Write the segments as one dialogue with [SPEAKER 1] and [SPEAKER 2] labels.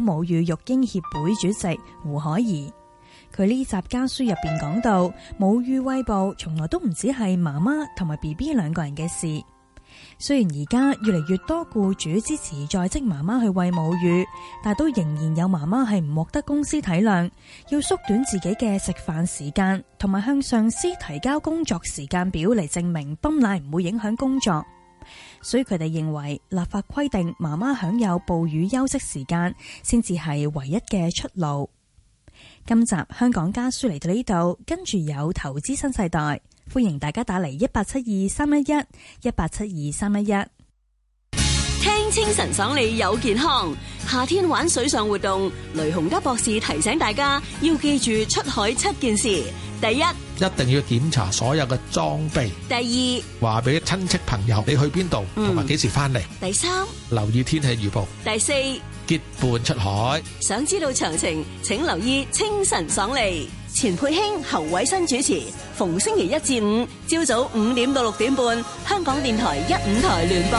[SPEAKER 1] 母乳育嬰協會主席胡海怡。佢呢集家書入邊講到，母乳餵哺從來都唔只係媽媽同埋 B B 兩個人嘅事。雖然而家越嚟越多僱主支持在職媽媽去餵母乳，但都仍然有媽媽係唔獲得公司體諒，要縮短自己嘅食飯時間，同埋向上司提交工作時間表嚟證明泵奶唔會影響工作。所以佢哋認為立法規定媽媽享有哺乳休息時間，先至係唯一嘅出路。今集香港家書嚟到呢度，跟住有投資新世代，歡迎大家打嚟一八七二三一一一八七二三一一。
[SPEAKER 2] 聽清晨爽利有健康，夏天玩水上活動，雷洪德博士提醒大家要記住出海七件事：第一、
[SPEAKER 3] 一定要檢查所有嘅裝備，
[SPEAKER 2] 第
[SPEAKER 3] 話俾親戚朋友你去邊度，
[SPEAKER 2] 嗯
[SPEAKER 3] 同埋幾時翻嚟，
[SPEAKER 2] 二、第三、
[SPEAKER 3] 留意天氣預報，
[SPEAKER 2] 第四。
[SPEAKER 3] 結伴出海。
[SPEAKER 2] 想知道詳情，請留意清晨爽利。錢佩卿、侯偉新主持，逢星期一至五朝早五點到六點半，香港電台一五台聯播。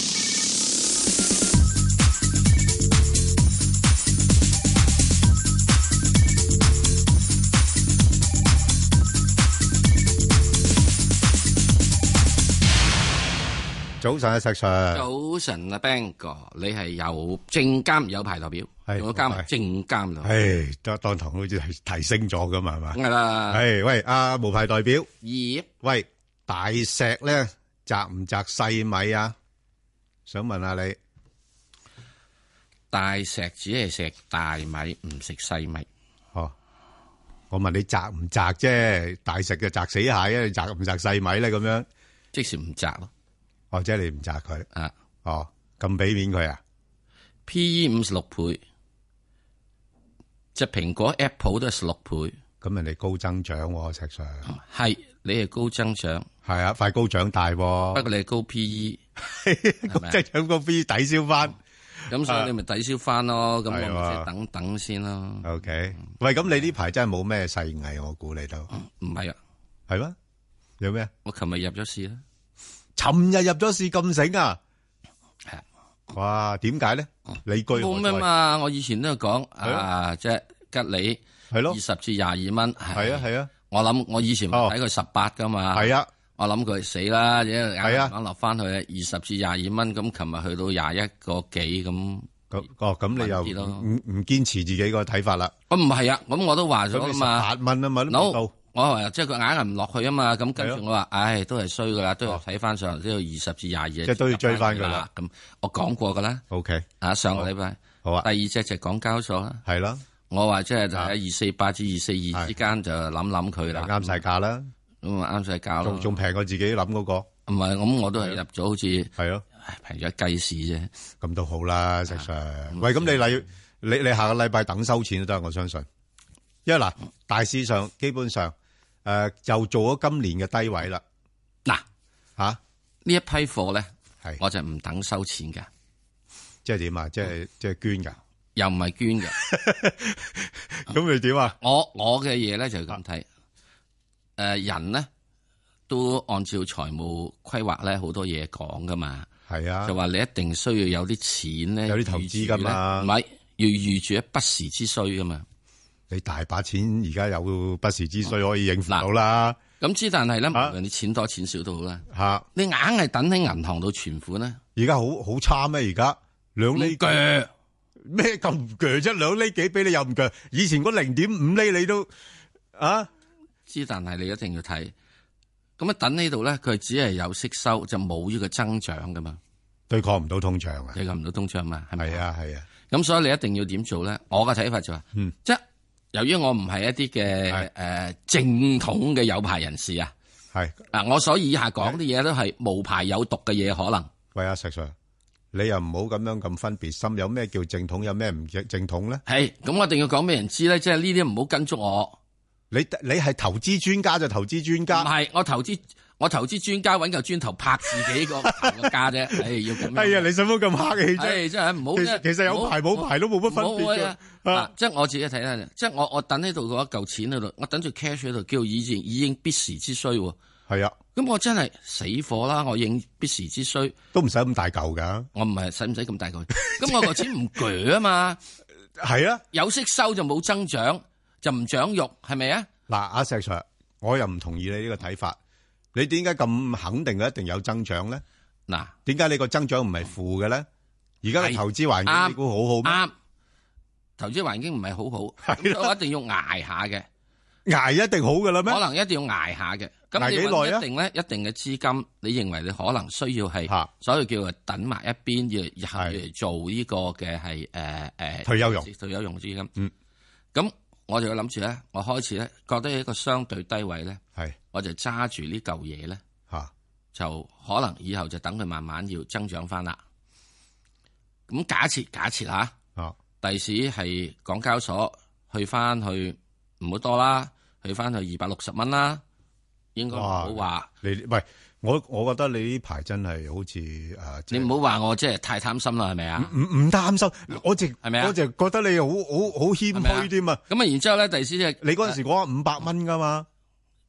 [SPEAKER 4] 早晨啊，石 Sir。
[SPEAKER 5] 早晨啊，Bang 哥，你係有證監有牌代表，
[SPEAKER 4] 係
[SPEAKER 5] 仲有加埋
[SPEAKER 4] 冇牌
[SPEAKER 5] 證監度，
[SPEAKER 4] 唉，當當堂好似提提升咗咁係嘛？
[SPEAKER 5] 梗係啦。
[SPEAKER 4] 係喂，阿無牌代表，
[SPEAKER 5] 二
[SPEAKER 4] 喂，大石咧摘唔摘細米啊？想問下你，
[SPEAKER 5] 大石只係食大米，唔食細米。
[SPEAKER 4] 哦，我問你摘唔摘啫？大石就摘死蟹啊，你摘唔摘細米咧？咁樣，
[SPEAKER 5] 即是唔摘咯。
[SPEAKER 4] 或者你唔摘佢，
[SPEAKER 5] 啊
[SPEAKER 4] 哦，咁俾面佢啊？
[SPEAKER 5] ，P E 五十六倍，隻蘋果 Apple 都係十六倍，
[SPEAKER 4] 咁人哋高增長喎，石 Sir，
[SPEAKER 5] 係你係高增長，
[SPEAKER 4] 係啊，快高長大
[SPEAKER 5] 不
[SPEAKER 4] 喎，
[SPEAKER 5] 過你係高 P E，咪啊
[SPEAKER 4] 即係搶個 B 抵消翻。
[SPEAKER 5] 哦咁所以你咪抵消翻咯。咁我咪
[SPEAKER 4] 係喎
[SPEAKER 5] 即係等等先咯。
[SPEAKER 4] OK，喂，咁你呢排真係冇咩細藝，我估你都
[SPEAKER 5] 唔係啊，
[SPEAKER 4] 係咩？有咩？
[SPEAKER 5] 我琴日入咗市啦，啊
[SPEAKER 4] 尋日入咗市咁醒啊！
[SPEAKER 5] 係啊嗯
[SPEAKER 4] 哇，點解咧？你居
[SPEAKER 5] 冇咩
[SPEAKER 4] 我
[SPEAKER 5] 嘛。我以前都有講
[SPEAKER 4] 係啊
[SPEAKER 5] 啊，即係吉利。
[SPEAKER 4] 在，係咯
[SPEAKER 5] 二，十至廿二蚊，係
[SPEAKER 4] 係啊，係啊，
[SPEAKER 5] 我諗我以前
[SPEAKER 4] 哦
[SPEAKER 5] 睇佢十八噶嘛，
[SPEAKER 4] 係啊，
[SPEAKER 5] 我諗佢死啦，因為
[SPEAKER 4] 係啊
[SPEAKER 5] 啱啱落翻去二十至廿二蚊，咁琴日去到廿一個幾咁，
[SPEAKER 4] 咁哦，咁你又
[SPEAKER 5] 穩啲咯
[SPEAKER 4] 唔唔堅持自己個睇法啦？
[SPEAKER 5] 我唔係啊，咁我都話
[SPEAKER 4] 咁你
[SPEAKER 5] 咗啊
[SPEAKER 4] 十
[SPEAKER 5] 嘛
[SPEAKER 4] 八，蚊啊嘛，都
[SPEAKER 5] No，
[SPEAKER 4] 冇到，
[SPEAKER 5] 我話即係佢硬係唔落去啊嘛，咁跟
[SPEAKER 4] 係啊
[SPEAKER 5] 住我話，唉，都係衰噶啦，都要
[SPEAKER 4] 哦
[SPEAKER 5] 睇翻上嚟都要二十至廿二，即
[SPEAKER 4] 係都要追返佢啦。
[SPEAKER 5] 咁我講過噶啦，
[SPEAKER 4] OK，
[SPEAKER 5] 啊上個禮拜
[SPEAKER 4] 好啊，
[SPEAKER 5] 第二隻就係港交所啦，
[SPEAKER 4] 係啦，
[SPEAKER 5] 我話即係就
[SPEAKER 4] 啊
[SPEAKER 5] 喺二四八至二四二之間就諗諗佢
[SPEAKER 4] 又
[SPEAKER 5] 啦，
[SPEAKER 4] 啱晒價啦，
[SPEAKER 5] 咁啊啱晒價
[SPEAKER 4] 仲
[SPEAKER 5] 咯，
[SPEAKER 4] 仲平過自己諗嗰個，啊
[SPEAKER 5] 唔係咁我都係入咗好似。
[SPEAKER 4] 係咯，
[SPEAKER 5] 唉平咗一雞市啫，
[SPEAKER 4] 咁都好啦，石 Sir。
[SPEAKER 5] 咁
[SPEAKER 4] 喂，咁你禮你你下個禮拜等收錢都得，我相信，因為嗱，大市上基本上誒就做咗今年嘅低位啦，
[SPEAKER 5] 嗱
[SPEAKER 4] 吓
[SPEAKER 5] 呢一批貨咧，
[SPEAKER 4] 係。
[SPEAKER 5] 我就唔等收錢噶，
[SPEAKER 4] 即係點啊？即係即係捐㗎？
[SPEAKER 5] 又唔係捐嘅。
[SPEAKER 4] 咁你點啊？
[SPEAKER 5] 我我嘅嘢咧就係咁睇，诶、人咧都按照財務規劃咧好多嘢講噶嘛，
[SPEAKER 4] 係啊
[SPEAKER 5] 就，話你一定需要有啲錢咧，
[SPEAKER 4] 有啲投資㗎嘛
[SPEAKER 5] 預住咧唔係要預住一不時之需噶嘛。嗯
[SPEAKER 4] 你大把錢而家有不時之需可以應付到啦
[SPEAKER 5] 咁之但係咧，無
[SPEAKER 4] 啊
[SPEAKER 5] 論你錢多錢少都好啦，
[SPEAKER 4] 吓。嚇
[SPEAKER 5] 你硬係等喺銀行度存款咧，
[SPEAKER 4] 而家好好差咩？而家兩厘
[SPEAKER 5] 嘅
[SPEAKER 4] 咩咁唔鋸啫？兩厘幾俾你又唔鋸？以前嗰零點五厘你都啊
[SPEAKER 5] 之但係你一定要睇。咁啊，等呢度咧，佢只係有息收，就冇呢個增長噶嘛。
[SPEAKER 4] 對抗唔到通脹啊？
[SPEAKER 5] 你撳唔到通脹嘛？係咪？
[SPEAKER 4] 係。啊係啊，
[SPEAKER 5] 咁所以你一定要點做咧？我嘅睇法就話、
[SPEAKER 4] 嗯
[SPEAKER 5] 即係由於我唔係一啲嘅
[SPEAKER 4] 係
[SPEAKER 5] 誒正統嘅有牌人士啊，
[SPEAKER 4] 係
[SPEAKER 5] 嗱，我所以以下講啲嘢都係無牌有毒嘅嘢，可能
[SPEAKER 4] 喂阿石 Sir，你又唔好咁樣咁分別心，有咩叫正統，有咩唔正統咧？
[SPEAKER 5] 係咁，我一定要講俾人知咧，即係呢啲唔好跟足我，
[SPEAKER 4] 你你係投資專家就投資專
[SPEAKER 5] 唔
[SPEAKER 4] 家，
[SPEAKER 5] 係我投資，我投資專家揾嚿磚頭拍自己個頭個家啫， 唉，要咁樣。
[SPEAKER 4] 哎呀，你使乜咁客氣啫？
[SPEAKER 5] 唉，真係唔好
[SPEAKER 4] 其實
[SPEAKER 5] 啫。
[SPEAKER 4] 其實有排冇排都冇乜分別嘅
[SPEAKER 5] 嘅。嗱
[SPEAKER 4] 啊，
[SPEAKER 5] 即係我自己睇啦，即係我我等喺度嗰一嚿錢喺度，我等住 cash 喺度，叫以前以應必時之需喎。
[SPEAKER 4] 係啊，
[SPEAKER 5] 咁我真係死火啦！我應必時之需，
[SPEAKER 4] 都唔使咁大嚿㗎。
[SPEAKER 5] 我唔係使唔使咁大個？咁我個錢唔鋸啊嘛，
[SPEAKER 4] 係啊，
[SPEAKER 5] 有息收就冇增長，就唔長肉，係咪啊？
[SPEAKER 4] 嗱，阿石 Sir，我又唔同意你呢個睇法。你點解咁肯定佢一定有增長咧？
[SPEAKER 5] 嗱，
[SPEAKER 4] 點解你個增長唔係負嘅咧？而家嘅
[SPEAKER 5] 係
[SPEAKER 4] 投資環境
[SPEAKER 5] 啱
[SPEAKER 4] 你估好好咩？
[SPEAKER 5] 啱。投資環境唔係好好，咁所以我一定要捱下嘅，
[SPEAKER 4] 捱一定好㗎啦咩
[SPEAKER 5] 可？能一定要捱下嘅。咁
[SPEAKER 4] 捱
[SPEAKER 5] 你
[SPEAKER 4] 幾耐
[SPEAKER 5] 揾
[SPEAKER 4] 啊
[SPEAKER 5] 一定咧，一定嘅資金，你認為你可能需要係
[SPEAKER 4] 嚇，
[SPEAKER 5] 所以叫做等埋一邊，要日後
[SPEAKER 4] 係
[SPEAKER 5] 嚟做呢個嘅係誒誒
[SPEAKER 4] 退休用
[SPEAKER 5] 退休用資金。
[SPEAKER 4] 嗯，
[SPEAKER 5] 咁我就要諗住咧，我開始咧覺得一個相對低位咧，
[SPEAKER 4] 係
[SPEAKER 5] 我就揸住呢嚿嘢咧。
[SPEAKER 4] 嚇，
[SPEAKER 5] 就可能以後就等佢慢慢要增長翻啦。咁假設假設吓，
[SPEAKER 4] 啊
[SPEAKER 5] 第時係港交所去翻去唔好多啦，去翻去二百六十蚊啦，應該唔好話
[SPEAKER 4] 你喂，我我覺得你呢排真係好似誒，即
[SPEAKER 5] 你
[SPEAKER 4] 係
[SPEAKER 5] 唔好話我即係太貪心啦，係咪啊？
[SPEAKER 4] 唔唔擔心，嗯我直
[SPEAKER 5] 係咪啊
[SPEAKER 4] 我直覺得你好好好謙
[SPEAKER 5] 係咪啊
[SPEAKER 4] 虛添啊！
[SPEAKER 5] 咁啊，然之後咧，第時即係
[SPEAKER 4] 你嗰陣時講五百蚊噶嘛，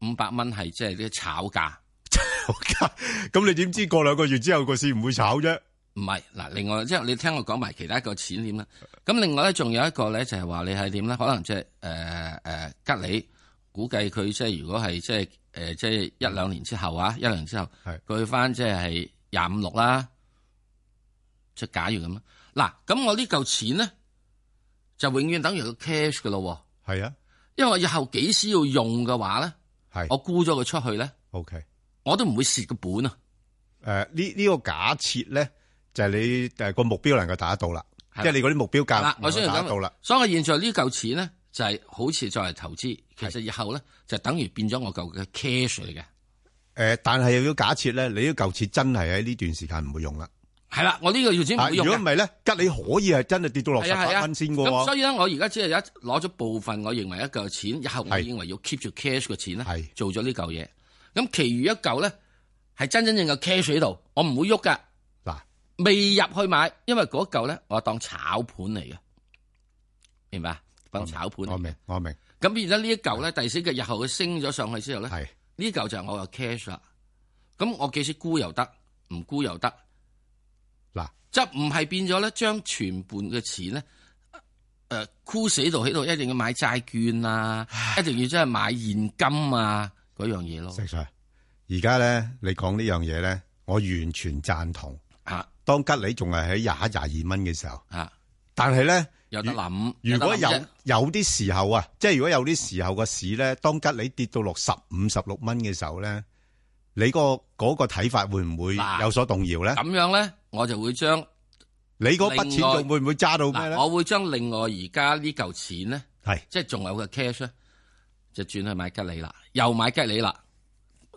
[SPEAKER 5] 五百蚊係即係啲炒價，
[SPEAKER 4] 咁你點知過兩個月之後個市唔會炒啫？
[SPEAKER 5] 唔係嗱。另外即係你聽我講埋其他一個錢點啦。咁另外咧，仲有一個咧就係話你係點咧？可能即係誒誒吉利，估計佢即係如果係即係誒即係一兩年之後啊，一兩年之後
[SPEAKER 4] 係，
[SPEAKER 5] 佢去翻即係廿五六啦。即係假如咁啦，嗱咁我呢嚿錢咧就永遠等於個 cash 嘅咯
[SPEAKER 4] 係啊，
[SPEAKER 5] 喎，因為我以後幾時要用嘅話咧，
[SPEAKER 4] 係
[SPEAKER 5] 我沽咗佢出去咧，
[SPEAKER 4] OK。
[SPEAKER 5] 我都唔會蝕個本啊。
[SPEAKER 4] 誒呢呢個假設咧，就係你誒個目標能夠達得到啦，
[SPEAKER 5] 係啦
[SPEAKER 4] 即係你嗰啲目標價
[SPEAKER 5] 啊嗱，我
[SPEAKER 4] 能
[SPEAKER 5] 雖
[SPEAKER 4] 夠
[SPEAKER 5] 然
[SPEAKER 4] 達得到
[SPEAKER 5] 咁
[SPEAKER 4] 啦，，
[SPEAKER 5] 所以我現在呢嚿錢咧就係好似作為投資，其實以後咧就等於變咗我嚿嘅 cash 嚟嘅。
[SPEAKER 4] 誒，但係又要假設咧，你呢嚿錢真係喺呢段時間唔會用啦。
[SPEAKER 5] 係啦，我呢個要錢唔
[SPEAKER 4] 啊
[SPEAKER 5] 會
[SPEAKER 4] 如
[SPEAKER 5] 用
[SPEAKER 4] 果唔
[SPEAKER 5] 嘅。
[SPEAKER 4] 係咧，吉你可以係真係跌到落十
[SPEAKER 5] 係啊係
[SPEAKER 4] 八
[SPEAKER 5] 啊，
[SPEAKER 4] 蚊先嘅
[SPEAKER 5] 咁所
[SPEAKER 4] 喎。
[SPEAKER 5] 以咧，我而家只係有一攞咗部分，我認為一嚿錢，以後我
[SPEAKER 4] 係
[SPEAKER 5] 認為要 keep 住 cash 嘅錢咧
[SPEAKER 4] 係，
[SPEAKER 5] 做咗呢嚿嘢。咁其餘一嚿咧係真真正嘅 cash 喺度，我唔會喐噶，
[SPEAKER 4] 嗱，
[SPEAKER 5] 未入去買，因為嗰嚿咧我當炒盤嚟嘅，明白？當炒盤嚟嘅。
[SPEAKER 4] 我明我明，
[SPEAKER 5] 咁變咗呢一嚿咧，第四嘅日後佢升咗上去之後咧。
[SPEAKER 4] 係
[SPEAKER 5] 呢嚿就係我嘅 cash 啦。咁我幾時沽又得，唔沽又得，
[SPEAKER 4] 嗱
[SPEAKER 5] 即係唔係變咗咧？將全盤嘅錢咧，誒、沽死度喺度，一定要買債券啊，一定要真係買現金啊嗰樣嘢咯
[SPEAKER 4] 石。Sir，而家咧你講呢樣嘢咧，我完全贊同。
[SPEAKER 5] 嚇
[SPEAKER 4] 當吉你仲係喺廿一廿二蚊嘅時候，
[SPEAKER 5] 嚇，
[SPEAKER 4] 但係咧。
[SPEAKER 5] 啊有得諗。
[SPEAKER 4] 如果有
[SPEAKER 5] 得諗啫
[SPEAKER 4] 有啲時候啊，即係如果有啲時候個市咧，當吉你跌到落十五十六蚊嘅時候咧，你個嗰個睇法會唔會
[SPEAKER 5] 嗱
[SPEAKER 4] 有所動搖咧？
[SPEAKER 5] 咁樣咧，我就會將
[SPEAKER 4] 你嗰筆錢
[SPEAKER 5] 另外
[SPEAKER 4] 仲會唔會揸到咩
[SPEAKER 5] 嗱，
[SPEAKER 4] 咧？
[SPEAKER 5] 我會將另外而家呢嚿錢咧，
[SPEAKER 4] 係
[SPEAKER 5] 即係仲有嘅 cash 咧，就轉去買吉利啦，又買吉利啦，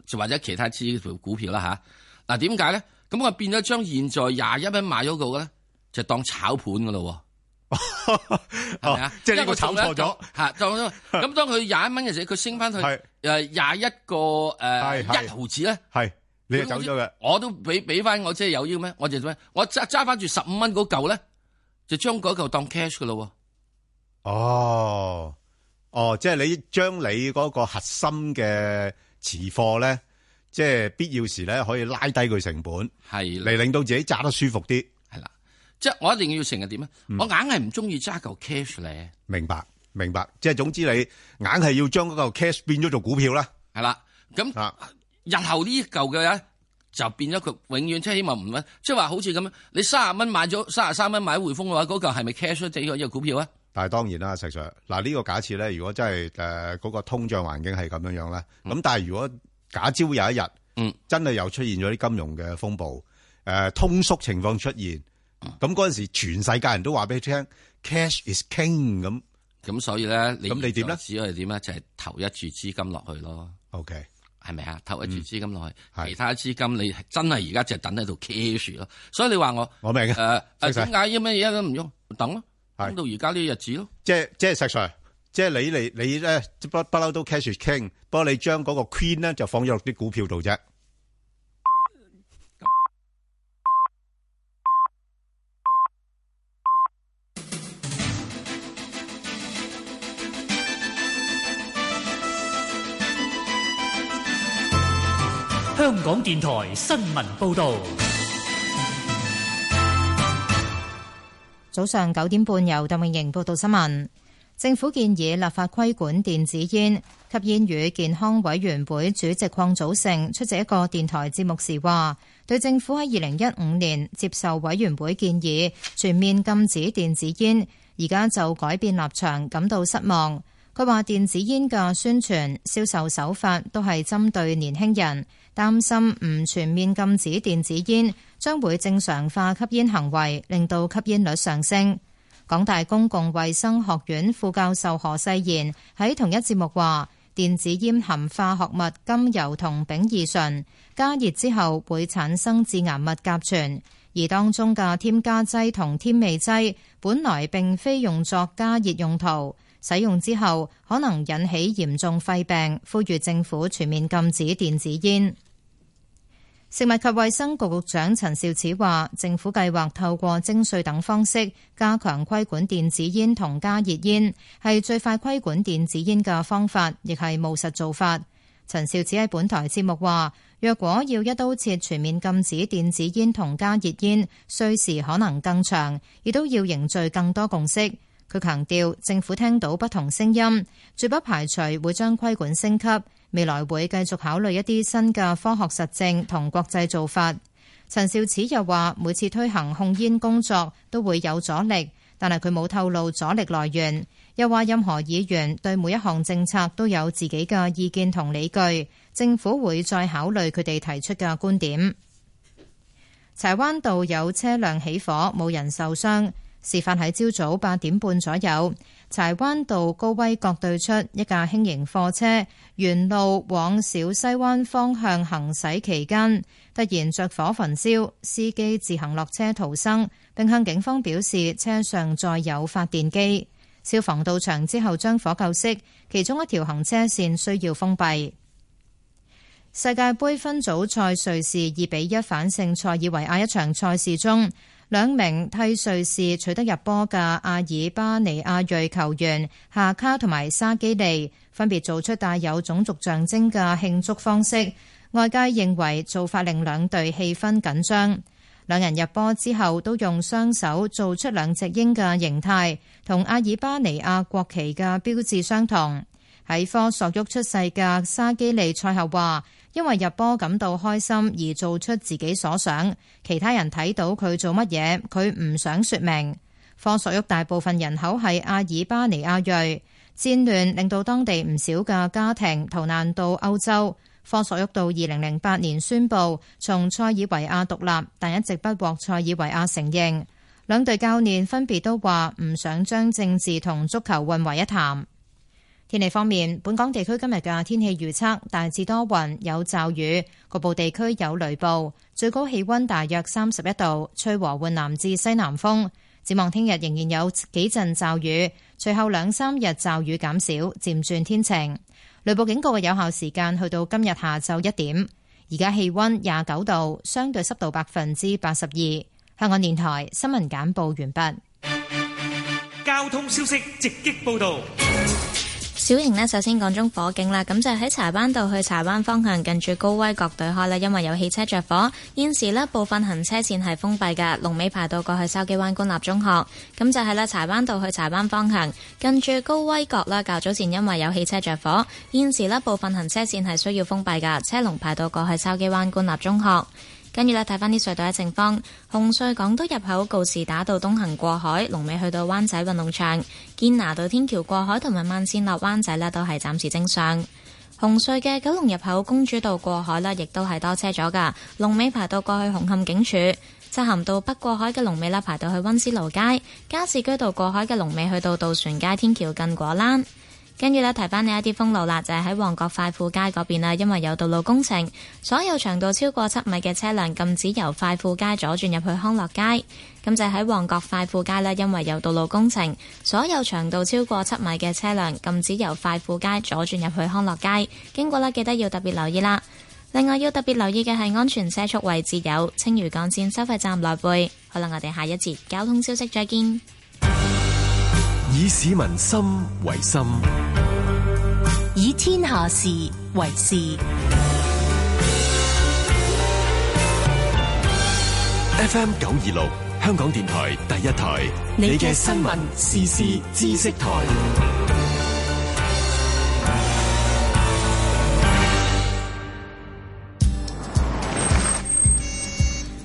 [SPEAKER 5] 就或者其他支票股票啦吓，嗱點解咧？咁我變咗將現在廿一蚊買咗個咧，就當炒盤噶 咯喎，係咪
[SPEAKER 4] 哦
[SPEAKER 5] 啊？
[SPEAKER 4] 即係呢個炒錯咗，
[SPEAKER 5] 嚇！當咗咁當佢廿一蚊嘅時候，佢升翻去誒
[SPEAKER 4] 係
[SPEAKER 5] 廿一個誒
[SPEAKER 4] 係係
[SPEAKER 5] 一毫子咧。
[SPEAKER 4] 係你就走咗嘅。
[SPEAKER 5] 我都俾俾翻我，即係有要咩？我就做咩？我揸揸翻住十五蚊嗰嚿咧，就將嗰嚿當 cash 噶咯
[SPEAKER 4] 哦哦，即係你將你嗰個核心嘅持貨咧，即係必要時咧可以拉低佢成本，
[SPEAKER 5] 喎。係啦
[SPEAKER 4] 嚟令到自己揸得舒服啲。
[SPEAKER 5] 係啦，即係我一定要成日點咧？我硬係唔中意揸嚿 cash 咧，
[SPEAKER 4] 明白明白，即係總之你硬係要將嗰個 cash 變咗做股票啦。
[SPEAKER 5] 係啦。咁
[SPEAKER 4] 啊！
[SPEAKER 5] 日後呢嚿嘅咧，就變咗佢永遠即係希望唔揾，即係話好似咁樣，你三十蚊買咗三十三蚊買匯豐嘅話，嗰嚿係咪 cash 咗呢個股票啊？
[SPEAKER 4] 但係當然啦，石 Sir，嗱呢個假設咧，如果真係誒嗰個通脹環境係咁樣樣咧，咁但係如果假朝有一日，
[SPEAKER 5] 嗯，
[SPEAKER 4] 真係又出現咗啲金融嘅風暴，誒、呃通縮情況出現，
[SPEAKER 5] 嗯
[SPEAKER 4] 咁嗰陣時全世界人都話俾你聽，cash is king 咁
[SPEAKER 5] 咁所以咧，你
[SPEAKER 4] 咁你點咧
[SPEAKER 5] 只可以點咧？就係投一注資金落去咯。
[SPEAKER 4] ，OK，嗯
[SPEAKER 5] 係咪啊？投一注資金落去，
[SPEAKER 4] 係
[SPEAKER 5] 其他資金你係真係而家就等喺度 cash 咯。所以你話我
[SPEAKER 4] 我明嘅啊
[SPEAKER 5] 誒
[SPEAKER 4] 識
[SPEAKER 5] 誒
[SPEAKER 4] 晒
[SPEAKER 5] 點解因咩嘢都唔用？等咯，
[SPEAKER 4] 係
[SPEAKER 5] 等到而家呢日子咯。
[SPEAKER 4] 即係即係石 Sir，即係你嚟你咧不不嬲都 cash is king，不過你將嗰個 queen 咧就放咗落啲股票度啫，
[SPEAKER 6] 香港電台新聞報道，
[SPEAKER 7] 早上九點半由鄧永瑩報道新聞。政府建議立法規管電子煙，吸煙與健康委員會主席鄺祖成出席一個電台節目時話，對政府喺二零一五年接受委員會建議全面禁止電子煙，而家就改變立場感到失望。佢話電子煙嘅宣傳、銷售手法都係針對年輕人，擔心唔全面禁止電子煙將會正常化吸煙行為，令到吸煙率上升。港大公共衛生學院副教授何世賢喺同一節目話：電子煙含化學物甘油同丙二醇，加熱之後會產生致癌物甲醛，而當中嘅添加劑同添味劑本來並非用作加熱用途，使用之後可能引起嚴重肺病，呼籲政府全面禁止電子煙。食物及衛生局局長陳肇始話：政府計劃透過徵稅等方式加強規管電子煙同加熱煙，係最快規管電子煙嘅方法，亦係務實做法。陳肇始喺本台節目話：若果要一刀切全面禁止電子煙同加熱煙，需時可能更長，亦都要凝聚更多共識。佢強調，政府聽到不同聲音，絕不排除會將規管升級。未來會繼續考慮一啲新嘅科學實證同國際做法。陳肇始又話，每次推行控煙工作都會有阻力，但係佢冇透露阻力來源。又話任何議員對每一項政策都有自己嘅意見同理據，政府會再考慮佢哋提出嘅觀點。柴灣道有車輛起火，冇人受傷。事發喺朝早八點半左右，柴灣道高威閣對出一架輕型貨車沿路往小西灣方向行駛期間，突然着火焚燒，司機自行落車逃生，並向警方表示車上載有發電機。消防到場之後將火救熄，其中一條行車線需要封閉。世界盃分組賽瑞士二比一反勝塞爾維亞一場賽事中，兩名替瑞士取得入波嘅阿爾巴尼亞裔球員夏卡同埋沙基利分別做出帶有種族象徵嘅慶祝方式，外界認為做法令兩隊氣氛緊張。兩人入波之後都用雙手做出兩隻鷹嘅形態，同阿爾巴尼亞國旗嘅標誌相同。喺科索沃出世嘅沙基利賽後話：因為入波感到開心而做出自己所想，其他人睇到佢做乜嘢，佢唔想說明。科索沃大部分人口係阿爾巴尼亞裔，戰亂令到當地唔少嘅家庭逃難到歐洲。科索沃到二零零八年宣布從塞爾維亞獨立，但一直不獲塞爾維亞承認。兩隊教練分別都話唔想將政治同足球混為一談。天氣方面，本港地區今日嘅天氣預測大致多雲，有驟雨，局部地區有雷暴，最高氣溫大約三十一度，吹和緩南至西南風。展望聽日仍然有幾陣驟雨，隨後兩三日驟雨減少，漸轉天晴。雷暴警告嘅有效時間去到今日下晝一點。而家氣溫廿九度，相對濕度百分之八十二。香港電台新聞簡報完畢。
[SPEAKER 6] 交通消息直擊報道。
[SPEAKER 8] 小型呢，首先講中火警啦，咁就係喺柴灣道去柴灣方向近住高威角對開啦，因為有汽車着火，現時呢，部分行車線係封閉㗎，龍尾排到過去筲箕灣官立中學。咁就係啦，柴灣道去柴灣方向近住高威角啦，較早前因為有汽車着火，現時呢，部分行車線係需要封閉㗎，車龍排到過去筲箕灣官立中學。跟住咧，睇翻啲隧道嘅情況。紅隧港島入口告士打道東行過海，龍尾去到灣仔運動場；堅拿道天橋過海同埋慢線落灣仔呢都係暫時正常。紅隧嘅九龍入口公主道過海呢亦都係多車咗㗎。龍尾排到過去紅磡警署，漆咸道北過海嘅龍尾呢排到去溫思勞街，加士居道過海嘅龍尾去到渡船街天橋近果欄。跟住咧，提翻你一啲封路啦，就係喺旺角快富街嗰邊啊啦，因為有道路工程，所有長度超過七米嘅車輛禁止由快富街左轉入去康樂街。咁就喺旺角快富街呢，因為有道路工程，所有長度超過七米嘅車輛禁止由快富街左轉入去康樂街。經過啦，記得要特別留意啦。另外要特別留意嘅係安全車速位置有青嶼幹線收費站內背。好啦，我哋下一節交通消息再見。
[SPEAKER 9] 以市民心為心，
[SPEAKER 10] 以天下事為事。
[SPEAKER 11] FM 九二六，香港電台第一台，你嘅新聞時事知識台。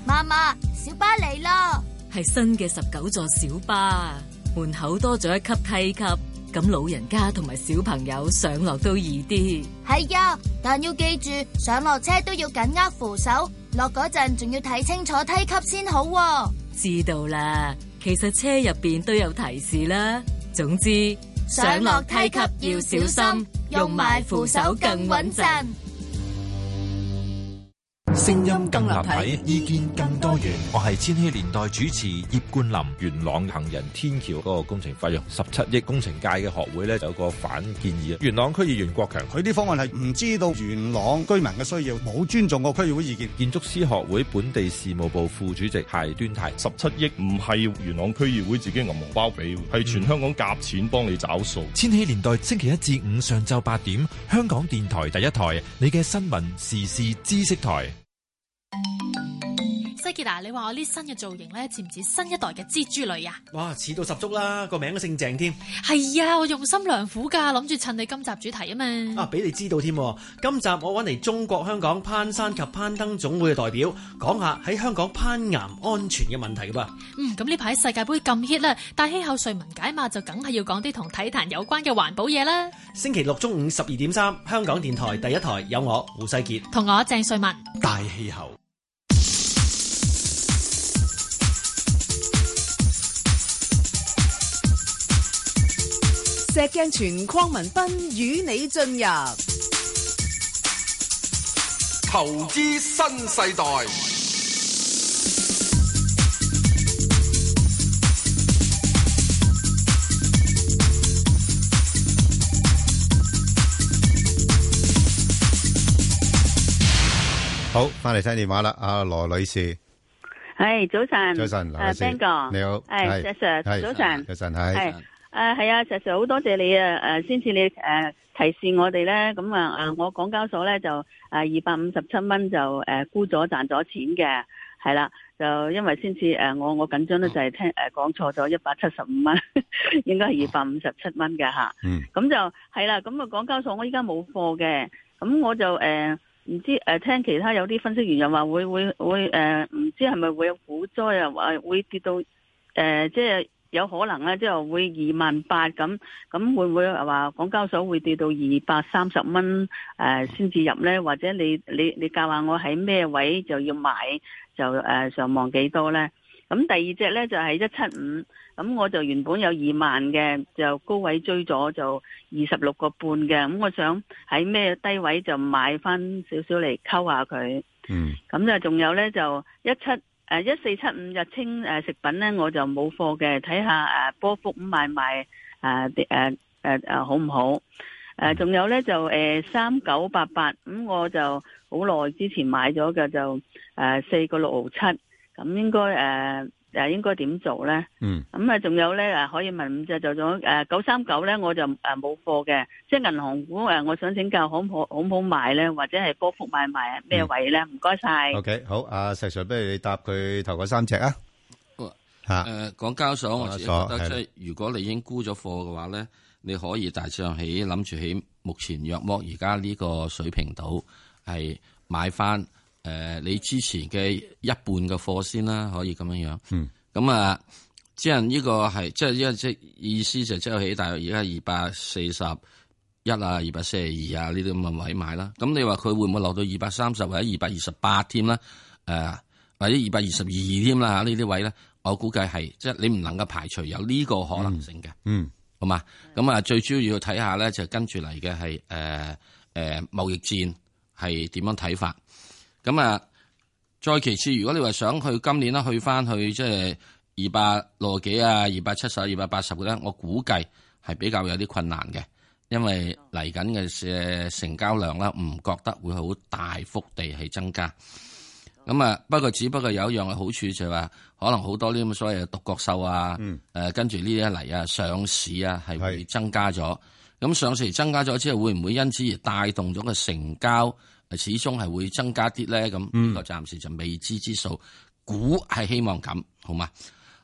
[SPEAKER 12] 媽媽，小巴嚟啦！
[SPEAKER 13] 係新嘅十九座小巴，門口多咗一級梯級，咁老人家同埋小朋友上落都易啲。
[SPEAKER 12] 係啊，但要記住上落車都要緊握扶手，落嗰陣仲要睇清楚梯級先好喎。
[SPEAKER 13] 知道啦，其實車入邊都有提示啦。總之
[SPEAKER 12] 上落梯級要小心，用埋扶手更穩陣。
[SPEAKER 9] 聲音更立體，意見更多元。
[SPEAKER 14] 我係千禧年代主持葉冠林。元朗行人天橋嗰個工程費用十七億，工程界嘅學會咧就有個反建議。元朗區議員郭強，
[SPEAKER 15] 佢啲方案係唔知道元朗居民嘅需要，冇尊重過區議會意見。
[SPEAKER 14] 建築師學會本地事務部副主席謝端泰，
[SPEAKER 16] 十七億唔係元朗區議會自己銀荷包俾，係全香港夾錢幫你找數。
[SPEAKER 11] 千禧年代星期一至五上晝八點，香港電台第一台，你嘅新聞時事知識台。
[SPEAKER 17] 西傑啊，你話我呢新嘅造型咧，似唔似新一代嘅蜘蛛女啊？
[SPEAKER 18] 哇，似到十足啦，個名都姓鄭添。
[SPEAKER 17] 係啊，我用心良苦噶，諗住趁你今集主題啊嘛。
[SPEAKER 18] 啊，俾你知道添。今集我揾嚟中國香港攀山及攀登總會嘅代表，講下喺香港攀岩安全嘅問題噶噃。
[SPEAKER 17] 嗯，咁呢排世界盃咁 hit 啦，但氣候瑞文解碼就梗係要講啲同體壇有關嘅環保嘢啦。
[SPEAKER 18] 星期六中午十二點三，香港電台第一台有我胡世傑
[SPEAKER 17] 同我鄭瑞文
[SPEAKER 18] 大氣候。
[SPEAKER 19] 石鏡泉鄺民彬與你進入
[SPEAKER 20] 投資新世代。
[SPEAKER 4] 好，翻嚟聽電話啦，阿羅女士，
[SPEAKER 21] 係早晨，
[SPEAKER 4] 早晨，羅女
[SPEAKER 21] 誒
[SPEAKER 4] 士，
[SPEAKER 21] ，Ben 哥，
[SPEAKER 4] 你好，
[SPEAKER 21] 係石 Sir，
[SPEAKER 4] 係
[SPEAKER 21] 早晨，
[SPEAKER 4] 早晨係
[SPEAKER 21] 係。誒係啊，石 Sir 好多謝你啊！誒，先至你誒提示我哋咧，咁啊誒，我港交所咧就誒二百五十七蚊就誒沽咗賺咗錢嘅，係啦，就因為先至誒我我緊張咧就係聽誒講錯咗一百七十五蚊， 應該係二百五十七蚊嘅嚇。
[SPEAKER 4] 嗯，
[SPEAKER 21] 咁就係啦，咁啊港交所我依家冇貨嘅，咁我就誒。唔知誒、呃、聽其他有啲分析員又話會會會誒呃唔、知係咪會有股災啊？話會跌到誒、呃即係有可能啊咧，即係會二萬八咁，咁會唔會話港交所會跌到二百三十蚊誒先至入咧？或者你你你教下我喺咩位就要買就誒、呃上望幾多咧？咁第二隻咧就係一七五，咁我就原本有二萬嘅，就高位追咗就二十六個半嘅，咁我想喺咩低位就買翻少少嚟溝下佢。
[SPEAKER 4] 嗯，
[SPEAKER 21] 咁就仲有咧就一七誒一四七五日清誒食品咧，我就冇貨嘅，睇下誒波幅買唔買誒啲誒誒誒好唔好？誒仲有咧就誒三九八八，咁我就好耐之前買咗嘅就誒四個六毫七，咁應該誒誒應該點做咧？
[SPEAKER 4] 嗯，
[SPEAKER 21] 咁啊，仲有咧誒，可以問五隻就咗誒九三九咧，我就誒冇貨嘅，即係銀行股啊誒，我想請教可唔可好唔好買咧，或者係波幅買賣咩位咧？唔該晒。
[SPEAKER 4] OK，好，阿石 Sir，不如你答佢頭嗰三隻啊。
[SPEAKER 5] 誒、港交所我自己覺
[SPEAKER 4] 港交所
[SPEAKER 5] 得，
[SPEAKER 4] 係
[SPEAKER 5] 即係如果你已經沽咗貨嘅話咧，你可以大致上起諗住喺目前約莫而家呢個水平度係買翻誒、你之前嘅一半嘅貨先啦，可以咁樣樣。
[SPEAKER 4] 嗯，
[SPEAKER 5] 咁啊，即係呢個係即係因為即係意思就即係起大約而家二百四十。一啊，二百四十二啊，呢啲咁嘅位買啦。咁你話佢會唔會落到二百三十或者二百二十八添啦？誒、或者二百二十二添啦嚇呢啲位咧，我估計係即係你唔能夠排除有呢個可能性嘅，
[SPEAKER 4] 嗯，
[SPEAKER 5] 好嘛？咁啊，最主要要睇下咧，就跟住嚟嘅係誒誒貿易戰係點樣睇法。咁啊，再其次，如果你話想去今年咧，去翻去即係二百六十幾啊，二百七十、二百八十嘅咧，我估計係比較有啲困難嘅。因為嚟緊嘅誒成交量啦，唔覺得會好大幅地係增加。咁啊，不過只不過有一樣嘅好處就係話，可能好多呢啲咁嘅所謂嘅獨角獸啊，誒、跟住呢啲一嚟啊上市啊，係會增加咗。咁上市增加咗之後，會唔會因此而帶動咗個呃成交？始終係會增加啲咧，咁呢個暫時就未知之數。估係希望咁，好嘛？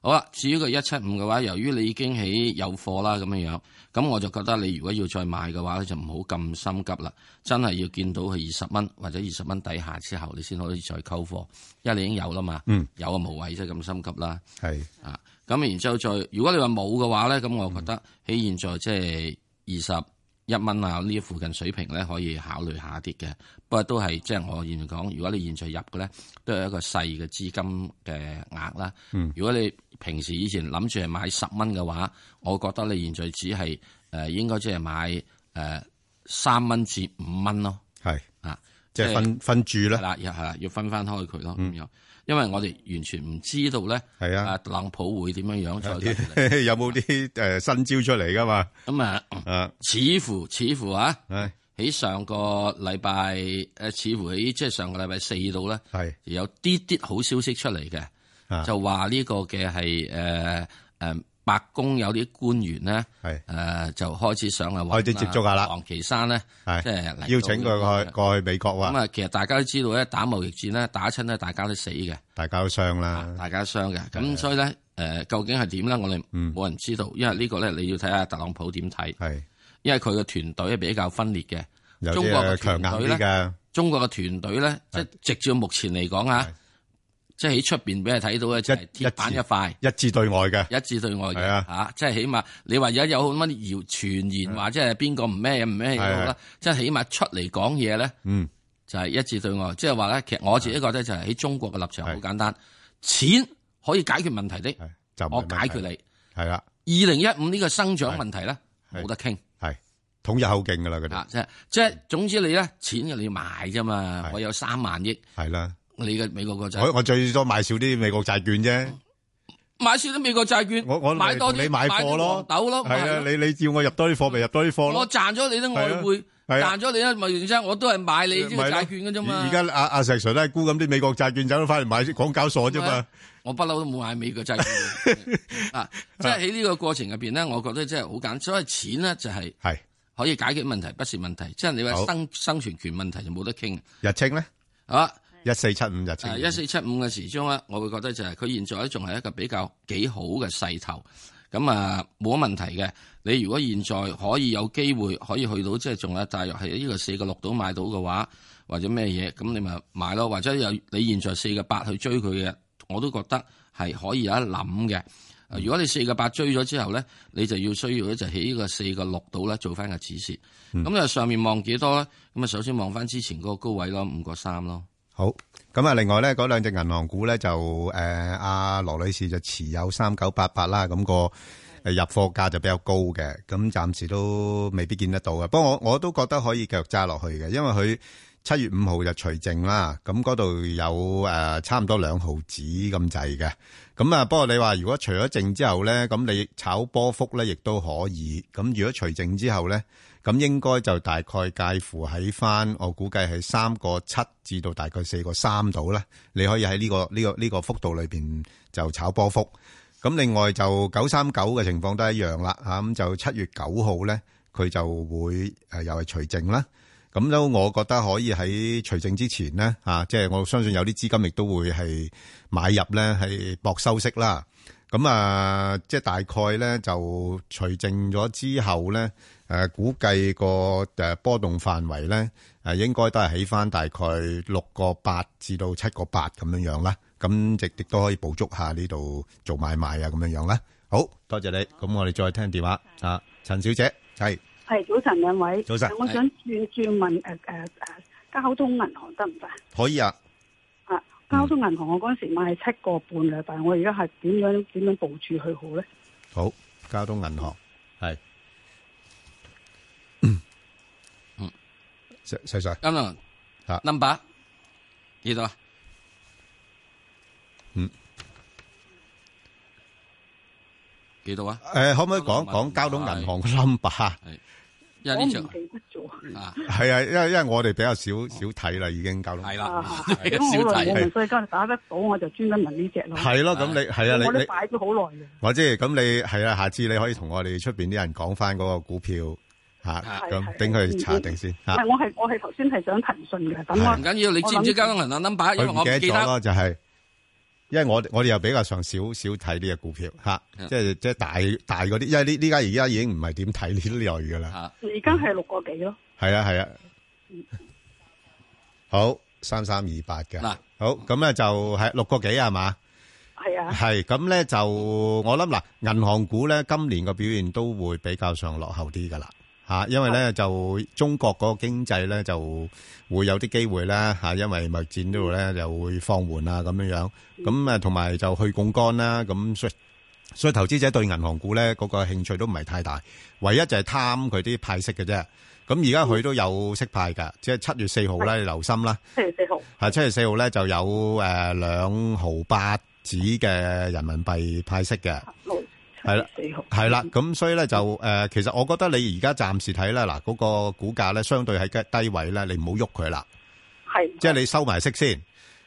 [SPEAKER 5] 好啦，至於個一七五嘅話，由於你已經喺有貨啦咁樣樣，咁我就覺得你如果要再買嘅話咧，就唔好咁心急啦，真係要見到佢二十蚊或者二十蚊底下之後，你先可以再溝貨，因為你已經有啦嘛，
[SPEAKER 4] 嗯
[SPEAKER 5] 有啊無謂啫，咁心急啦。
[SPEAKER 4] 係
[SPEAKER 5] 啊，咁然之後再，如果你話冇嘅話咧，咁我覺得喺現在即係二十一蚊啊呢附近水平咧，可以考慮下啲嘅。不過都係即係我現在講，如果你現在入嘅咧，都係一個細嘅資金嘅額啦。
[SPEAKER 1] 嗯
[SPEAKER 5] 如果你平時以前諗住係買十蚊嘅話，我覺得你現在只係誒、呃、應該即係買誒三蚊至五蚊咯。
[SPEAKER 4] 係
[SPEAKER 5] 啊，
[SPEAKER 4] 即係分分住啦。
[SPEAKER 5] 係啦，又係啦，要分翻開佢咯咁樣。因為我哋完全唔知道咧，
[SPEAKER 4] 係啊，
[SPEAKER 5] 特朗普會點樣樣再出嚟。
[SPEAKER 4] 有冇啲诶新招出嚟噶嘛？
[SPEAKER 5] 啊咁啊，似乎似乎啊，喺上個禮拜誒，似乎喺即係上個禮拜四度咧，
[SPEAKER 4] 係
[SPEAKER 5] 有啲啲好消息出嚟嘅，
[SPEAKER 4] 啊
[SPEAKER 5] 就話呢個嘅係誒誒白宮有啲官員咧，
[SPEAKER 4] 係
[SPEAKER 5] 誒就開始上嚟揾啊
[SPEAKER 4] 開始接觸下啦
[SPEAKER 5] 黃岐山咧，
[SPEAKER 4] 係
[SPEAKER 5] 即係嚟到
[SPEAKER 4] 邀請佢過去過去美國
[SPEAKER 5] 咁
[SPEAKER 4] 喎，
[SPEAKER 5] 啊，其實大家都知道咧，打貿易戰咧，打親咧，大家都死嘅，啊
[SPEAKER 4] 大家都傷啦，
[SPEAKER 5] 大家都傷嘅。咁所以咧，誒究竟係點咧？我哋冇人知道，因為呢個咧，你要睇下特朗普點睇。
[SPEAKER 4] 嗯係，
[SPEAKER 5] 因為佢嘅團隊係比較分裂嘅。
[SPEAKER 4] 有
[SPEAKER 5] 中
[SPEAKER 4] 啲
[SPEAKER 5] 國嘅
[SPEAKER 4] 係強
[SPEAKER 5] 團隊
[SPEAKER 4] 硬啲
[SPEAKER 5] 咧
[SPEAKER 4] 嘅，
[SPEAKER 5] 中國嘅團隊咧，即係直至目前嚟講啊，即係喺出邊俾人睇到嘅就係鐵板一塊。
[SPEAKER 4] 一致對外嘅，
[SPEAKER 5] 一致對外嘅
[SPEAKER 4] 係啊嗯
[SPEAKER 5] 嚇，即係起碼你話而家有好乜謠傳言話，即係邊個唔咩唔咩嘢好
[SPEAKER 4] 係
[SPEAKER 5] 啦
[SPEAKER 4] 啊，
[SPEAKER 5] 即係起碼出嚟講嘢咧，
[SPEAKER 4] 嗯，
[SPEAKER 5] 就係一致對外，即係話咧，其實我自己覺得就係喺中國嘅立場好簡單，錢可以解決問題的，
[SPEAKER 4] 就
[SPEAKER 5] 我解決你。
[SPEAKER 4] 係啦，
[SPEAKER 5] 二零一五呢個生長問題咧，冇得傾。啊
[SPEAKER 4] 係統一口徑噶啦嗰
[SPEAKER 5] 啲，即係即係總之你咧錢嘅你要買啫嘛，我有三萬億，
[SPEAKER 4] 係啦，
[SPEAKER 5] 你嘅美國國
[SPEAKER 4] 我
[SPEAKER 5] 債，
[SPEAKER 4] 我最多買少啲美國債券啫。
[SPEAKER 5] 買少啲美國債券，
[SPEAKER 4] 我我
[SPEAKER 5] 買多
[SPEAKER 4] 同你
[SPEAKER 5] 啲
[SPEAKER 4] 買貨
[SPEAKER 5] 啲
[SPEAKER 4] 咯
[SPEAKER 5] 黃，豆咯，咪
[SPEAKER 4] 係
[SPEAKER 5] 係
[SPEAKER 4] 啊，
[SPEAKER 5] 咯
[SPEAKER 4] 你你叫我入多啲貨咪入多啲貨咯。
[SPEAKER 5] 我賺咗你啲外匯，
[SPEAKER 4] 係啊
[SPEAKER 5] 賺咗你啲貿易商，我都係買你呢
[SPEAKER 4] 咪
[SPEAKER 5] 個
[SPEAKER 4] 係咯
[SPEAKER 5] 債券嘅啫嘛。
[SPEAKER 4] 而而家阿阿石 Sir 都係沽咁啲美國債券走咗翻嚟買港交所啫嘛。
[SPEAKER 5] 我不嬲都冇買美國債券 啊！即係喺呢個過程入邊咧，我覺得真係好簡單，所以錢咧就係
[SPEAKER 4] 係
[SPEAKER 5] 可以解決問題，不是問題。即係你話
[SPEAKER 4] 好
[SPEAKER 5] 生生存權問題就冇得傾。
[SPEAKER 4] 日清咧，
[SPEAKER 5] 啊，
[SPEAKER 4] 一四七五日清
[SPEAKER 5] 呃誒，一四七五嘅時鐘咧，我會覺得就係佢現在咧仲係一個比較幾好嘅勢頭，咁啊冇乜問題嘅。你如果現在可以有機會可以去到即係仲有大約係呢個四個六度買到嘅話，或者咩嘢，咁你咪買咯，或者有你現在四個八去追佢嘅，我都覺得係可以有得諗嘅。啊如果你四個八追咗之後咧，你就要需要咧就喺呢個四個六度咧做翻個指示。咁就、上面望幾多咧？咁啊首先望翻之前嗰個高位咯，五個三咯。
[SPEAKER 4] 好，咁啊，另外咧，嗰兩隻銀行股咧就誒，呃阿、羅女士就持有三九八八啦，咁、個呃入貨價就比較高嘅，咁暫時都未必見得到嘅。不過我我都覺得可以繼續揸落去嘅，因為佢七月五號就除淨啦，咁嗰度有誒、呃差唔多兩毫子咁滯嘅。咁啊，不過你話如果除咗淨之後咧，咁你炒波幅咧亦都可以。咁如果除淨之後咧，咁應該就大概介乎喺翻，我估計係三個七至到大概四個三度啦。你可以喺呢、個呢、個呢、個幅度裏邊就炒波幅。咁另外就九三九嘅情況都一樣啦，嚇、咁就七月九號咧，佢就會誒、呃又係除淨啦。咁都我覺得可以喺除證之前呢，啊，即係我相信有啲資金亦都會係買入呢，係博收息啦。咁啊，即係大概呢，就除證咗之後呢，誒、估計個誒波動範圍呢，誒、應該都係起翻大概六個八至到七個八咁樣樣啦。咁亦亦都可以捕捉下呢度做買賣啊咁樣樣啦。好多謝你，咁我哋再聽電話啊，陳小姐係。
[SPEAKER 22] 系早晨兩位，
[SPEAKER 4] 早晨
[SPEAKER 22] 我想轉轉問诶诶诶，交通銀行得唔得啊？
[SPEAKER 4] 可以啊，
[SPEAKER 22] 啊，交通銀行我嗰時買係七個半嘅，但係我而家係點樣點樣部署佢好咧？
[SPEAKER 4] 好，交通銀行係，
[SPEAKER 5] 嗯，
[SPEAKER 4] 細細 Sir，
[SPEAKER 5] 金龍
[SPEAKER 4] 啊
[SPEAKER 5] number 幾多啊？
[SPEAKER 4] 嗯，
[SPEAKER 5] 幾多啊？
[SPEAKER 4] 誒，可唔可以講講交通銀行個 number 啊？
[SPEAKER 5] 因為
[SPEAKER 22] 我唔
[SPEAKER 5] 呢
[SPEAKER 22] 記
[SPEAKER 5] 隻
[SPEAKER 22] 得咗
[SPEAKER 5] 啊，
[SPEAKER 4] 係啊啊，因為因為我哋比較少少睇啦，已經交通係
[SPEAKER 22] 啊
[SPEAKER 5] 啦
[SPEAKER 22] 咁好耐冇問，所以今日打得到我就專登問呢只咯。
[SPEAKER 4] 係咯咁你係啊你
[SPEAKER 22] 我都
[SPEAKER 4] 你
[SPEAKER 22] 擺咗好耐嘅。
[SPEAKER 4] 或者咁你係啊，下次你可以同我哋出邊啲人講翻嗰個股票嚇，
[SPEAKER 22] 係
[SPEAKER 4] 咁
[SPEAKER 22] 係
[SPEAKER 4] 等佢查定先
[SPEAKER 22] 唔
[SPEAKER 4] 嚇。
[SPEAKER 22] 係，我係我係頭先係想騰訊嘅，等
[SPEAKER 4] 係
[SPEAKER 22] 我
[SPEAKER 5] 唔緊要，你知唔知交通銀行啊 number？因
[SPEAKER 4] 佢
[SPEAKER 5] 為我
[SPEAKER 4] 唔
[SPEAKER 5] 唔記
[SPEAKER 4] 記得咗
[SPEAKER 5] 得
[SPEAKER 4] 咯，就係因為我我哋又比較上少少睇呢個股票吓，即係即係大大嗰啲，因為呢呢家而家已經唔係點睇呢類噶啦，
[SPEAKER 22] 而家係六個幾咯。
[SPEAKER 4] 係啊係啊，好三三二八嘅，好咁咧就係六個幾啊係嘛？
[SPEAKER 22] 係啊，
[SPEAKER 4] 係咁咧就我諗嗱，銀行股咧今年個表現都會比較上落後啲噶啦。吓，因為咧就中國嗰個經濟咧就會有啲機會啦吓，因為貿易戰呢度咧就會放緩啊咁樣樣，咁啊同埋就去槓桿啦，咁所以所以投資者對銀行股咧嗰個興趣都唔係太大，唯一就係貪佢啲派息嘅啫。咁而家佢都有息派㗎，即係七月四號咧，你留心啦。
[SPEAKER 22] 七月四號
[SPEAKER 4] 係啊七月四號咧就有誒兩毫八子嘅人民幣派息嘅。系啦，系啦，咁所以咧就诶、呃其實我覺得你而家暫時睇咧，嗱、嗰個股價咧，相對喺低低位咧，你唔好喐佢啦，
[SPEAKER 22] 係
[SPEAKER 4] 即係你收埋息先。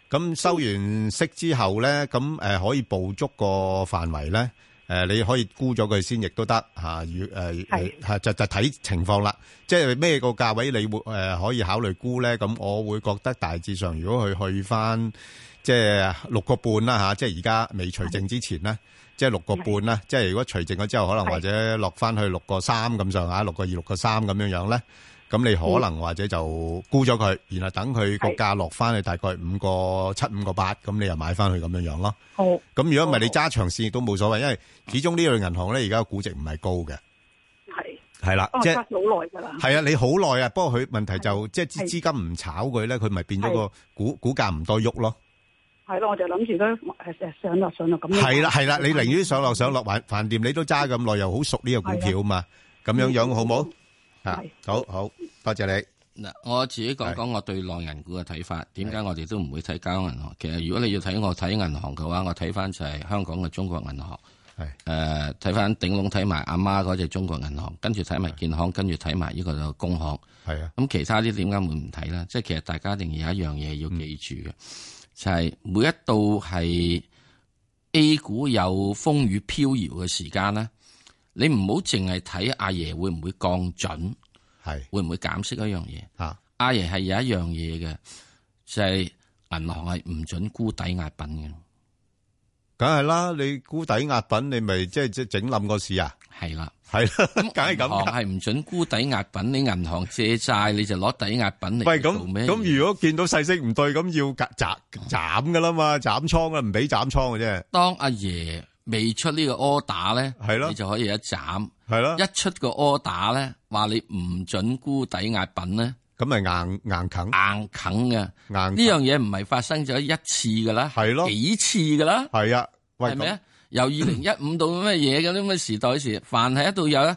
[SPEAKER 4] 咁收完息之後咧，咁诶、呃可以捕捉個範圍咧，诶、你可以沽咗佢先，亦都得吓。如诶系就就睇情況啦，即係咩個價位你會诶、可以考慮沽咧？咁我會覺得大致上，如果佢去翻。即係六個半啦吓，即係而家未除淨之前咧，即係六個半啦。即係如果除淨咗之後，可能或者落翻去六個三咁上下，六個二、六個三咁樣樣咧，咁你可能或者就沽咗佢，然後等佢個價落翻去大概五個七、五個八，咁你又買翻去咁樣樣咯。
[SPEAKER 22] 好，
[SPEAKER 4] 咁如果唔係你揸長線亦都冇所謂，因為始終呢類銀行咧而家個估值唔係高嘅，
[SPEAKER 22] 係
[SPEAKER 4] 係啦，
[SPEAKER 22] 哦，
[SPEAKER 4] 即
[SPEAKER 22] 隔
[SPEAKER 4] 係。
[SPEAKER 22] 咗好耐㗎啦。
[SPEAKER 4] 系啊，你好耐啊，不過佢問題就即係資資金唔炒佢咧，佢咪變咗個股股價唔多喐咯。
[SPEAKER 22] 係咯，我就諗住都誒誒上落上落咁樣。
[SPEAKER 4] 係啦係啦，你寧願上落上落飯飯店，你都揸咁耐，又好熟呢個股票嘛，咁樣樣好冇？啊，好好，多謝你。
[SPEAKER 5] 嗱，我自己講講我對內銀股嘅睇法，點解我哋都唔會睇交行銀行？其實如果你要睇我睇銀行嘅話，我睇翻就係香港嘅中國銀行，
[SPEAKER 4] 係
[SPEAKER 5] 誒睇翻頂籠睇埋阿媽嗰只中國銀行，跟住睇埋建行，跟住睇埋呢個工行。
[SPEAKER 4] 係啊，
[SPEAKER 5] 咁其他啲點解會唔睇咧？即係其實大家一定有一樣嘢要記
[SPEAKER 4] 嗯
[SPEAKER 5] 住嘅，就係每一到係 A 股有風雨飄搖嘅時間咧，你唔好淨係睇阿爺會唔會降準，
[SPEAKER 4] 係
[SPEAKER 5] 會唔會減息嗰樣嘢。
[SPEAKER 4] 啊，
[SPEAKER 5] 阿爺係有一樣嘢嘅，就係、銀行係唔準沽抵押品嘅。
[SPEAKER 4] 梗係啦，你沽抵押品，你咪即係即係整冧個市啊？
[SPEAKER 5] 係啦，
[SPEAKER 4] 係啦，梗係
[SPEAKER 5] 銀
[SPEAKER 4] 咁
[SPEAKER 5] 行
[SPEAKER 4] 㗎。
[SPEAKER 5] 係唔準沽抵押品，你銀行借債你就攞抵押品嚟
[SPEAKER 4] 喂，
[SPEAKER 5] 做
[SPEAKER 4] 咁
[SPEAKER 5] 咩嘢？
[SPEAKER 4] 咁，如果見到勢色唔對，咁要夾斬斬噶啦嘛，斬倉啊，唔俾斬倉嘅啫。
[SPEAKER 5] 當阿爺未出呢個 order 咧，係咯，你就可以一斬，
[SPEAKER 4] 係咯，
[SPEAKER 5] 一出個 order 咧，話你唔準沽抵押品咧，
[SPEAKER 4] 咁咪硬硬啃，
[SPEAKER 5] 硬啃嘅，硬
[SPEAKER 4] 呢
[SPEAKER 5] 樣嘢唔係發生咗一次噶啦，係
[SPEAKER 4] 咯，
[SPEAKER 5] 幾次噶啦，
[SPEAKER 4] 係啊，喂
[SPEAKER 5] 係咪啊？由二零一五到乜嘢嘅啲咁嘅時代時，凡係一度有咧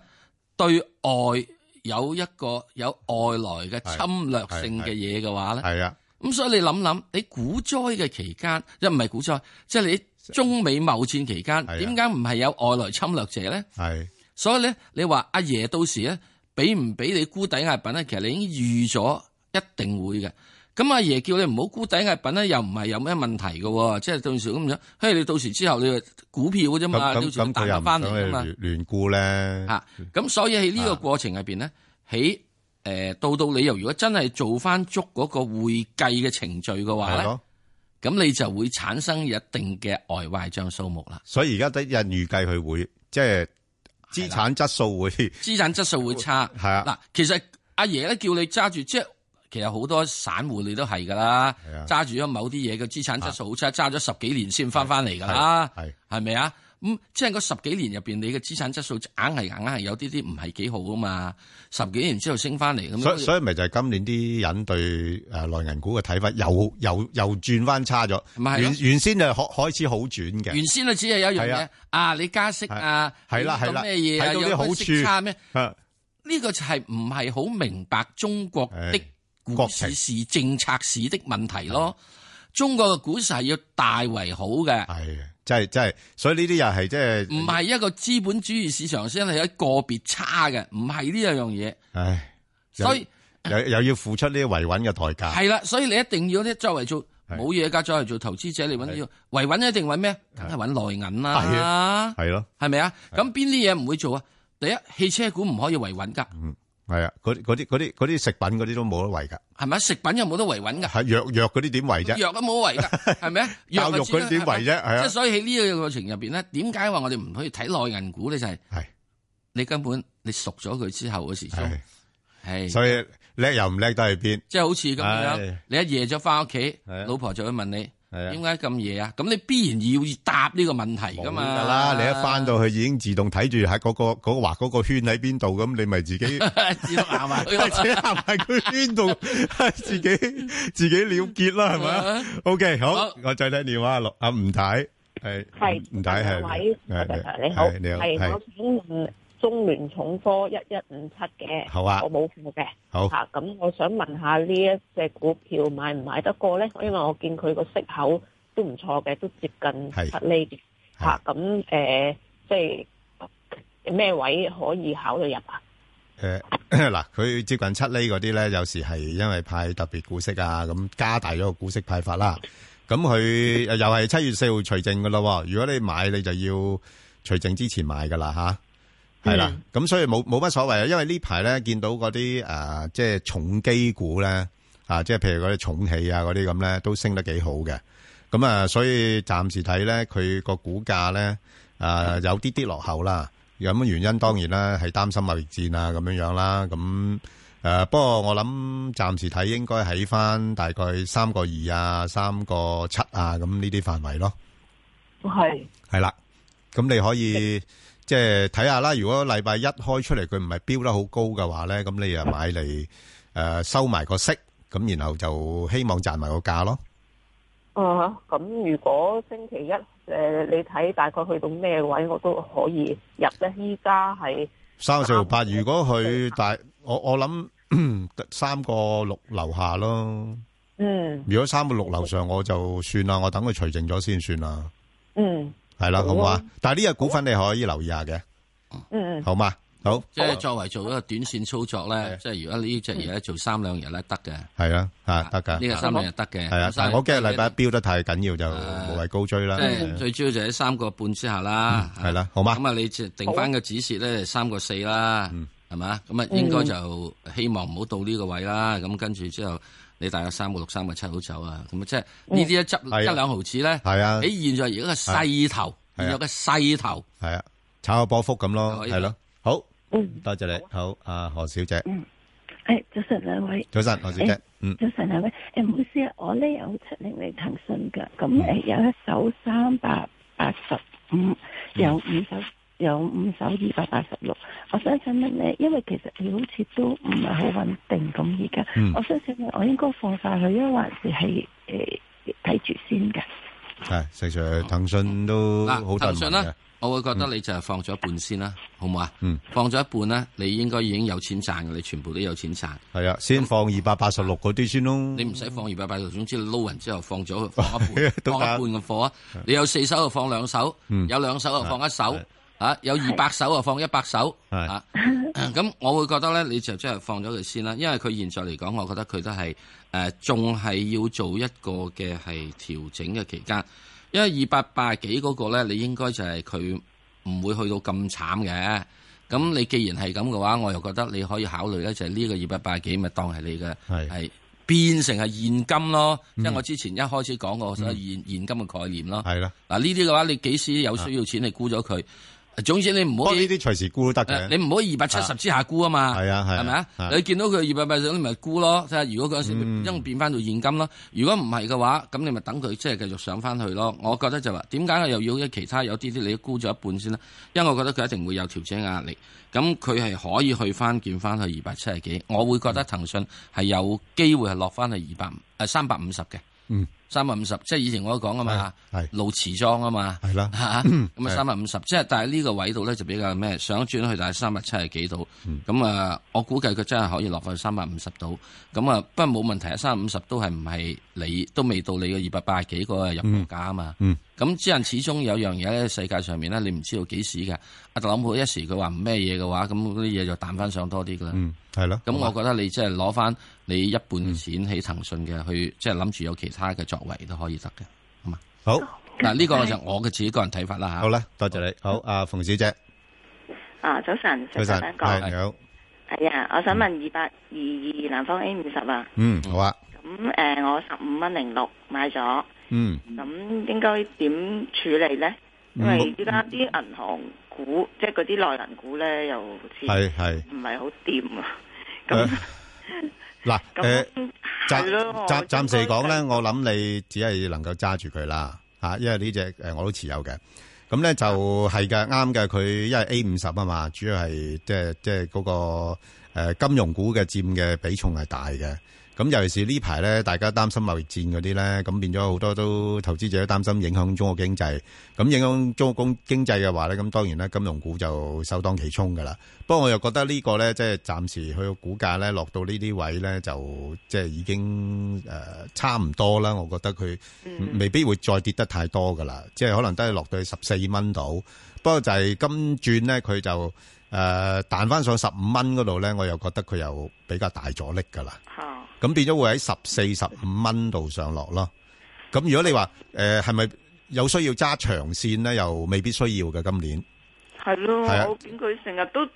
[SPEAKER 5] 對外有一個有外來嘅侵略性嘅嘢嘅話咧，
[SPEAKER 4] 係啊，
[SPEAKER 5] 咁所以你諗諗，你股災嘅期間，即係唔係股災，即係你中美貿戰期間，點解唔係有外來侵略者咧？
[SPEAKER 4] 啊係
[SPEAKER 5] 所以咧，你話阿爺到時咧，俾唔俾你沽抵押品咧？其實你已經預咗一定會嘅。咁阿爺叫你唔好沽抵押品咧，又唔係有咩問題嘅喎，即係到時咁樣，嘿，你到時之後你就股票嘅啫
[SPEAKER 4] 咁
[SPEAKER 5] 嘛，到
[SPEAKER 4] 咁
[SPEAKER 5] 時
[SPEAKER 4] 咁佢又
[SPEAKER 5] 彈
[SPEAKER 4] 唔
[SPEAKER 5] 翻
[SPEAKER 4] 想
[SPEAKER 5] 嚟㗎嘛
[SPEAKER 4] 你。亂亂沽咧。
[SPEAKER 5] 啊，咁所以喺呢個過程入邊咧，喺誒到到你又如果真係做翻足嗰個會計嘅程序嘅話
[SPEAKER 4] 係
[SPEAKER 5] 咧
[SPEAKER 4] 咯，
[SPEAKER 5] 咁你就會產生一定嘅外壞帳數目啦。
[SPEAKER 4] 所以而家得人預計佢會即係資產質素會
[SPEAKER 5] 資產質素會差。
[SPEAKER 4] 係啊
[SPEAKER 5] 嗱，其實阿爺咧叫你揸住，即係其實好多散戶你都係噶啦，
[SPEAKER 4] 啊
[SPEAKER 5] 揸住咗某啲嘢嘅資產質素好差，揸咗十幾年先翻翻嚟噶啦，
[SPEAKER 4] 係
[SPEAKER 5] 係咪啊？咁即係嗰十幾年入邊，你嘅資產質素硬係硬係有啲啲唔係幾好噶嘛。十幾年之後升翻嚟咁，
[SPEAKER 4] 所以所以咪就係今年啲人對誒內銀股嘅睇法又又又轉翻差咗，
[SPEAKER 5] 係咯
[SPEAKER 4] 原原先就開開始好轉嘅，
[SPEAKER 5] 原先啊只係有一樣
[SPEAKER 4] 係
[SPEAKER 5] 嘢
[SPEAKER 4] 啊
[SPEAKER 5] 啊，你加息啊，
[SPEAKER 4] 係啦
[SPEAKER 5] 你
[SPEAKER 4] 係啦
[SPEAKER 5] 咁咩嘢啊，
[SPEAKER 4] 睇到啲
[SPEAKER 5] 有
[SPEAKER 4] 好處
[SPEAKER 5] 分息差咩？
[SPEAKER 4] 啊
[SPEAKER 5] 呢個就係唔係好明白中國的股市是政策市的問題咯。中國嘅股市係要大為好嘅，
[SPEAKER 4] 係即係即係，所以呢啲又係即係，
[SPEAKER 5] 唔係一個資本主義市場先係一個別差嘅，唔係呢樣嘢。
[SPEAKER 4] 唉，又
[SPEAKER 5] 所以
[SPEAKER 4] 又又要付出呢啲維穩嘅代價，
[SPEAKER 5] 係啦，所以你一定要咧，作為做冇嘢㗎，作為做投資者，你揾呢個維穩一定揾咩？梗係揾內銀
[SPEAKER 4] 係
[SPEAKER 5] 啦，
[SPEAKER 4] 係咯，
[SPEAKER 5] 啊係咪啊？咁邊啲嘢唔會做啊？第一，汽車股唔可以維穩㗎。
[SPEAKER 4] 係啊，嗰啲嗰啲嗰啲嗰啲食品嗰啲都冇得圍㗎。
[SPEAKER 5] 係咪？食品有冇得維穩㗎？
[SPEAKER 4] 係藥藥嗰啲點圍啫？
[SPEAKER 5] 藥都 冇得維㗎，係咪？啊藥
[SPEAKER 4] 教育嗰啲點圍啫
[SPEAKER 5] 係咪
[SPEAKER 4] 係啊
[SPEAKER 5] 即係所以喺呢個過程入邊咧，點解話我哋唔可以睇內銀股咧？就係你根本你熟咗佢之後嘅時鐘，係
[SPEAKER 4] 所以叻又唔叻得去邊？
[SPEAKER 5] 即係好似咁樣
[SPEAKER 4] 唉，啊
[SPEAKER 5] 你一夜咗翻屋企，老婆就會問你
[SPEAKER 4] 係啊
[SPEAKER 5] 點解咁夜啊？咁你必然要答呢個問題㗎嘛？
[SPEAKER 4] 㗎啦，你一翻到去已經自動睇住喺嗰個嗰個畫嗰個圈喺邊度，咁你咪自 己
[SPEAKER 5] 自 動行埋去啦
[SPEAKER 4] 自己行埋個圈度，自己自己了結啦，係咪啊？OK，好，我再聽電話六阿吳太係
[SPEAKER 1] 係
[SPEAKER 4] 吳太係
[SPEAKER 1] 位，
[SPEAKER 4] 係係
[SPEAKER 1] 你好，
[SPEAKER 4] 係你好
[SPEAKER 1] 係
[SPEAKER 4] 係
[SPEAKER 1] 我想問中聯重科一一五七嘅，
[SPEAKER 4] 好啊
[SPEAKER 1] 我冇貨嘅，
[SPEAKER 4] 好
[SPEAKER 1] 嚇咁我想問下呢一隻股票買唔買得過咧？因為我見佢個息口都唔錯嘅，都接近
[SPEAKER 3] 係
[SPEAKER 1] 七厘嘅，嚇咁誒，即係咩位可以考慮入啊？
[SPEAKER 4] 誒呃 嗱，佢接近七厘嗰啲咧，有時係因為派特別股息啊，咁加大咗個股息派發啦。咁佢呃又係七月四號除淨噶咯。如果你買，你就要除淨之前買噶啦吓，係啦，咁、所以冇冇乜所謂啊，因為呢排咧見到嗰啲誒，即係重機股咧，啊，即係譬如嗰啲重汽啊嗰啲咁咧，都升得幾好嘅。咁啊，所以暫時睇咧，佢個股價咧，啊有啲啲落後啦。咁原因當然啦，係擔心貿易戰啊咁樣樣啦。咁誒、呃不過我諗暫時睇應該喺翻大概三個二啊、三個七啊咁呢啲範圍咯。
[SPEAKER 1] 係
[SPEAKER 4] 係啦，咁你可以即係睇下啦。如果禮拜一開出嚟佢唔係標得好高嘅話咧，咁你又買嚟誒、呃收埋個息，咁然後就希望賺埋個價咯。
[SPEAKER 1] 啊，咁如果星期一誒、呃你睇大概去到咩位我都可以入咧？依家係
[SPEAKER 4] 三個四毫八，如果佢大，我我諗 三個六樓下咯。
[SPEAKER 1] 嗯
[SPEAKER 4] 如果三個六樓上，我就算啦，我等佢除淨咗先算啦，
[SPEAKER 1] 嗯
[SPEAKER 4] 係啦，好
[SPEAKER 1] 好啊
[SPEAKER 4] 嘛？但係呢只股份你可以留意下嘅，
[SPEAKER 1] 嗯嗯
[SPEAKER 4] 好嘛？好，
[SPEAKER 5] 即係作為做一個短線操作咧，即係如果呢只嘢咧做三兩日咧得嘅，
[SPEAKER 4] 係啊，嚇得㗎，
[SPEAKER 5] 呢個三兩日得嘅
[SPEAKER 4] 係啊，但係我驚禮拜一飆得太緊要就無謂高追啦。
[SPEAKER 5] 即係最主要就喺三個半之下啦，
[SPEAKER 4] 係啦，好嘛？
[SPEAKER 5] 咁啊，你就定翻個止蝕咧三個四啦，係嘛？咁啊，應該就希望唔好到呢個位啦。咁跟住之後，你大約三個六、三個七好走啊。咁啊，即係呢啲一執
[SPEAKER 4] 係啊
[SPEAKER 5] 一兩毫子咧，
[SPEAKER 4] 係啊
[SPEAKER 5] 喺現在而家個勢頭，
[SPEAKER 4] 係啊
[SPEAKER 5] 現在個勢頭，
[SPEAKER 4] 係啊，炒下波幅咁咯，
[SPEAKER 5] 可以
[SPEAKER 4] 係咯，好
[SPEAKER 23] 嗯，
[SPEAKER 4] 多謝你，好，阿何小姐，
[SPEAKER 13] 哎
[SPEAKER 23] 诶，早晨兩位，
[SPEAKER 4] 早晨，何小姐
[SPEAKER 23] 誒，
[SPEAKER 4] 嗯，
[SPEAKER 23] 早晨兩位，诶，唔好意思啊，我呢有七零零騰訊嘅，
[SPEAKER 4] 嗯
[SPEAKER 23] 咁诶有一手三百八十五，
[SPEAKER 4] 嗯
[SPEAKER 23] 有五手有五手二百八十六，我想請問咧，因為其實你好似都唔係好穩定咁而家，
[SPEAKER 4] 嗯
[SPEAKER 23] 我想請問我應該放晒佢，因還是係诶睇住先嘅？
[SPEAKER 4] 係，石 Sir，騰訊都好多人
[SPEAKER 5] 騰訊
[SPEAKER 4] 問
[SPEAKER 5] 咧
[SPEAKER 4] 嘅，，
[SPEAKER 5] 我會覺得你就係放咗一半先啦，好唔好啊？
[SPEAKER 4] 嗯，
[SPEAKER 5] 放咗一半咧，你應該已經有錢賺嘅，你全部都有錢賺。
[SPEAKER 4] 係啊，先放二百八十六嗰啲先咯，
[SPEAKER 5] 你唔使放二百八十，總之你撈人之後放 咗放一
[SPEAKER 4] 都
[SPEAKER 5] 半，放
[SPEAKER 4] 啱
[SPEAKER 5] 一半嘅貨啊！你有四手就放兩手，
[SPEAKER 4] 嗯
[SPEAKER 5] 有兩手就放一手，啊有二百手就放一百手，啊 咁我會覺得咧，你就即係放咗佢先啦，因為佢現在嚟講，我覺得佢都係誒仲係要做一個嘅係調整嘅期間，因為二百八十幾嗰個咧，你應該就係佢唔會去到咁慘嘅。咁你既然係咁嘅話，我又覺得你可以考慮咧，就係呢個二百八十幾咪當係你嘅係變成係現金咯，即係我之前一開始講過所謂現現金嘅概念咯。
[SPEAKER 4] 嗯係啦，啊
[SPEAKER 5] 嗱呢啲嘅話，你幾時有需要錢，你沽咗佢。總之你唔好呢
[SPEAKER 4] 啲隨時沽都得
[SPEAKER 5] 嘅，你唔好二百七十之下沽啊嘛。係
[SPEAKER 4] 啊係啊
[SPEAKER 5] 係咪
[SPEAKER 4] 啊
[SPEAKER 5] 啊？你見到佢二百八十，你咪沽咯。睇下如果嗰陣時因為變翻到現金咯。如果唔係嘅話，咁你咪等佢即係繼續上翻去咯。我覺得就話點解我又要其他有啲啲你沽咗一半先呢？因為我覺得佢一定會有調整壓力。咁佢係可以去翻見翻去二百七十幾，我會覺得騰訊係有機會係落翻去二百誒三百五十嘅。
[SPEAKER 4] 嗯，
[SPEAKER 5] 三百五十，即係以前我都講啊嘛，
[SPEAKER 4] 係
[SPEAKER 5] 路池莊啊嘛，
[SPEAKER 4] 係 啦
[SPEAKER 5] 嚇咁啊三百五十，即係但係呢個位度咧就比較咩，上一轉去大概三百七十幾度，
[SPEAKER 4] 嗯
[SPEAKER 5] 咁啊、我估計佢真係可以落去三百五十度，咁啊不過冇問題啊，三百五十都係唔係你都未到你嘅二百八十幾個入貨價啊嘛，
[SPEAKER 4] 嗯
[SPEAKER 5] 咁之但始終有樣嘢咧，世界上面咧你唔知道幾時嘅，阿特朗普一時佢話唔咩嘢嘅話，咁嗰啲嘢就彈翻上多啲噶啦。
[SPEAKER 4] 嗯，係咯，
[SPEAKER 5] 咁
[SPEAKER 4] 好嗯
[SPEAKER 5] 我
[SPEAKER 4] 嘛
[SPEAKER 5] 覺得你即係攞翻你一半嘅錢喺騰訊嘅，去即係諗住有其他嘅作為都可以得嘅，好嘛？
[SPEAKER 4] 好，
[SPEAKER 5] 嗱呢個就我嘅自己個人睇法啦嚇。
[SPEAKER 4] 啊好啦，多謝你，好，阿馮小姐，
[SPEAKER 10] 啊，早晨，
[SPEAKER 4] 早晨，
[SPEAKER 10] 兩個
[SPEAKER 4] 係你好，
[SPEAKER 2] 係啊，我想問二八二二南方 A 五十啊，
[SPEAKER 4] 嗯，好啊，
[SPEAKER 2] 咁诶、呃我十五蚊零六買咗，
[SPEAKER 4] 嗯，
[SPEAKER 2] 咁應該點處理呢？因為依家啲銀行股，即係嗰啲內銀股呢，又好似
[SPEAKER 4] 係係
[SPEAKER 2] 唔係好掂啊？
[SPEAKER 4] 誒呃嗱，誒。
[SPEAKER 2] 係咯，我
[SPEAKER 4] 暫暫時講咧，我諗你只係能夠揸住佢啦嚇，因為呢只誒我都持有嘅。咁咧就係嘅，啱嘅。佢因為 A 五十啊嘛，主要係即係即係嗰個呃金融股嘅佔嘅比重係大嘅。咁尤其是呢排咧，大家擔心貿易戰嗰啲咧，咁變咗好多都投資者都擔心影響中國經濟。咁影響中國經濟嘅話咧，咁當然啦，金融股就首當其衝噶啦。不過我又覺得呢個咧，即係暫時佢個股價咧落到呢啲位咧，就即係已經誒、呃差唔多啦。我覺得佢未必會再跌得太多噶啦，即係可能都係落到去十四蚊度。不過就係今轉咧，佢就誒彈翻上十五蚊嗰度咧，我又覺得佢又比較大阻力噶啦。咁變咗會喺十四、十五蚊度上落咯。咁如果你話誒係咪有需要揸長線咧，又未必需要嘅今年。
[SPEAKER 2] 係咯，
[SPEAKER 4] 係啊
[SPEAKER 2] 我見佢成日都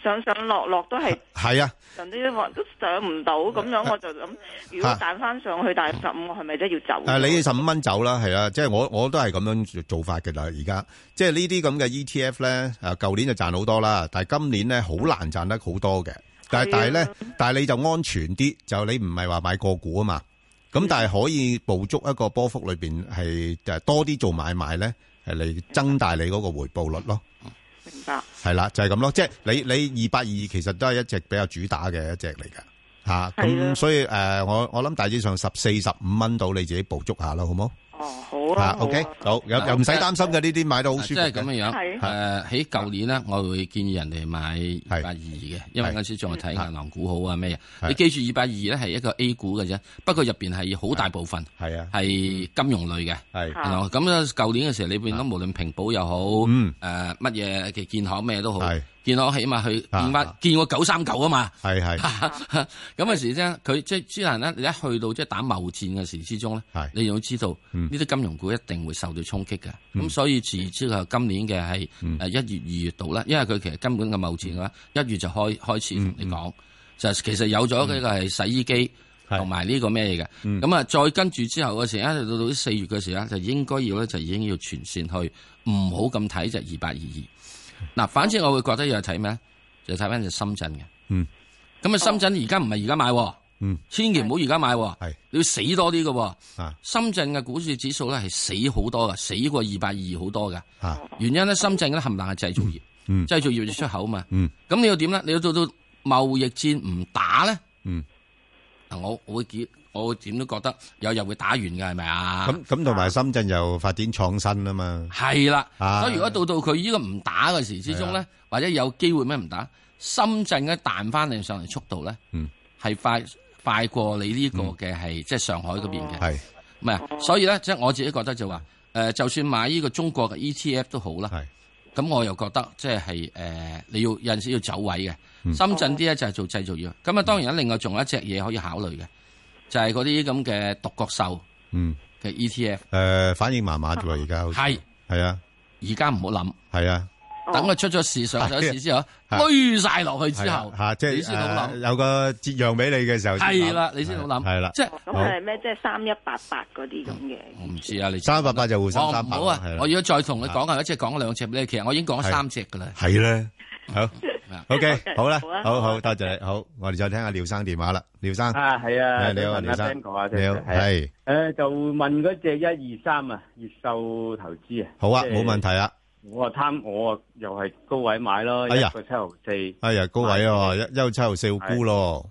[SPEAKER 2] 上上落落都 係。
[SPEAKER 4] 係啊，
[SPEAKER 2] 上啲話都上唔到 咁樣，我就諗，如果彈翻上去大十五，我係咪真係要走？
[SPEAKER 4] 誒啊你十五蚊走啦，係啊，即係我我都係咁樣做法嘅啦。而家即係呢啲咁嘅 E ETF 咧，誒啊舊年就賺好多啦，但係今年咧好難賺得好多嘅。但係
[SPEAKER 3] 係啊
[SPEAKER 4] 但係咧，但係你就安全啲，就你唔係話買個股啊嘛。咁但係可以捕捉一個波幅裏邊係誒多啲做買賣咧，係嚟增大你嗰個回報率咯。
[SPEAKER 2] 明
[SPEAKER 12] Vâng
[SPEAKER 2] 白。
[SPEAKER 4] 系啦，就係咁咯，即係你你二八二其實都係一隻比較主打嘅一隻嚟㗎吓
[SPEAKER 2] 係
[SPEAKER 4] 咁
[SPEAKER 2] 啊
[SPEAKER 4] 所以诶、呃我我諗大致上十四十五蚊到你自己捕捉下啦，好冇？
[SPEAKER 2] 哦，
[SPEAKER 4] 吓
[SPEAKER 2] 好啊
[SPEAKER 4] ，OK，好，又又唔使擔心嘅，呢啲買到好舒服
[SPEAKER 5] 啊即係咁樣樣，
[SPEAKER 2] 係
[SPEAKER 5] 誒喺舊年呢，我會建議人哋買二百二嘅，因
[SPEAKER 4] 嗯
[SPEAKER 5] 為嗰陣時仲係睇銀行股好啊咩嘢。你記住二百二咧係一個 A 股嘅啫，不過入邊係好大部分
[SPEAKER 4] 係啊
[SPEAKER 5] 係金融類嘅，
[SPEAKER 4] 係啊
[SPEAKER 5] 係咯咁咧舊年嘅時候，你變咗無論平保又好，
[SPEAKER 4] 嗯
[SPEAKER 5] 誒乜嘢嘅建行咩都好，建行起碼去見翻見過九三九啊嘛。
[SPEAKER 4] 啊係係
[SPEAKER 5] 咁嘅時咧，佢即係之難咧，你一去到即係打貿戰嘅時之中咧，你要知道
[SPEAKER 4] 嗯
[SPEAKER 5] 呢啲金融股一定會受到衝擊嘅。咁所以自之後今年嘅係誒一月二月度啦，因為佢其實根本嘅貿戰嘅話，一月就開開始同你講，就其實有咗呢個係洗衣機。同埋呢個咩嘢嘅，咁啊再跟住之後嘅時，一到到四月嘅時咧，就應該要咧就已經要全線去，唔好咁睇就二八二二。嗱，反正我會覺得要睇咩呢就睇翻就深圳嘅。
[SPEAKER 4] 嗯。
[SPEAKER 5] 咁啊，深圳而家唔係而家買喎，
[SPEAKER 4] 嗯，
[SPEAKER 5] 千祈唔好而家買喎，
[SPEAKER 4] 系
[SPEAKER 5] 你要死多啲嘅喎。
[SPEAKER 4] 啊
[SPEAKER 5] 深圳嘅股市指數咧係死好多嘅，死過二百二好多嘅。
[SPEAKER 4] 啊
[SPEAKER 5] 原因咧，深圳咧冚唪唥係製造業，
[SPEAKER 4] 嗯
[SPEAKER 5] 製造業就出口嘛。
[SPEAKER 4] 嗯
[SPEAKER 5] 咁你要點咧？你要到到貿易戰唔打咧？
[SPEAKER 4] 嗯
[SPEAKER 5] 嗱，我我會見，我點都覺得有日會打完嘅，係咪啊？
[SPEAKER 4] 咁咁同埋深圳又發展創新啊嘛，
[SPEAKER 5] 係啦，
[SPEAKER 4] 啊
[SPEAKER 5] 所以如果到到佢呢個唔打嘅時之中
[SPEAKER 4] 係啊
[SPEAKER 5] 咧，或者有機會咩唔打，深圳嘅彈翻嚟上嚟速度咧，
[SPEAKER 4] 嗯
[SPEAKER 5] 係快快過你呢個嘅係即係上海嗰邊嘅，
[SPEAKER 4] 係
[SPEAKER 5] 咩啊？所以咧，即係我自己覺得就話，誒，就算買呢個中國嘅 ETF 都好啦，咁我又覺得即係係誒，你要有陣時要走位嘅。
[SPEAKER 4] 嗯
[SPEAKER 5] 深圳啲咧就係做製造業，咁啊當然啦，另外仲有一隻嘢可以考慮嘅，就係嗰啲咁嘅獨角獸
[SPEAKER 4] 嗯
[SPEAKER 5] 嘅 E ETF。
[SPEAKER 4] 诶、反應麻麻啫喎，而家好似
[SPEAKER 5] 係嗯
[SPEAKER 4] 係啊，
[SPEAKER 5] 而家唔好諗，
[SPEAKER 4] 係啊，
[SPEAKER 5] 等佢出咗事上咗市之後，
[SPEAKER 4] 係
[SPEAKER 5] 堆晒落去之後，
[SPEAKER 4] 吓即
[SPEAKER 5] 你
[SPEAKER 4] 啊係
[SPEAKER 5] 先好諗
[SPEAKER 4] 呃。有個折讓俾你嘅時候先諗，
[SPEAKER 5] 係啦你先好諗
[SPEAKER 4] 係啦，
[SPEAKER 5] 即係
[SPEAKER 2] 咁係咩？即係三一八八嗰啲咁嘅。
[SPEAKER 5] 我唔知啊，你
[SPEAKER 4] 三百八就互
[SPEAKER 5] 我
[SPEAKER 4] 相
[SPEAKER 5] 唔
[SPEAKER 4] 三百，
[SPEAKER 5] 好啊
[SPEAKER 4] 係啦！
[SPEAKER 5] 我如果再同你講啊，一隻講兩隻俾你，其實我已經講咗三隻噶啦。
[SPEAKER 4] 係咧，好，OK，好啦
[SPEAKER 5] 好啊，
[SPEAKER 4] 好好，多謝你，好，我哋再聽下廖生電話啦，廖生，
[SPEAKER 24] 啊，係啊，
[SPEAKER 4] 係你好，
[SPEAKER 24] 想問
[SPEAKER 4] 廖
[SPEAKER 24] 阿
[SPEAKER 4] 生
[SPEAKER 24] Ben 哥啊，，
[SPEAKER 4] 你好，係，
[SPEAKER 24] 誒就問嗰只一二三啊，越秀投資啊，
[SPEAKER 4] 好啊，
[SPEAKER 24] 即係
[SPEAKER 4] 冇問題。啊，
[SPEAKER 24] 我啊貪，我啊又係高位買咯，
[SPEAKER 4] 哎
[SPEAKER 24] 一
[SPEAKER 4] 呀
[SPEAKER 24] 個七毫四
[SPEAKER 4] 哎呀，高位啊，一一號七號四號沽咯。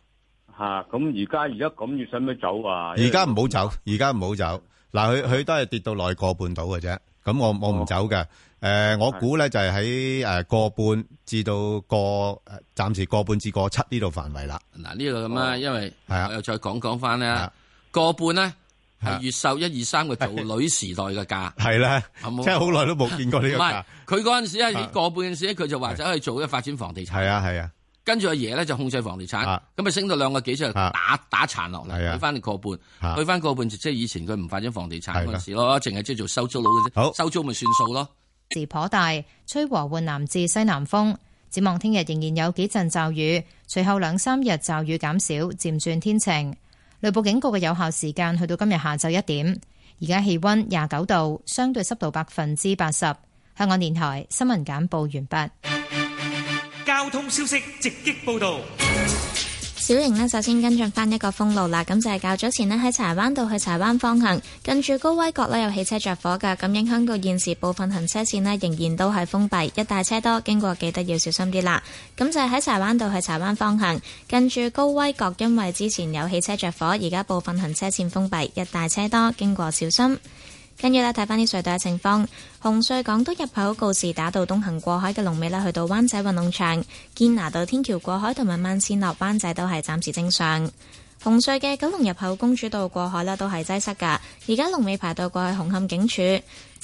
[SPEAKER 24] 嚇。咁而家而家咁要使唔使走啊？
[SPEAKER 4] 而家唔好走，而家唔好走。嗱，佢佢都係跌到內個半到嘅啫。咁我我唔走嘅。誒，我估咧就係喺誒個半至到個誒，暫時個半至個七呢度範圍啦。
[SPEAKER 5] 嗱呢度咁啊，因為
[SPEAKER 4] 係啊
[SPEAKER 5] 我又再講講翻咧，個半咧係越秀一二三嘅做女時代嘅價，
[SPEAKER 4] 係啦，
[SPEAKER 5] 好冇
[SPEAKER 4] 即係好耐都冇見過呢個
[SPEAKER 5] 唔係
[SPEAKER 4] 價。啊
[SPEAKER 5] 佢嗰陣時咧，個半嘅時咧，佢就話走去做嘅發展房地產，
[SPEAKER 4] 係啊，係啊，
[SPEAKER 5] 跟住阿爺咧就控制房地產，咁啊升到兩個幾之後打打殘落嚟，去翻個半，
[SPEAKER 4] 啊
[SPEAKER 5] 去翻個半就即係以前佢唔發展房地產
[SPEAKER 4] 係
[SPEAKER 5] 嗰
[SPEAKER 4] 啦
[SPEAKER 5] 陣時咯，淨係即係做收租佬嘅啫，收租咪算數咯。
[SPEAKER 7] 時頗大，吹和緩南至西南風。展望聽日仍然有幾陣驟雨，隨後兩三日驟雨減少，漸轉天晴。雷暴警告嘅有效時間去到今日下晝一點。而家氣温廿九度，相對濕度百分之八十。香港電台新聞簡報完畢。
[SPEAKER 3] 交通消息直擊報道。
[SPEAKER 8] 小瑩呢，首先跟進返一個封路啦，咁就係較早前呢，喺柴灣道去柴灣方向，近住高威角呢，有汽車着火㗎，咁影響到現時部分行車線呢，仍然都係封閉，一大車多，經過記得要小心啲啦。咁就係喺柴灣道去柴灣方向，近住高威角，因為之前有汽車着火，而家部分行車線封閉，一大車多，經過小心。跟住呢，睇翻啲隧道嘅情況。紅隧港島入口告士打道東行過海嘅龍尾呢，去到灣仔運動場；堅拿道天橋過海同埋慢線落灣仔都係暫時正常。紅隧嘅九龍入口公主道過海呢，都係擠塞㗎，而家龍尾排到過去紅磡警署。漆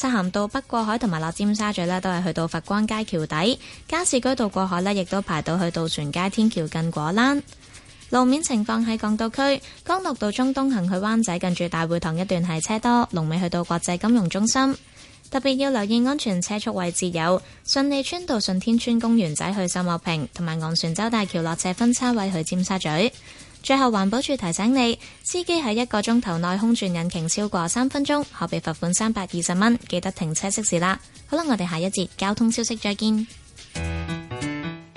[SPEAKER 8] 咸道北過海同埋落尖沙咀呢，都係去到佛光街橋底。加士居道過海呢，亦都排到去渡船街天橋近果欄。路面情況喺港島區，干諾道中東行去灣仔，近住大會堂一段係車多，龍尾去到國際金融中心。特別要留意安全車速位置有順利村道、順天村公園仔去秀茂坪，同埋昂船洲大橋落斜分叉位去尖沙咀。最後環保署提醒你，司機喺一個鐘頭內空轉引擎超過三分鐘，可被罰款三百二十蚊。記得停車熄匙啦。好啦，我哋下一節交通消息再見。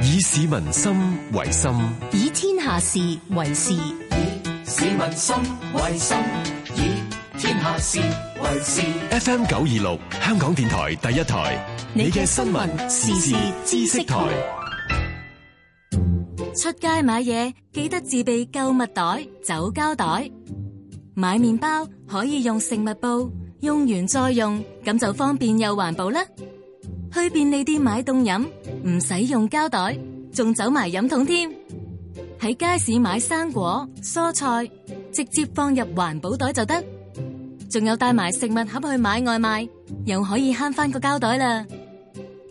[SPEAKER 9] 以市民心為心，
[SPEAKER 25] 以天下事為事，
[SPEAKER 10] 以市民心為心，以天下事為事。
[SPEAKER 9] FM 九二六，香港電台第一台，你嘅新聞時事知識台。
[SPEAKER 25] 出街買嘢記得自備購物袋、走膠袋。買麵包可以用食物布，用完再用，咁就方便又環保啦。去便利店買凍飲，唔使用膠袋，仲走埋飲筒添。喺街市買生果、蔬菜，直接放入環保袋就得。仲有帶埋食物盒去買外賣，又可以慳翻個膠袋啦。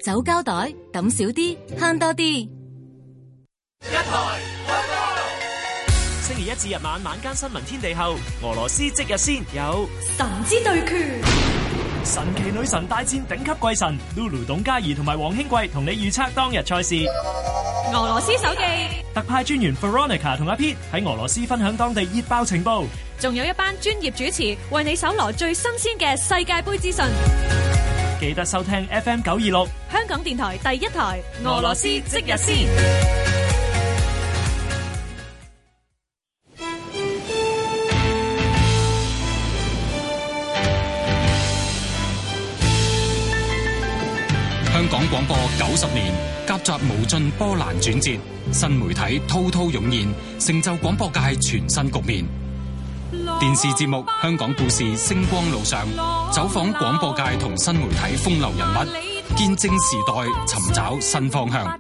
[SPEAKER 25] 走膠袋，抌少啲，慳多啲。
[SPEAKER 3] 一台星期一至日晚晚間新聞天地後，俄羅斯即日先有
[SPEAKER 26] 神之對決。
[SPEAKER 3] 神奇女神大戰頂級貴神 Lulu 董嘉怡同埋黃興貴同你預測當日賽事。
[SPEAKER 26] 俄羅斯手記
[SPEAKER 3] 特派專員 Veronica 同阿 Pete 喺俄羅斯分享當地熱爆情報，
[SPEAKER 26] 仲有一班專業主持為你搜羅最新鮮嘅世界盃資訊。
[SPEAKER 3] 記得收聽 FM 九二六
[SPEAKER 26] 香港電台第一台俄羅斯即日先。
[SPEAKER 27] 香港廣播九十年，夾雜無盡波瀾轉折，新媒體滔滔湧現，成就廣播界全新局面。電視節目《香港故事》星光路上，走訪廣播界同新媒體風流人物，見證時代，尋找新方向。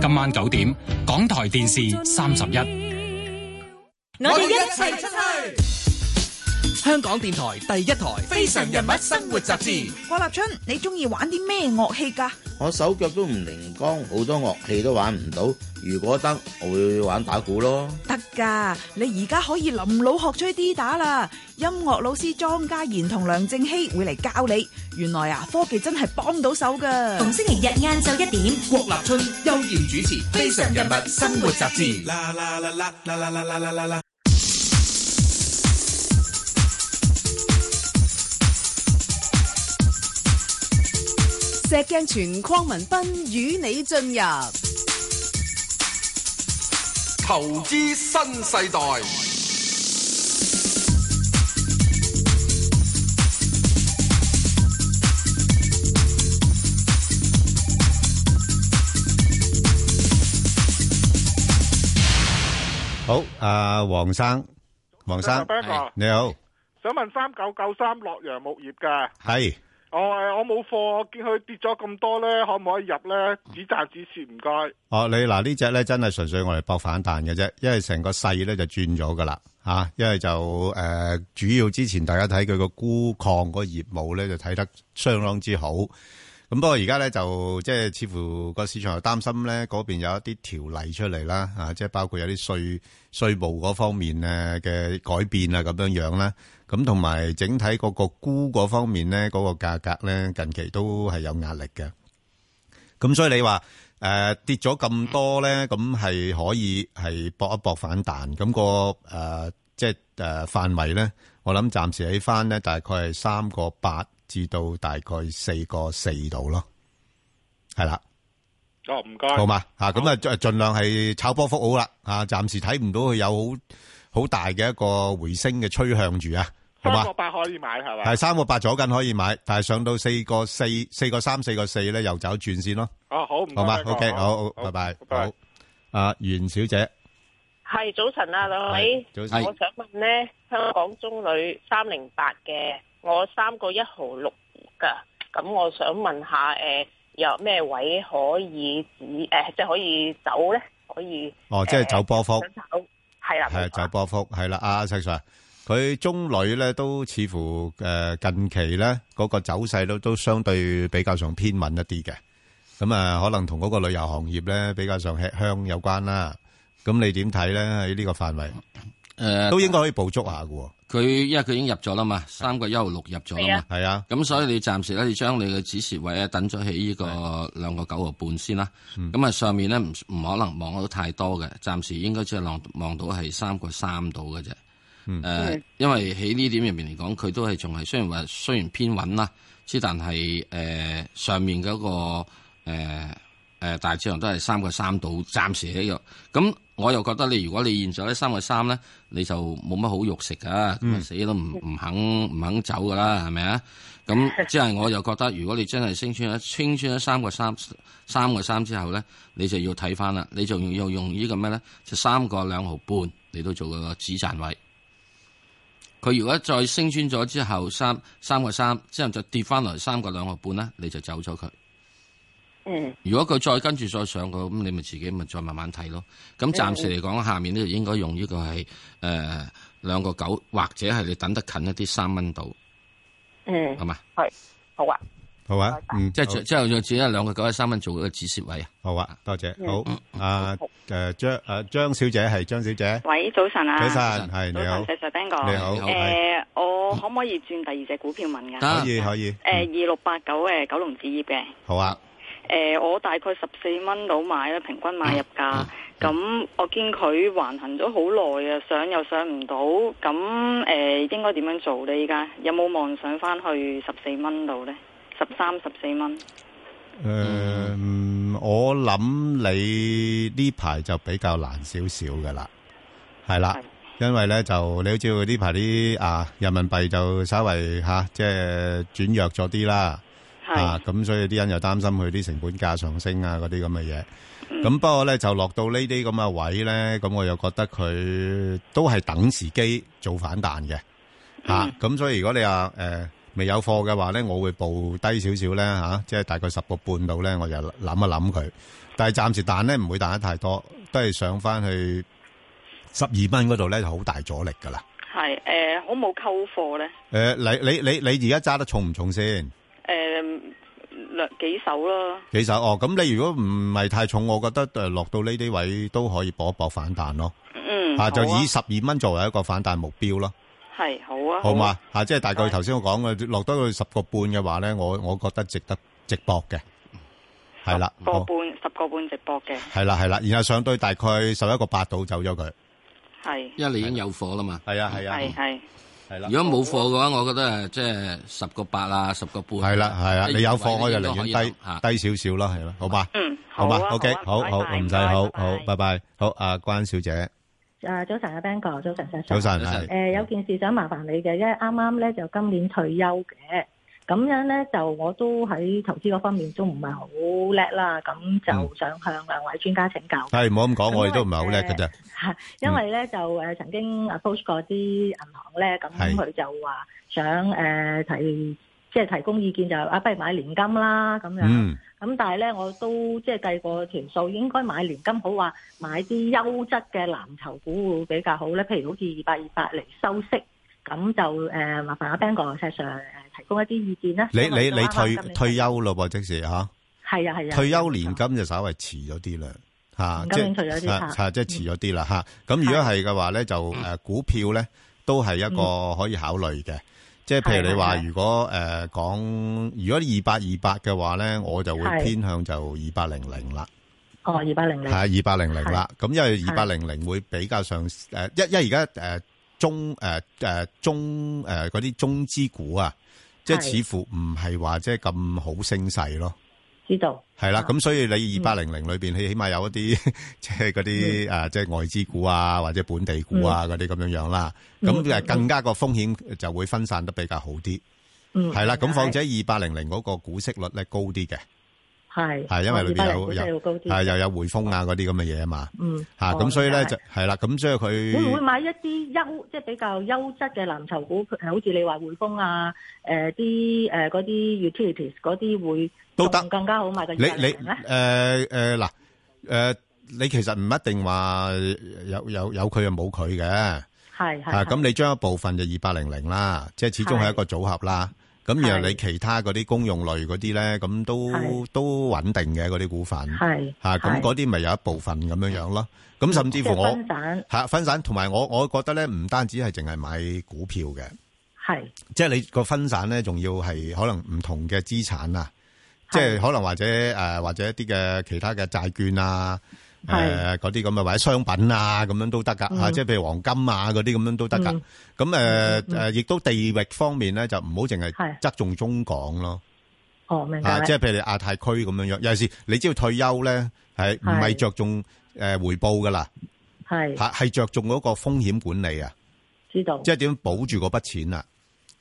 [SPEAKER 27] 今晚九點，港台電視三十一，
[SPEAKER 3] 我哋一齊出去。香港電台第一台《非常人物生活雜誌》。
[SPEAKER 28] 郭立春，你中意玩啲咩樂器㗎？
[SPEAKER 29] 我手腳都唔靈光，好多樂器都玩唔到。如果得，我會玩打鼓咯。
[SPEAKER 28] 得㗎，你而家可以臨老學吹 D 打啦。音樂老師莊家賢同梁正熙會嚟教你。原來啊，科技真係幫到手㗎。
[SPEAKER 25] 逢星期日晏晝一點，
[SPEAKER 3] 郭立春、邱艷主持《非常人物生活雜誌》。
[SPEAKER 9] 啦啦啦啦啦啦啦啦啦啦！
[SPEAKER 19] 石鏡泉鄺民彬與你進入
[SPEAKER 20] 投資新世代。
[SPEAKER 4] 好，阿黃生，黃生，你好，
[SPEAKER 30] 想問三九九三洛陽鉬業㗎，
[SPEAKER 4] 係。
[SPEAKER 30] 我誒我冇貨，我見佢跌咗咁多咧，可唔可以入咧？只賺只蝕，唔該。
[SPEAKER 4] 哦，你嗱呢隻咧真係純粹我嚟搏反彈嘅啫，因為成個勢咧就轉咗噶啦嚇，因為就誒、呃、主要之前大家睇佢個鈷礦個業務咧就睇得相當之好，咁不過而家咧就即係似乎個市場又擔心咧嗰邊有一啲條例出嚟啦嚇，即係包括有啲稅稅務嗰方面誒嘅改變啊咁樣樣啦。咁同埋整體嗰個沽嗰方面咧，嗰個價格咧近期都係有壓力嘅。咁所以你話诶、跌咗咁多咧，咁係可以係搏一搏反彈，咁、個诶、呃即係诶範圍咧，我諗暫時喺翻咧大概係三個八至到大概四個四度咯，係啦。
[SPEAKER 30] 哦，唔該。
[SPEAKER 4] 好嘛吓，咁啊盡盡量係炒波幅好啦，啊暫時睇唔到佢有好好大嘅一個回升嘅趨向住啊，好嘛
[SPEAKER 30] 三？個八可以買係咪？
[SPEAKER 4] 係三個八左近可以買，但係上到四個四、四個三、四個四咧又走轉先咯。
[SPEAKER 30] 哦，好，唔該
[SPEAKER 4] 好嘛
[SPEAKER 30] 呢個
[SPEAKER 4] ？OK，好，好，拜拜，好。啊，袁小姐，
[SPEAKER 11] 系早晨啊，兩位，
[SPEAKER 4] 係早晨
[SPEAKER 11] 我想問呢，香港中旅三零八嘅，我三個一毫六噶，咁我想問下，诶、有咩位可以指诶、即係可以走呢？可以
[SPEAKER 4] 哦，即係走波幅，
[SPEAKER 11] 想走，係啦，
[SPEAKER 4] 係走波幅，係啦，阿石 Sir，佢中旅咧都似乎诶近期咧嗰個走勢都都相對比較上偏穩一啲嘅，咁啊可能同嗰個旅遊行業咧比較上吃香有關啦。咁你點睇咧喺呢個範圍？
[SPEAKER 5] 诶，
[SPEAKER 4] 都應該可以捕捉下嘅喎。
[SPEAKER 5] 哦佢因為佢已經入咗啦嘛，三個一號六入咗啦嘛，
[SPEAKER 4] 係啊，
[SPEAKER 5] 咁所以你暫時咧，你將你嘅指示位咧等咗喺呢
[SPEAKER 4] 啊
[SPEAKER 5] 個兩個九毫半先啦。
[SPEAKER 4] 嗯
[SPEAKER 5] 咁啊上面咧唔唔可能望到太多嘅，暫時應該只係望望到係三個三度嘅啫。誒、
[SPEAKER 12] 嗯
[SPEAKER 5] 因為喺呢點入面嚟講，佢都係仲係雖然話雖然偏穩啦，之但係誒、呃上面嗰、個誒、呃呃大致上都係三個三度，暫時喺度。咁我又覺得你如果你現在咧三個三咧，你就冇乜好肉食噶，咁啊、
[SPEAKER 13] 嗯
[SPEAKER 5] 死都唔唔肯唔肯走噶啦，係咪啊？咁即係我又覺得，如果你真係升穿咗升穿咗三個三三個三之後咧，你就要睇翻啦，你仲要用呢個咩咧？就三個兩毫半嚟到做個止賺位。佢如果再升穿咗之後，三三個三之後就跌翻落嚟三個兩個半啦，你就走咗佢。
[SPEAKER 11] 嗯，
[SPEAKER 5] 如果佢再跟住再上個，咁你咪自己咪再慢慢睇咯。咁
[SPEAKER 14] 啊
[SPEAKER 5] 暫時嚟講，下面呢就應該用呢個係誒兩個九，或者係你等得近一啲三蚊度，
[SPEAKER 11] 嗯，
[SPEAKER 5] 係嘛？
[SPEAKER 11] 係，好啊，
[SPEAKER 4] 好啊，嗯，
[SPEAKER 5] 即係
[SPEAKER 4] 好
[SPEAKER 5] 最即係就只係兩個九喺三蚊做一個止蝕位啊。
[SPEAKER 4] 好啊，多謝
[SPEAKER 5] 嗯
[SPEAKER 4] 好，啊诶张诶张小姐係張小姐，
[SPEAKER 14] 喂，早晨啊！
[SPEAKER 4] 早晨係你好
[SPEAKER 14] 早晨，石 Sir Ben 哥，
[SPEAKER 4] 你好
[SPEAKER 14] 诶、我可唔可以轉第二隻股票問㗎？
[SPEAKER 4] 可以可以，
[SPEAKER 14] 诶，二六八九诶，九龍置業嘅，
[SPEAKER 4] 好啊，
[SPEAKER 14] 诶、我大概十四蚊到買啦，平
[SPEAKER 4] 啊
[SPEAKER 14] 均買入價。咁、我見佢橫行咗好耐啊，上又上唔到，咁诶、應該點樣做呢？依家有冇望上翻去十四蚊度呢？十三、十四蚊，
[SPEAKER 4] 诶，嗯我諗你呢排就比較難少少噶啦，係啦。因為咧就你好似呢排啲啊人民幣就稍微吓、即係轉弱咗啲啦，啊咁所以啲人又擔心佢啲成本價上升啊嗰啲咁嘅嘢。咁、不過咧就落到呢啲咁嘅位咧，咁我又覺得佢都係等時機做反彈嘅吓。啊咁、所以如果你話诶、呃未有貨嘅話咧，我會報低少少咧吓，即係大概十個半度咧，我就諗一諗佢。但係暫時彈咧唔會彈得太多，都係上翻去十二蚊嗰度咧就好大阻力噶啦。
[SPEAKER 14] 係诶、好冇溝貨呢？
[SPEAKER 4] 诶、你你你你而家揸得重唔重先？
[SPEAKER 14] 诶、兩幾手啦。
[SPEAKER 4] 其實哦，咁你如果唔係太重，我覺得诶落到呢啲位都可以搏一搏反彈咯。
[SPEAKER 14] 嗯，
[SPEAKER 4] 啊，就
[SPEAKER 14] 好啊
[SPEAKER 4] 以十二蚊作為一個反彈目標咯，
[SPEAKER 14] 係好啊，
[SPEAKER 4] 好
[SPEAKER 14] 啊
[SPEAKER 4] 嘛？啊，即係大概頭先我講嘅，落得去十個半嘅話咧，我我覺得值得直搏嘅，係啦，
[SPEAKER 14] 啊個
[SPEAKER 4] 好，
[SPEAKER 14] 半十個半直播嘅，
[SPEAKER 4] 係啦，係啦，然後上到大概十一個八度走咗佢，
[SPEAKER 14] 係
[SPEAKER 5] 因為你已經有貨啦嘛。
[SPEAKER 4] 係啊係
[SPEAKER 14] 係係
[SPEAKER 4] 係啦
[SPEAKER 5] 如果冇貨嘅話，我覺得誒即係十個八啊，十個半。
[SPEAKER 4] 係啦係啦，
[SPEAKER 5] 即係
[SPEAKER 4] 你有
[SPEAKER 5] 呢個
[SPEAKER 4] 貨
[SPEAKER 5] 位
[SPEAKER 4] 我就
[SPEAKER 5] 你應
[SPEAKER 4] 寧
[SPEAKER 5] 該可以
[SPEAKER 4] 願低
[SPEAKER 5] 諗下
[SPEAKER 4] 低少少啦，係啦，好嘛？
[SPEAKER 14] 嗯，
[SPEAKER 4] 好嘛
[SPEAKER 14] 好啊
[SPEAKER 4] ，OK，
[SPEAKER 14] 好
[SPEAKER 4] 好好
[SPEAKER 14] 啊拜拜
[SPEAKER 4] 唔使
[SPEAKER 14] 拜拜
[SPEAKER 4] 好好，拜拜，好啊，關小姐，
[SPEAKER 13] 啊，早晨啊，Ben 哥，早晨，石
[SPEAKER 4] 早
[SPEAKER 13] Sir
[SPEAKER 4] 晨早晨
[SPEAKER 13] 誒、有件事想麻煩你嘅，因為啱啱咧就今年退休嘅，咁樣咧就我都喺投資嗰方面都唔係好叻啦，咁就想向兩位專家請教。
[SPEAKER 4] 嗯係嗯唔好咁講，我哋都唔係好叻嘅啫，
[SPEAKER 13] 係因為咧就誒曾經 approach 過啲銀行咧，咁
[SPEAKER 4] 係
[SPEAKER 13] 佢就話想誒、提，即係提供意見就啊，不如買年金啦咁樣。
[SPEAKER 4] 嗯
[SPEAKER 13] 咁但係咧，我都即係計過條數，應該買年金好話買啲優質嘅藍籌股會比較好咧。譬如好似二八二八嚟收息，咁就誒、麻煩阿 Ben 哥石 Sir 誒提供一啲意見啦。
[SPEAKER 4] 你
[SPEAKER 13] 因為
[SPEAKER 4] 你
[SPEAKER 13] 我
[SPEAKER 4] 你
[SPEAKER 13] 啱啱
[SPEAKER 4] 退
[SPEAKER 13] 今年
[SPEAKER 4] 退休咯噃，即時吓。
[SPEAKER 13] 係啊係啊，
[SPEAKER 4] 退休年金就稍微遲咗啲啦，嚇，
[SPEAKER 13] 嗯年金已經退咗啲
[SPEAKER 4] 嚇
[SPEAKER 13] 嚇嗯
[SPEAKER 4] 嚇即係遲咗啲啦嚇。咁如果係嘅話咧，就誒股票咧都係一
[SPEAKER 13] 嗯
[SPEAKER 4] 個可以考慮嘅。即係譬如你話，如果誒講如果二八二八嘅話咧，我就會
[SPEAKER 13] 係
[SPEAKER 4] 偏向就二八零零啦。
[SPEAKER 13] 哦，二八零零，
[SPEAKER 4] 系二八零零啦。咁因為
[SPEAKER 13] 係
[SPEAKER 4] 二八零零會比較上诶，一因為而家诶中诶诶中诶嗰啲中資股啊，即係
[SPEAKER 13] 係
[SPEAKER 4] 似乎唔係話即係咁好升勢咯。
[SPEAKER 13] 知道。
[SPEAKER 4] 係啦，咁所以你二八零零裏边，你起碼有一啲 即係嗰啲诶，即係外資股啊，或者本地股啊嗰啲咁樣樣啦。咁
[SPEAKER 13] 嗯
[SPEAKER 4] 诶，更加個風險就會分散得比較好啲。
[SPEAKER 13] 嗯，
[SPEAKER 4] 係啦，咁況
[SPEAKER 13] 放
[SPEAKER 4] 且二八零零嗰個股息率咧高啲嘅。
[SPEAKER 13] 系
[SPEAKER 4] 係因為裏邊有有
[SPEAKER 13] 高啲，
[SPEAKER 4] 係又有匯豐啊嗰啲咁嘅嘢啊嘛，
[SPEAKER 13] 嗯
[SPEAKER 4] 嚇
[SPEAKER 13] 哦
[SPEAKER 4] 咁所以咧
[SPEAKER 13] 明白
[SPEAKER 4] 就係啦，咁所以佢
[SPEAKER 13] 會唔會買一啲優即係比較優質嘅藍籌股？呃誒，好似你話匯豐啊，誒啲誒嗰啲 utilities 嗰啲會
[SPEAKER 4] 都得
[SPEAKER 13] 仲更加好買嘅。
[SPEAKER 4] 你你呃誒誒嗱誒，你其實唔一定話有有有佢又冇佢嘅，嚇
[SPEAKER 13] 係係係
[SPEAKER 4] 啊咁你將一部分就二八零零啦，即係始終係一個組合啦。咁然後你其他嗰啲公用類嗰啲咧，咁都
[SPEAKER 13] 係
[SPEAKER 4] 都穩定嘅嗰啲股份，
[SPEAKER 13] 係
[SPEAKER 4] 嚇咁
[SPEAKER 13] 係嗯
[SPEAKER 4] 嗰啲咪有一部分咁樣樣咯。咁甚至
[SPEAKER 13] 即
[SPEAKER 4] 乎
[SPEAKER 13] 係
[SPEAKER 4] 我
[SPEAKER 13] 分散
[SPEAKER 4] 嚇分散，同埋我我覺得咧，唔單止係淨係買股票嘅。
[SPEAKER 13] 係
[SPEAKER 4] 即係你個分散咧，仲要係可能唔同嘅資產啊，即係可能或者诶、呃或者一啲嘅其他嘅債券啊，诶
[SPEAKER 13] 係
[SPEAKER 4] 嗰啲咁嘅或者商品啊咁樣都得噶吓，
[SPEAKER 13] 嗯
[SPEAKER 4] 啊即係譬如黃金啊嗰啲咁樣都得噶
[SPEAKER 13] 嗯。
[SPEAKER 4] 咁诶诶，亦都地域方面咧就唔好淨係
[SPEAKER 13] 係
[SPEAKER 4] 側重中港咯，
[SPEAKER 13] 哦，明白
[SPEAKER 4] 啊
[SPEAKER 13] 啦。
[SPEAKER 4] 即係譬如你亞太區咁樣樣，尤其是你知道退休咧係唔係
[SPEAKER 13] 係
[SPEAKER 4] 着重诶回報噶啦，
[SPEAKER 13] 係哦
[SPEAKER 4] 係係着重嗰個風險管理啊，
[SPEAKER 13] 知道。
[SPEAKER 4] 即係點保住嗰筆錢啊。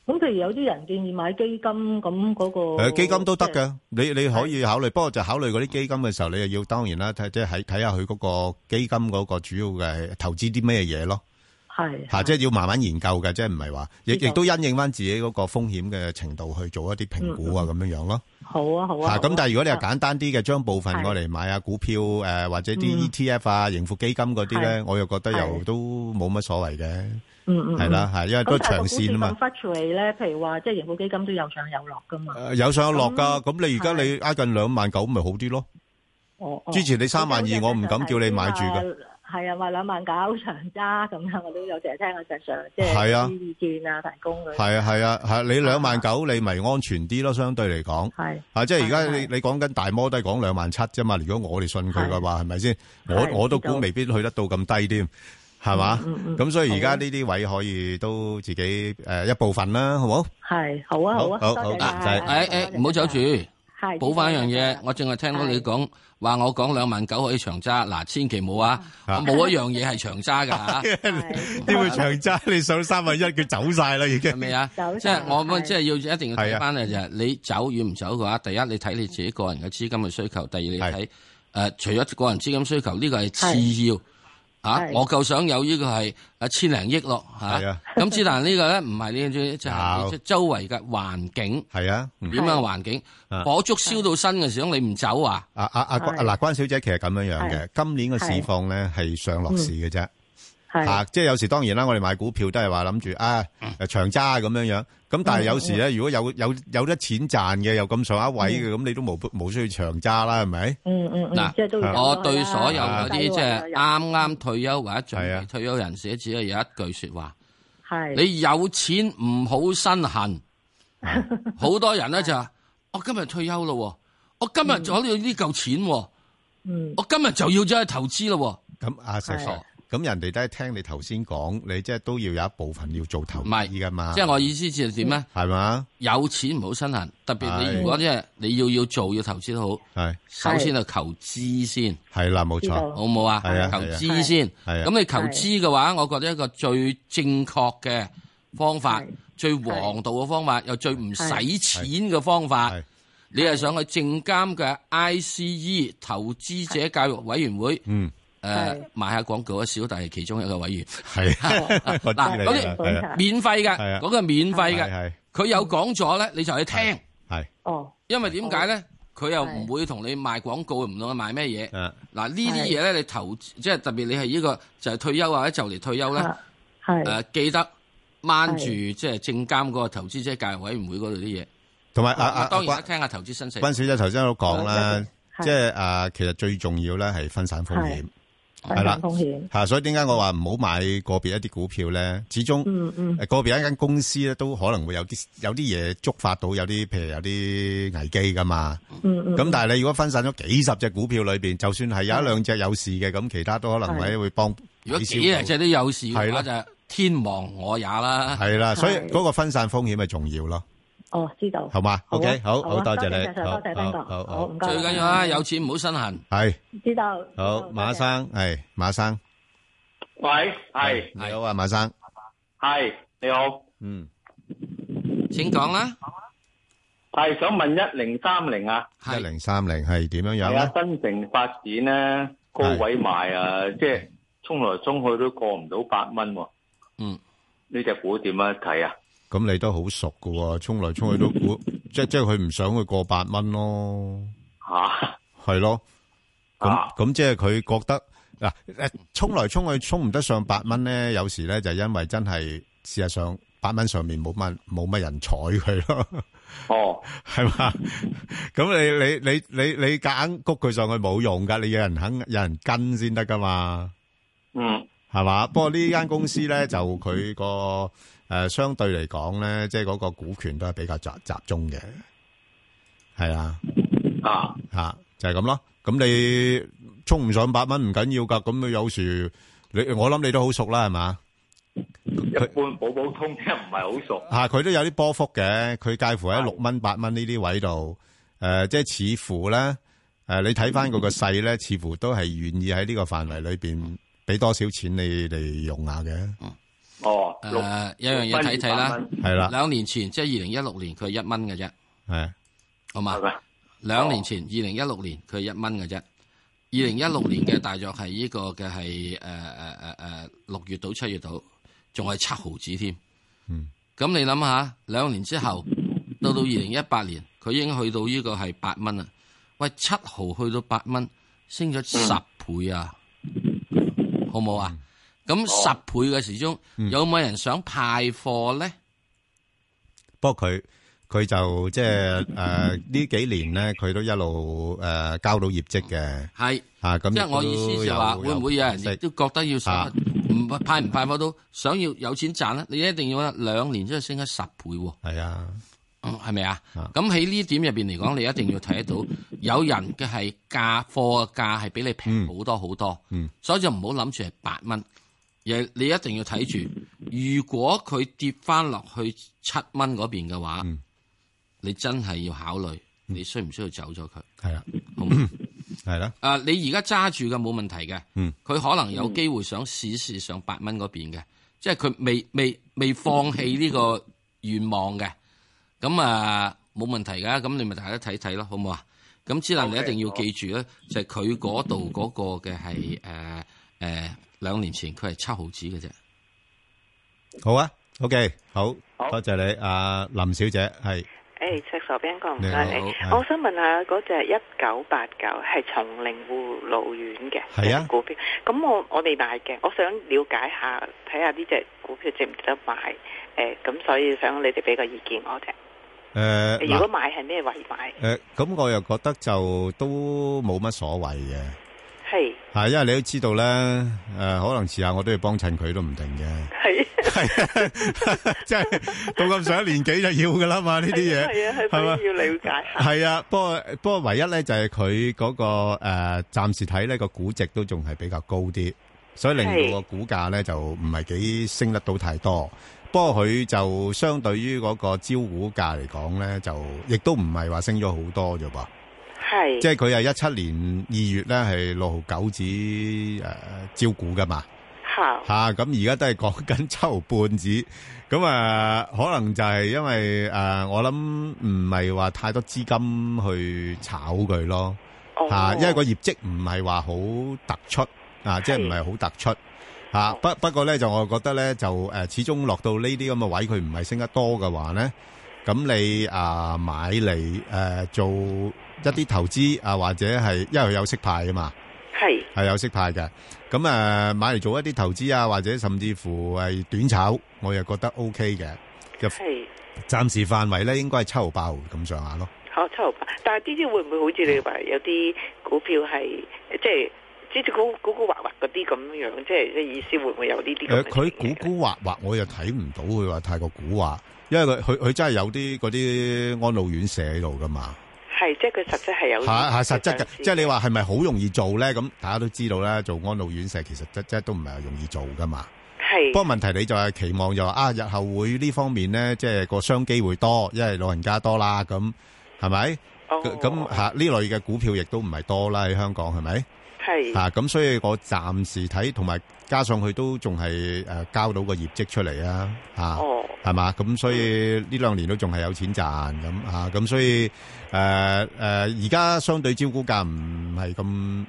[SPEAKER 13] 咁譬如有啲人建議買基金，咁嗰個
[SPEAKER 4] 誒基金都得
[SPEAKER 13] 哦
[SPEAKER 4] 嘅，你你可以考慮，不過就考慮嗰啲基金嘅時候，你又要當然啦，睇即係喺睇下佢嗰個基金嗰個主要嘅投資啲咩嘢咯，
[SPEAKER 13] 係
[SPEAKER 4] 嚇，即係要慢慢研究嘅，即係唔係話，亦
[SPEAKER 13] 知道
[SPEAKER 4] 亦都因應翻自己嗰個風險嘅程度去做一啲評估啊咁樣樣咯，
[SPEAKER 13] 好啊嗯好啊。
[SPEAKER 4] 嚇。咁但係如果你係
[SPEAKER 13] 揀
[SPEAKER 4] 簡單啲嘅，將部分
[SPEAKER 13] 係
[SPEAKER 4] 我嚟買下股票誒或者
[SPEAKER 13] 嗯
[SPEAKER 4] 啲 ETF 啊、盈富基金嗰啲咧，
[SPEAKER 13] 係
[SPEAKER 4] 我又覺得又
[SPEAKER 13] 係
[SPEAKER 4] 都冇乜所謂嘅，
[SPEAKER 13] 嗯嗯
[SPEAKER 4] 係啦係因為都係長線啊嘛
[SPEAKER 13] 咁但係個股市咁 fluctuate 咧，譬如話即係盈富基金都有上有落噶嘛。
[SPEAKER 4] 誒有上有落㗎。咁你而家你挨近兩萬九咪好啲咯？
[SPEAKER 13] 哦哦
[SPEAKER 4] 之前你三萬二，我唔敢叫你買住㗎。
[SPEAKER 13] 係啊，話兩萬九長揸咁樣，我都有成日聽阿石 Sir 即
[SPEAKER 4] 係啊
[SPEAKER 13] 係啲意見啊、提供嗰啲。
[SPEAKER 4] 係啊係啊係啊，你兩萬九你咪安全啲咯，相對嚟講。
[SPEAKER 13] 係
[SPEAKER 4] 啊，即係而家你你講緊大摩都係講兩萬七啫嘛。如果我哋信佢嘅話，係咪先？我
[SPEAKER 13] 係
[SPEAKER 4] 我都
[SPEAKER 13] 知道
[SPEAKER 4] 估未必去得到咁低添，係嘛
[SPEAKER 13] 嗯嗯？嗯
[SPEAKER 4] 咁所以而家呢啲位可以都自己誒一部分啦，好冇？
[SPEAKER 13] 係好啊好啊，
[SPEAKER 4] 好
[SPEAKER 13] 多謝
[SPEAKER 4] 好
[SPEAKER 13] 晒
[SPEAKER 4] 就係
[SPEAKER 5] 诶诶，誒唔好走住，
[SPEAKER 13] 係
[SPEAKER 5] 補翻一樣嘢。我淨係聽到你講話，我講兩萬九可以長揸，嗱，千祈冇啊！我冇一樣嘢係 長揸噶
[SPEAKER 4] 點會 長揸？你上三分一，佢走晒啦已經。係
[SPEAKER 5] 咪啊？
[SPEAKER 13] 走
[SPEAKER 5] 即係我
[SPEAKER 13] 係
[SPEAKER 5] 即係要一定
[SPEAKER 4] 係
[SPEAKER 5] 要睇
[SPEAKER 4] 啊
[SPEAKER 5] 翻嘅就係你走與唔走嘅話，第一你睇你自己個人嘅資金嘅需求，第二你睇誒除咗個人資金需求呢個係次要。啊！
[SPEAKER 1] 係
[SPEAKER 5] 我夠想有呢個係啊千零億咯嚇
[SPEAKER 4] 係啊，
[SPEAKER 5] 咁之但係呢個咧唔係呢 啲，即係
[SPEAKER 4] 有
[SPEAKER 5] 即係周圍嘅環境
[SPEAKER 4] 係啊，嗯
[SPEAKER 5] 點樣環境
[SPEAKER 4] 啊
[SPEAKER 5] 火燭燒到身嘅時候，你唔走啊？
[SPEAKER 4] 啊啊啊！關
[SPEAKER 5] 係
[SPEAKER 4] 嗱，關小姐其實咁樣樣嘅
[SPEAKER 5] 係，嗯
[SPEAKER 4] 今年嘅市況咧係上落市嘅啫。
[SPEAKER 13] 係
[SPEAKER 4] 啊，即係有時當然啦，我哋買股票都係話諗住啊，
[SPEAKER 5] 嗯
[SPEAKER 4] 誒長揸咁樣樣。咁但係有時咧，如果有有有得錢賺嘅，又咁上下位
[SPEAKER 5] 嗯
[SPEAKER 4] 嘅，咁你都冇冇需要長揸啦，係咪？
[SPEAKER 13] 嗯嗯嗯，即係都要
[SPEAKER 5] 嗱，我對所有嗰啲即係
[SPEAKER 13] 啊，
[SPEAKER 5] 啱啱退休或者仲未退休人士，只係有一句説話：
[SPEAKER 13] 係
[SPEAKER 5] 你有錢唔好身 痕。好多人咧就話：我今日退休咯喎，我今日就可以有呢嚿錢喎，
[SPEAKER 13] 嗯
[SPEAKER 5] 我今日就要走去投資咯
[SPEAKER 4] 咁阿石
[SPEAKER 5] 係
[SPEAKER 4] Sir，咁人哋都係聽你頭先講，你即係都要有一部分要做投資噶嘛。
[SPEAKER 5] 喎。即係我意思就係點咧？
[SPEAKER 4] 係嘛？
[SPEAKER 5] 有錢唔好身痕，特別
[SPEAKER 4] 係
[SPEAKER 5] 你如果即係你要要做要投資都
[SPEAKER 4] 好，係
[SPEAKER 5] 首先就求知先。
[SPEAKER 4] 係啦，冇
[SPEAKER 5] 知
[SPEAKER 4] 錯
[SPEAKER 5] 道，好冇啊？
[SPEAKER 4] 係啊，
[SPEAKER 5] 求
[SPEAKER 4] 係啊
[SPEAKER 5] 知先。
[SPEAKER 4] 係啊
[SPEAKER 5] 咁你求知嘅話，我覺得一個最正確嘅方法、最王道嘅方法，又最唔使錢嘅方法。你係上去證監嘅 ICE 投資者教育委員會，
[SPEAKER 4] 嗯，
[SPEAKER 5] 誒賣下廣告啊，小弟係其中一個委員。
[SPEAKER 4] 係 我知
[SPEAKER 5] 嗱，
[SPEAKER 4] 你
[SPEAKER 5] 嗰
[SPEAKER 4] 啦係啊
[SPEAKER 5] 啲免費嘅，
[SPEAKER 4] 係啊
[SPEAKER 5] 嗰個係免費
[SPEAKER 4] 係係
[SPEAKER 5] 嘅，佢有講咗咧，你就去聽。
[SPEAKER 4] 係
[SPEAKER 13] 哦，
[SPEAKER 5] 因為點解咧？佢又唔會同你賣廣告，唔同你賣咩嘢。
[SPEAKER 4] 嗱呢
[SPEAKER 5] 啲嘢咧，你投即係特別你係呢個就係退休或者就嚟退休咧，
[SPEAKER 13] 係
[SPEAKER 5] 誒記得掹住
[SPEAKER 4] 係
[SPEAKER 5] 即係證監嗰個投資者教育委員會嗰度啲嘢。
[SPEAKER 4] 同埋啊啊
[SPEAKER 5] 我當然
[SPEAKER 4] 關
[SPEAKER 5] 啦聽下投資新世。
[SPEAKER 4] 關小姐頭先都講啦，
[SPEAKER 5] 係
[SPEAKER 4] 即係啊，其實最重要咧係分散風險。
[SPEAKER 13] 分
[SPEAKER 4] 係啦
[SPEAKER 13] 散風險。
[SPEAKER 4] 吓，所以點解我話唔好買個別一啲股票咧？始終
[SPEAKER 13] 嗯嗯
[SPEAKER 4] 誒個別一間公司咧，都可能會有啲有啲嘢觸發到有啲譬如有啲危機噶嘛。
[SPEAKER 13] 嗯嗯。
[SPEAKER 4] 咁但係你如果分散咗幾十隻股票裏邊，就算係有一兩隻有事嘅，咁其他都可能
[SPEAKER 5] 係
[SPEAKER 4] 會會幫。
[SPEAKER 5] 如果幾廿隻都有事嘅話，
[SPEAKER 4] 係
[SPEAKER 5] 就係天亡我也啦。
[SPEAKER 4] 係啦，所以嗰個分散風險係重要咯，
[SPEAKER 13] 哦，知道。
[SPEAKER 4] 好嘛
[SPEAKER 13] 好啊
[SPEAKER 4] ？OK，好
[SPEAKER 13] 好啊
[SPEAKER 4] 好多謝
[SPEAKER 13] 多謝
[SPEAKER 4] 你好
[SPEAKER 13] 晒，多謝
[SPEAKER 4] 好
[SPEAKER 13] Ben 哥
[SPEAKER 4] 好
[SPEAKER 13] 好唔該
[SPEAKER 5] 最緊要啊，有錢唔好身痕。
[SPEAKER 4] 係
[SPEAKER 13] 知道。
[SPEAKER 4] 好，馬生係馬生，
[SPEAKER 1] 喂，系
[SPEAKER 4] 你好啊，馬生，
[SPEAKER 1] 系你好，
[SPEAKER 4] 嗯，
[SPEAKER 5] 請講啦。
[SPEAKER 1] 系想問一零三零啊，
[SPEAKER 4] 一零三零係點樣樣
[SPEAKER 1] 係
[SPEAKER 4] 咧
[SPEAKER 1] 啊？，新城發展咧高位賣啊，即係衝來衝去都過唔到八蚊喎。
[SPEAKER 5] 嗯，
[SPEAKER 1] 呢只股點樣睇啊？
[SPEAKER 4] 咁你都好熟噶喎，衝嚟衝去都估，即即係佢唔想佢過八蚊咯，
[SPEAKER 1] 吓
[SPEAKER 4] 係咯，咁咁即係佢覺得嗱誒衝嚟衝去衝唔得上八蚊咧，有時咧就因為真係事實上八蚊上面冇乜冇乜人睬佢咯，
[SPEAKER 1] 哦，
[SPEAKER 4] 係嘛？咁你你你你你夾硬谷佢上去冇用噶，你有人肯有人跟先得噶嘛。
[SPEAKER 1] 嗯，
[SPEAKER 4] 係嘛？不過呢間公司咧，就佢個诶相對嚟講咧，即係嗰個股權都係比較集集中嘅，係啊，
[SPEAKER 1] 啊
[SPEAKER 4] 吓、就係咁咯。咁你冲唔上八蚊唔緊要㗎，咁佢有時你我諗你都好熟啦，係嘛？
[SPEAKER 1] 一般普普通通唔係好熟。
[SPEAKER 4] 吓、佢都有啲波幅嘅，佢介乎喺六蚊、八蚊呢啲位度，诶、即係似乎咧，诶、你睇翻佢個勢咧，似乎都係願意喺呢個範圍裏边俾多少錢你嚟用下嘅。
[SPEAKER 1] 哦，
[SPEAKER 5] 誒
[SPEAKER 1] 六
[SPEAKER 5] 呃一樣嘢睇睇啦，
[SPEAKER 4] 係啦
[SPEAKER 5] 兩年前即係二零一六年，佢係一蚊嘅啫，
[SPEAKER 4] 係
[SPEAKER 5] 好嘛？兩年前二零一六年佢係一蚊嘅啫，二零一六年嘅大約係呢個嘅係誒誒誒誒六月到七月到，仲係七毫子添。
[SPEAKER 4] 嗯，
[SPEAKER 5] 咁你諗下，兩年之後到到二零一八年，佢已經去到呢個係八蚊啦。喂，七毫去到八蚊，升咗十倍啊！好冇啊？咁十倍嘅時鐘，有冇人想派貨咧？
[SPEAKER 4] 不過佢佢就即係诶呢幾年咧，佢都一路诶、呃交到業績嘅。
[SPEAKER 5] 係
[SPEAKER 4] 啊，咁
[SPEAKER 5] 即係
[SPEAKER 4] 亦
[SPEAKER 5] 我
[SPEAKER 4] 都
[SPEAKER 5] 意思就話，
[SPEAKER 4] 有
[SPEAKER 5] 會唔會有人亦都覺得要想
[SPEAKER 4] 啊
[SPEAKER 5] 唔派唔派貨都想要有錢賺咧？你一定要兩年之後升咗十倍喎。
[SPEAKER 4] 係啊，
[SPEAKER 5] 係咪啊？咁喺呢點入邊嚟講，你一定要睇得到有人嘅係價貨嘅價係比你平好多好多，
[SPEAKER 4] 嗯
[SPEAKER 5] 所以就唔好諗住係八蚊，而係你一定要睇住，如果佢跌翻落去七蚊嗰邊嘅話，
[SPEAKER 4] 嗯
[SPEAKER 5] 你真係要考慮你需唔需要走咗佢。
[SPEAKER 4] 係啦，
[SPEAKER 5] 好
[SPEAKER 4] 係啦，
[SPEAKER 5] 啊，你而家揸住嘅冇問題嘅，
[SPEAKER 4] 嗯
[SPEAKER 5] 佢可能有機會想試試上八蚊嗰邊嘅，即係佢未未未放棄呢個願望嘅，咁啊冇問題噶，咁你咪大家睇睇咯，好唔好啊？咁之能你一定要記住咧，就係佢嗰度嗰個嘅係誒誒兩年前佢係七毫子嘅啫，
[SPEAKER 4] 好啊，OK，好，多謝你，阿林小姐係
[SPEAKER 12] 誒，赤手邊個唔
[SPEAKER 4] 你
[SPEAKER 12] 該
[SPEAKER 4] 好
[SPEAKER 12] 你，
[SPEAKER 4] 係
[SPEAKER 12] 我想問下嗰只一九八九係松齡護老院嘅
[SPEAKER 4] 係啊
[SPEAKER 12] 股票，咁我我哋買嘅，我想了解下睇下呢只股票值唔值得買，誒咁所以想你哋俾個意見我啫。
[SPEAKER 4] 诶
[SPEAKER 12] 如果買係咩位買？
[SPEAKER 4] 诶，咁、我又覺得就都冇乜所謂嘅，
[SPEAKER 12] 係
[SPEAKER 4] 係因為你都知道咧，诶、可能遲下我都要幫襯佢都唔定嘅。
[SPEAKER 12] 係
[SPEAKER 4] 即係到咁上一年紀就要噶啦嘛，呢啲嘢
[SPEAKER 12] 係啊係所以
[SPEAKER 4] 嘛
[SPEAKER 12] 要了解
[SPEAKER 4] 係啊，不過不過唯一咧就係佢嗰個誒暫時睇呢個估值都仲係比較高啲，所以令到個股價咧就唔係幾升得到太多。不過佢就相對於嗰個招股價嚟講咧，就亦都唔係話升咗好多啫噃。
[SPEAKER 12] 係
[SPEAKER 4] 即係佢係一七年二月咧係六毫九子誒招股噶嘛。
[SPEAKER 12] 嚇
[SPEAKER 4] 吓咁而家都係講緊七毫半子，咁啊可能就係因為诶、啊我諗唔係話太多資金去炒佢咯，吓、因為個業績唔係話好突出啊，即係唔係好突出吓、啊不不過咧就我覺得咧就诶、呃始終落到呢啲咁嘅位，佢唔係升得多嘅話咧，咁你啊買嚟诶、呃做一啲投資啊，或者係因為佢有息派啊嘛。
[SPEAKER 12] 係
[SPEAKER 4] 係有息派嘅。咁誒、呃、買嚟做一啲投資啊，或者甚至乎係短炒，我又覺得 O K 嘅。就
[SPEAKER 12] 係，
[SPEAKER 4] 暫時範圍咧，應該係七毫八毫咁上下咯。
[SPEAKER 12] 好七毫八，但係呢啲會唔會好似你話有啲股票係即係即係古古古惑惑嗰啲咁樣樣，即係即係意思會唔會有呢啲
[SPEAKER 4] 诶，
[SPEAKER 12] 咁嘅
[SPEAKER 4] 呃佢古古惑惑，我又睇唔到佢話太過古惑，因為佢佢佢真係有啲嗰啲安老院舍喺度噶嘛，
[SPEAKER 12] 係即係佢實質係有
[SPEAKER 4] 係
[SPEAKER 12] 呢
[SPEAKER 4] 係
[SPEAKER 12] 啲
[SPEAKER 4] 實質嘅
[SPEAKER 12] 上，
[SPEAKER 4] 即
[SPEAKER 12] 司
[SPEAKER 4] 係你話係咪好容易做咧？咁大家都知道啦，做安老院舍其實真真都唔係容易做噶嘛。
[SPEAKER 12] 係
[SPEAKER 4] 不過問題你就係期望就話啊，日後會呢方面咧，即係個商機會多，因為老人家多啦，咁係咪？
[SPEAKER 12] 哦
[SPEAKER 4] 咁咁嚇呢類嘅股票亦都唔係多啦，喺香港係咪？
[SPEAKER 12] 係
[SPEAKER 4] 啊，咁所以我暫時睇，同埋加上佢都仲係誒交到個業績出嚟啊，嚇、
[SPEAKER 12] 哦
[SPEAKER 4] 係嘛？咁所以呢兩年都仲係有錢賺咁啊，咁所以誒誒而家相對招股價唔係咁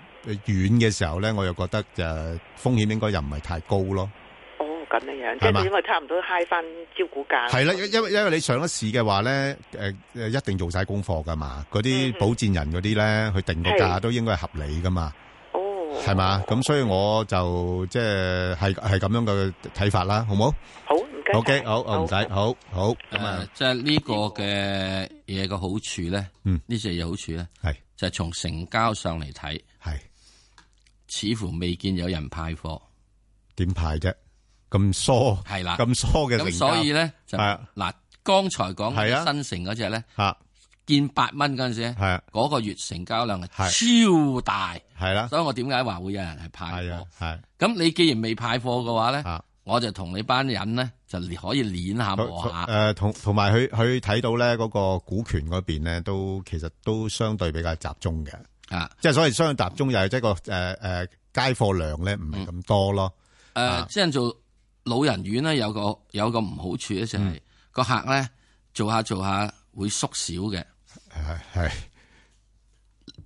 [SPEAKER 4] 遠嘅時候咧，我又覺得就風險應該又唔係太高咯。
[SPEAKER 12] 哦咁樣樣，即
[SPEAKER 4] 係嘛
[SPEAKER 12] 係應該差唔多 high 翻招股價。
[SPEAKER 4] 係啦，因因為因為你上咗市嘅話咧，誒、誒一定做晒功課噶嘛，嗰啲保薦人嗰啲咧，佢定個價
[SPEAKER 12] 係
[SPEAKER 4] 都應該係合理噶嘛。哦，係嘛？咁所以我就即係係係咁樣嘅睇法啦，好冇？
[SPEAKER 12] 好，唔
[SPEAKER 5] 該
[SPEAKER 4] O K，好，我唔使，好好
[SPEAKER 5] 誒
[SPEAKER 4] 咁啊，
[SPEAKER 5] 即係呢個嘅嘢嘅好處咧，呢隻嘢好處咧，
[SPEAKER 4] 嗯係
[SPEAKER 5] 就係從成交上嚟睇，係似乎未見有人派貨，
[SPEAKER 4] 點派啫？咁疏
[SPEAKER 5] 係啦，
[SPEAKER 4] 咁疏嘅成
[SPEAKER 5] 咁
[SPEAKER 4] 交
[SPEAKER 5] 所以咧就
[SPEAKER 4] 係啊
[SPEAKER 5] 嗱，剛才講
[SPEAKER 4] 係啊
[SPEAKER 5] 嘅新城嗰只咧
[SPEAKER 4] 嚇，啊
[SPEAKER 5] 見八蚊嗰陣時咧，嗰個月成交量係超大，
[SPEAKER 4] 係啦，
[SPEAKER 5] 所以我點解話會有人係派貨？
[SPEAKER 4] 係
[SPEAKER 5] 咁你既然未派貨嘅話咧，我就同你班人咧就可以攣下磨下。
[SPEAKER 4] 誒同同埋佢佢睇到咧嗰個股權嗰邊咧，都其實都相對比較集中嘅，
[SPEAKER 5] 啊，
[SPEAKER 4] 即係所謂相對集中又係即係個誒誒街貨量咧唔
[SPEAKER 5] 嗯
[SPEAKER 4] 係咁多咯，
[SPEAKER 5] 誒、呃即係做老人院咧，有個有個唔好處咧，就係個客咧做下做下會縮小嘅。
[SPEAKER 4] 係係。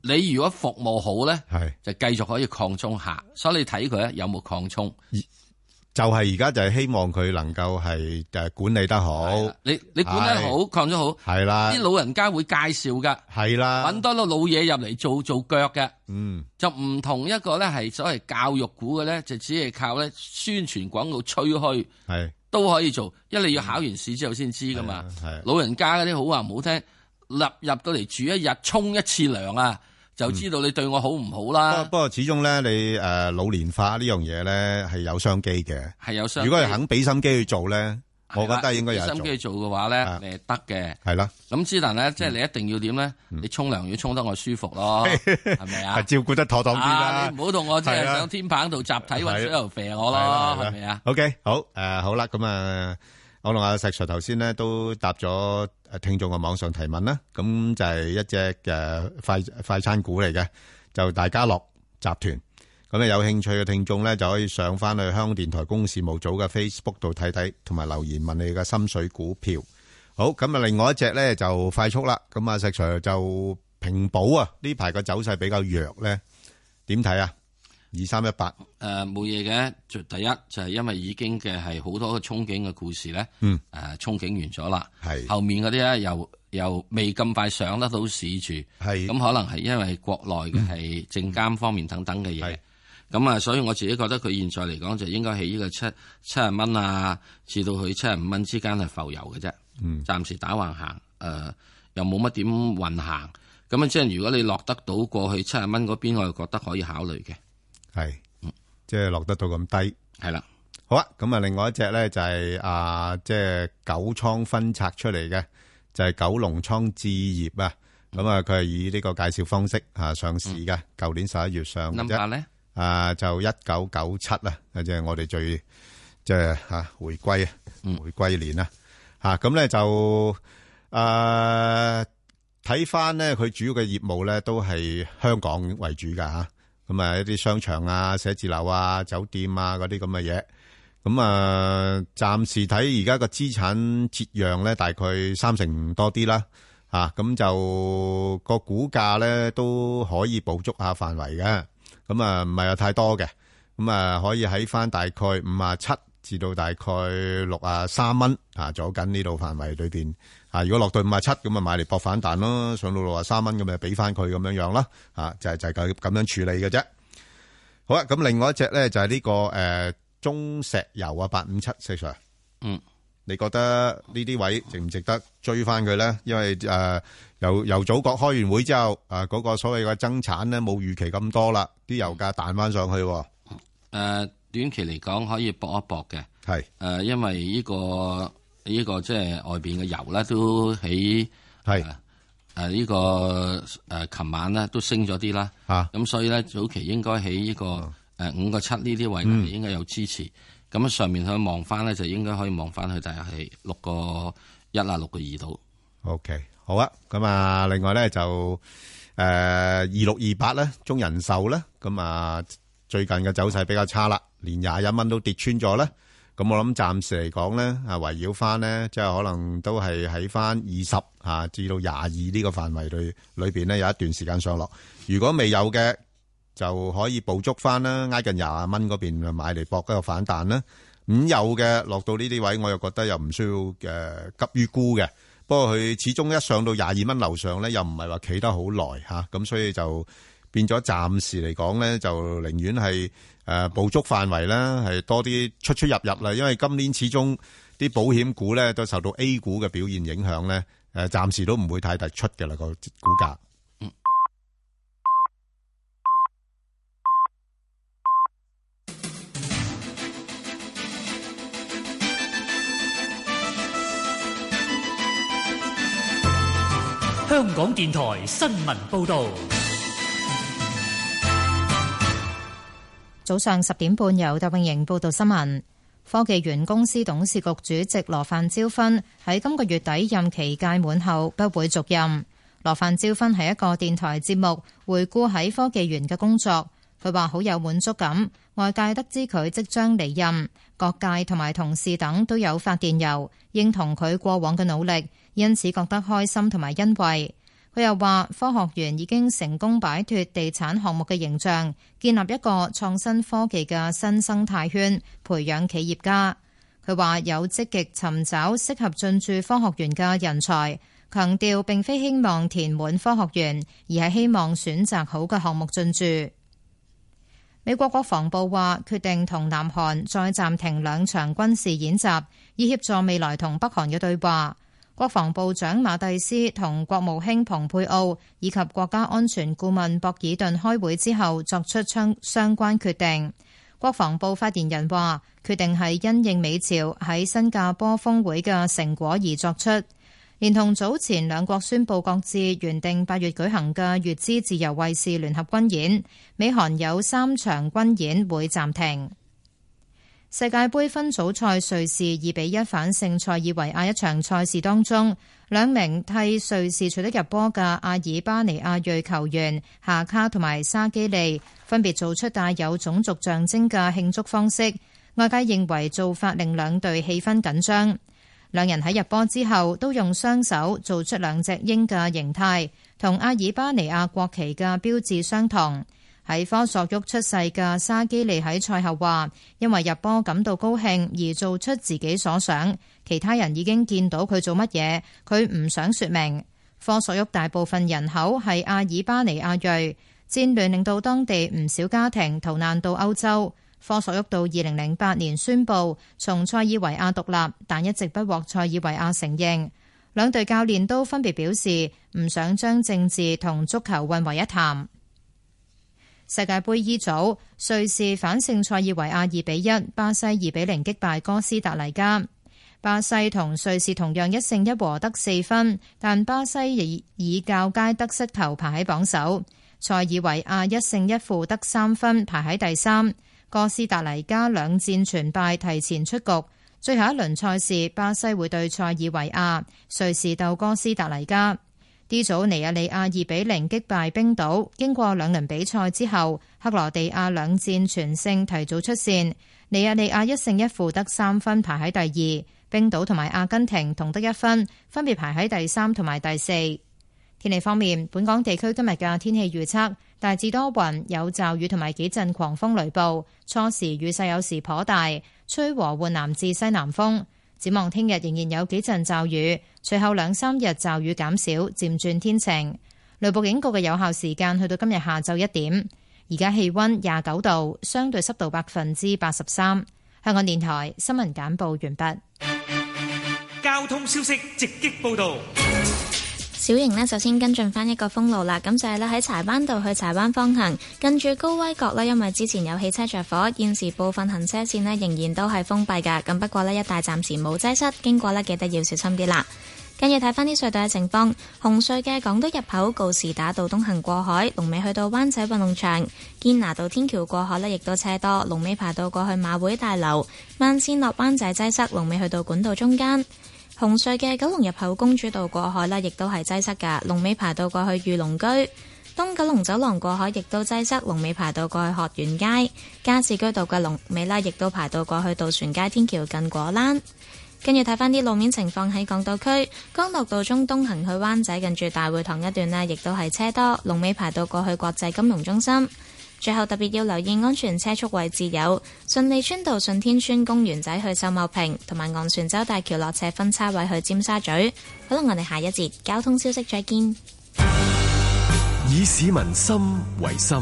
[SPEAKER 5] 你如果服務好咧，
[SPEAKER 4] 係
[SPEAKER 5] 就繼續可以擴充客，所以你睇佢咧有冇擴充。
[SPEAKER 4] 就係而家就係希望佢能夠係誒管理得好，
[SPEAKER 5] 啊你你管得好，擴充好，
[SPEAKER 4] 係啦，
[SPEAKER 5] 啲老人家會介紹噶，
[SPEAKER 4] 啊係啦，
[SPEAKER 5] 揾多啲老嘢入嚟做做腳嘅，
[SPEAKER 4] 嗯，
[SPEAKER 5] 就唔同一個咧係所謂教育股嘅咧，就只係靠咧宣傳廣告吹噓。
[SPEAKER 4] 係嗯啊
[SPEAKER 5] 都可以做，因為你要考完試之後先知噶嘛。老人家嗰啲好話唔好聽，入入到嚟住一日，沖一次涼啊，
[SPEAKER 4] 嗯
[SPEAKER 5] 就知道你對我好唔好
[SPEAKER 4] 不
[SPEAKER 5] 啦。
[SPEAKER 4] 不過始終咧，你誒、呃老年化呢樣嘢咧係有商機嘅，
[SPEAKER 5] 係有商機
[SPEAKER 4] 如果係肯俾心機去做咧，我覺得應該有
[SPEAKER 5] 你
[SPEAKER 4] 得
[SPEAKER 5] 心
[SPEAKER 4] 做，
[SPEAKER 5] 機做嘅話咧，你係得嘅。
[SPEAKER 4] 係嗯啦，
[SPEAKER 5] 咁之但咧，即係你一定要點咧？你沖涼要沖得我舒服 咯，係咪啊
[SPEAKER 4] 係？照顧得妥當啲
[SPEAKER 5] 啊！
[SPEAKER 4] 啦
[SPEAKER 5] 你。 唔好同我即係
[SPEAKER 4] 係啊
[SPEAKER 5] 上天棚度集體或者度肥我
[SPEAKER 4] 係啦係
[SPEAKER 5] 咯，
[SPEAKER 4] 啦
[SPEAKER 5] 係咪啊？
[SPEAKER 4] OK，好，誒，好啦，咁啊，我同阿石Sir頭先呢都答咗，誒，聽眾嘅網上提問啦，咁就係一隻，誒，快-快餐股嚟嘅，就大家樂集團。咁啊，有興趣嘅聽眾呢，就可以上返去香港電台公視無組嘅Facebook度睇睇，同埋留言問你嘅心水股票。好，咁啊，另外一隻呢，就快速啦，咁啊，石Sir就平保啊，呢排個走勢比較弱呢，點睇啊？
[SPEAKER 5] 誒冇嘢嘅，最第一就係因為已經嘅係好多嘅憧憬嘅故事咧，
[SPEAKER 4] 嗯，
[SPEAKER 5] 誒啊憧憬完咗啦，
[SPEAKER 4] 係
[SPEAKER 5] 後面嗰啲咧又又未咁快上得到市住，
[SPEAKER 4] 係嗯
[SPEAKER 5] 咁可能係因為國內嘅係證監方面等等嘅嘢，咁啊，所以我自己覺得佢現在嚟講就應該喺呢個七七十蚊啊，至到佢七十五蚊之間係浮遊嘅啫，
[SPEAKER 4] 嗯
[SPEAKER 5] 暫時打橫行，誒、呃又冇乜點運行，咁啊，即係如果你落得到過去七十蚊嗰邊，我又覺得可以考慮嘅。
[SPEAKER 4] 系，即系落得到咁低，
[SPEAKER 5] 系啦。
[SPEAKER 4] 好啊，咁啊，另外一隻咧就係啊，即係九倉分拆出嚟嘅，就係九龍倉置業啊。咁啊，佢係以呢個介紹方式啊上市嘅，舊年十一月上嘅
[SPEAKER 5] 嗯 number 咧
[SPEAKER 4] 啫。啊，就一九九七啊，即係我哋最即係吓回歸啊，回歸年啊。吓咁咧就诶睇翻咧，佢主要嘅業務咧都係香港為主㗎吓，咁啊一啲商場啊、寫字樓啊、酒店啊嗰啲咁嘅嘢。咁啊，暫時睇而家個資產折讓咧，大概三成多啲啦。啊，咁就個股價咧都可以捕捉下範圍嘅。咁啊，唔係有太多嘅。咁啊，可以喺翻大概五啊七至到大概六啊三蚊啊，左緊呢度範圍裏邊啊。如果落到五啊七咁啊，買嚟搏反彈咯，上到六啊三蚊咁咪俾翻佢咁樣樣啦。啊，就係、就係、咁咁樣處理嘅啫。好啊，咁另外一隻咧就係呢、個誒、呃中石油啊，八五七四 Sir，
[SPEAKER 5] 嗯，
[SPEAKER 4] 你覺得呢啲位值唔值得追翻佢咧？因為誒、呃由由祖國開完會之後，誒、啊嗰個所謂嘅增產咧冇預期咁多啦，啲油價彈翻上去喎、
[SPEAKER 5] 诶、呃短期嚟講可以搏一搏嘅。呃
[SPEAKER 4] 係誒、
[SPEAKER 5] 因為呢、個呢、個即係外邊嘅油咧，都喺
[SPEAKER 4] 係
[SPEAKER 5] 誒呢個誒琴晚咧都升咗啲啦。
[SPEAKER 4] 嚇
[SPEAKER 5] 咁所以咧早期應該喺呢個誒五個七呢啲位
[SPEAKER 4] 哦嗯
[SPEAKER 5] 咧應該有支持。咁啊上面去望翻咧，就應該可以望翻去大約係六個一啊，六個二度。
[SPEAKER 4] OK，好啊。咁啊，另外呢，就，誒，2628呢，中人壽呢，咁啊，最近嘅走勢比較差啦，連21蚊都跌穿咗呢。咁我諗暫時嚟講呢，啊，圍繞返呢，即係可能都係喺返20啊，至到22呢個範圍裏-裏邊呢，有一段時間上落。如果未有嘅，就可以捕捉返啦，挨近20蚊嗰邊買嚟搏一個反彈啦。咁有嘅，落到呢啲位，我又覺得又唔需要，誒，急於沽嘅。呃不過佢始終一上到廿二蚊樓上咧，又唔係話企得好耐吓，咁、所以就變咗暫時嚟講咧，就寧願係誒捕捉範圍啦，係多啲出出入入啦。因為今年始終啲保險股咧都受到 A 股嘅表現影響咧，誒、暫時都唔會太突出嘅啦個股價。
[SPEAKER 3] 香港電台新聞報導，
[SPEAKER 7] 早上十點半，由鄧永瑩報道新聞。科技園公司董事局主席羅范椒芬喺今個月底任期屆滿後不會續任。羅范椒芬係一個電台節目，回顧喺科技園嘅工作。佢話好有滿足感，外界得知佢即將離任，各界同埋同事等都有發電郵，認同佢過往嘅努力，因此覺得開心同埋欣慰。佢又話：科學園已經成功擺脱地產項目嘅形象，建立一個創新科技嘅新生態圈，培養企業家。佢話有積極尋找適合進駐科學園嘅人才，強調並非希望填滿科學園，而係希望選擇好嘅項目進駐。美國國防部話決定同南韓再暫停兩場軍事演習，以協助未來同北韓嘅對話。國防部長馬蒂斯同國務卿蓬佩奧以及國家安全顧問博爾頓開會之後作出相相關決定。國防部發言人話：決定係因應美朝喺新加坡峰會嘅成果而作出。連同早前兩國宣布各自原定八月舉行嘅越之自由衛士聯合軍演，美韓有三場軍演會暫停。世界盃分組賽瑞士二比一反勝塞爾維亞一場賽事當中，兩名替瑞士取得入波嘅阿爾巴尼亞裔球員夏卡同埋沙基利分別做出帶有種族象徵嘅慶祝方式，外界認為做法令兩隊氣氛緊張。兩人喺入波之後都用雙手做出兩隻鷹嘅形態，同阿爾巴尼亞國旗嘅標誌相同。喺科索沃出世嘅沙基利喺賽後話，因為入波感到高興而做出自己所想，其他人已經見到佢做乜嘢，佢唔想說明。科索沃大部分人口係阿爾巴尼亞裔，戰亂令到當地唔少家庭逃難到歐洲。科索沃到二零零八年宣布從塞爾維亞獨立，但一直不獲塞爾維亞承認。兩隊教練都分別表示唔想將政治同足球混為一談。世界盃 E 組，瑞士反勝塞爾維亞二比一，巴西二比零擊敗哥斯達黎加。巴西同瑞士同樣一勝一和得四分，但巴西以以較佳得失球排喺榜首。塞爾維亞一勝一負得三分，排喺第三。哥斯達黎加兩戰全敗，提前出局。最後一輪賽事，巴西會對塞爾維亞，瑞士鬥哥斯達黎加。D 組尼日利亞二比零擊敗冰島，經過兩輪比賽之後，克羅地亞兩戰全勝，提早出線。尼日利亞一勝一負得三分，排喺第二。冰島同埋阿根廷同得一分，分別排喺第三同埋第四。天氣方面，本港地區今日嘅天氣預測大致多雲，有驟雨同埋幾陣狂風雷暴，初時雨勢有時頗大，吹和緩南至西南風。展望聽日仍然有幾陣驟雨，隨後兩三日驟雨減少，漸轉天晴。雷暴警告嘅有效時間去到今日下晝一點。而家氣温廿九度，相對濕度百分之八十三。香港電台新聞簡報完畢。
[SPEAKER 3] 通消息直擊報道。
[SPEAKER 8] 小型呢，首先跟進翻一個封路啦，咁就係咧喺柴灣道去柴灣方向，近住高威閣呢，因為之前有汽車着火，現時部分行車線呢仍然都係封閉㗎。咁不過呢，一帶暫時冇擠塞，經過呢，記得要小心啲啦。跟住睇翻啲隧道嘅情況，紅隧嘅港島入口告士打道東行過海，龍尾去到灣仔運動場；堅拿道天橋過海呢，亦都車多，龍尾排到過去馬會大樓；慢線落灣仔擠塞，龍尾去到管道中間。紅隧嘅九龍入口公主道過海呢，亦都係擠塞㗎，龍尾排到過去御龍居；東九龍走廊過海亦都擠塞，龍尾排到過去學園街；加士居道嘅龍尾呢，亦都排到過去渡船街天橋近果欄。跟住睇翻啲路面情況喺港島區，干諾道中東行去灣仔近住大會堂一段呢，亦都係車多，龍尾排到過去國際金融中心。最後特別要留意安全車速位置有順利村道、順天村公園仔去秀茂坪，同埋昂船洲大橋落斜分叉位去尖沙咀。好啦，我哋下一節交通消息再見。
[SPEAKER 9] 以市民心為心，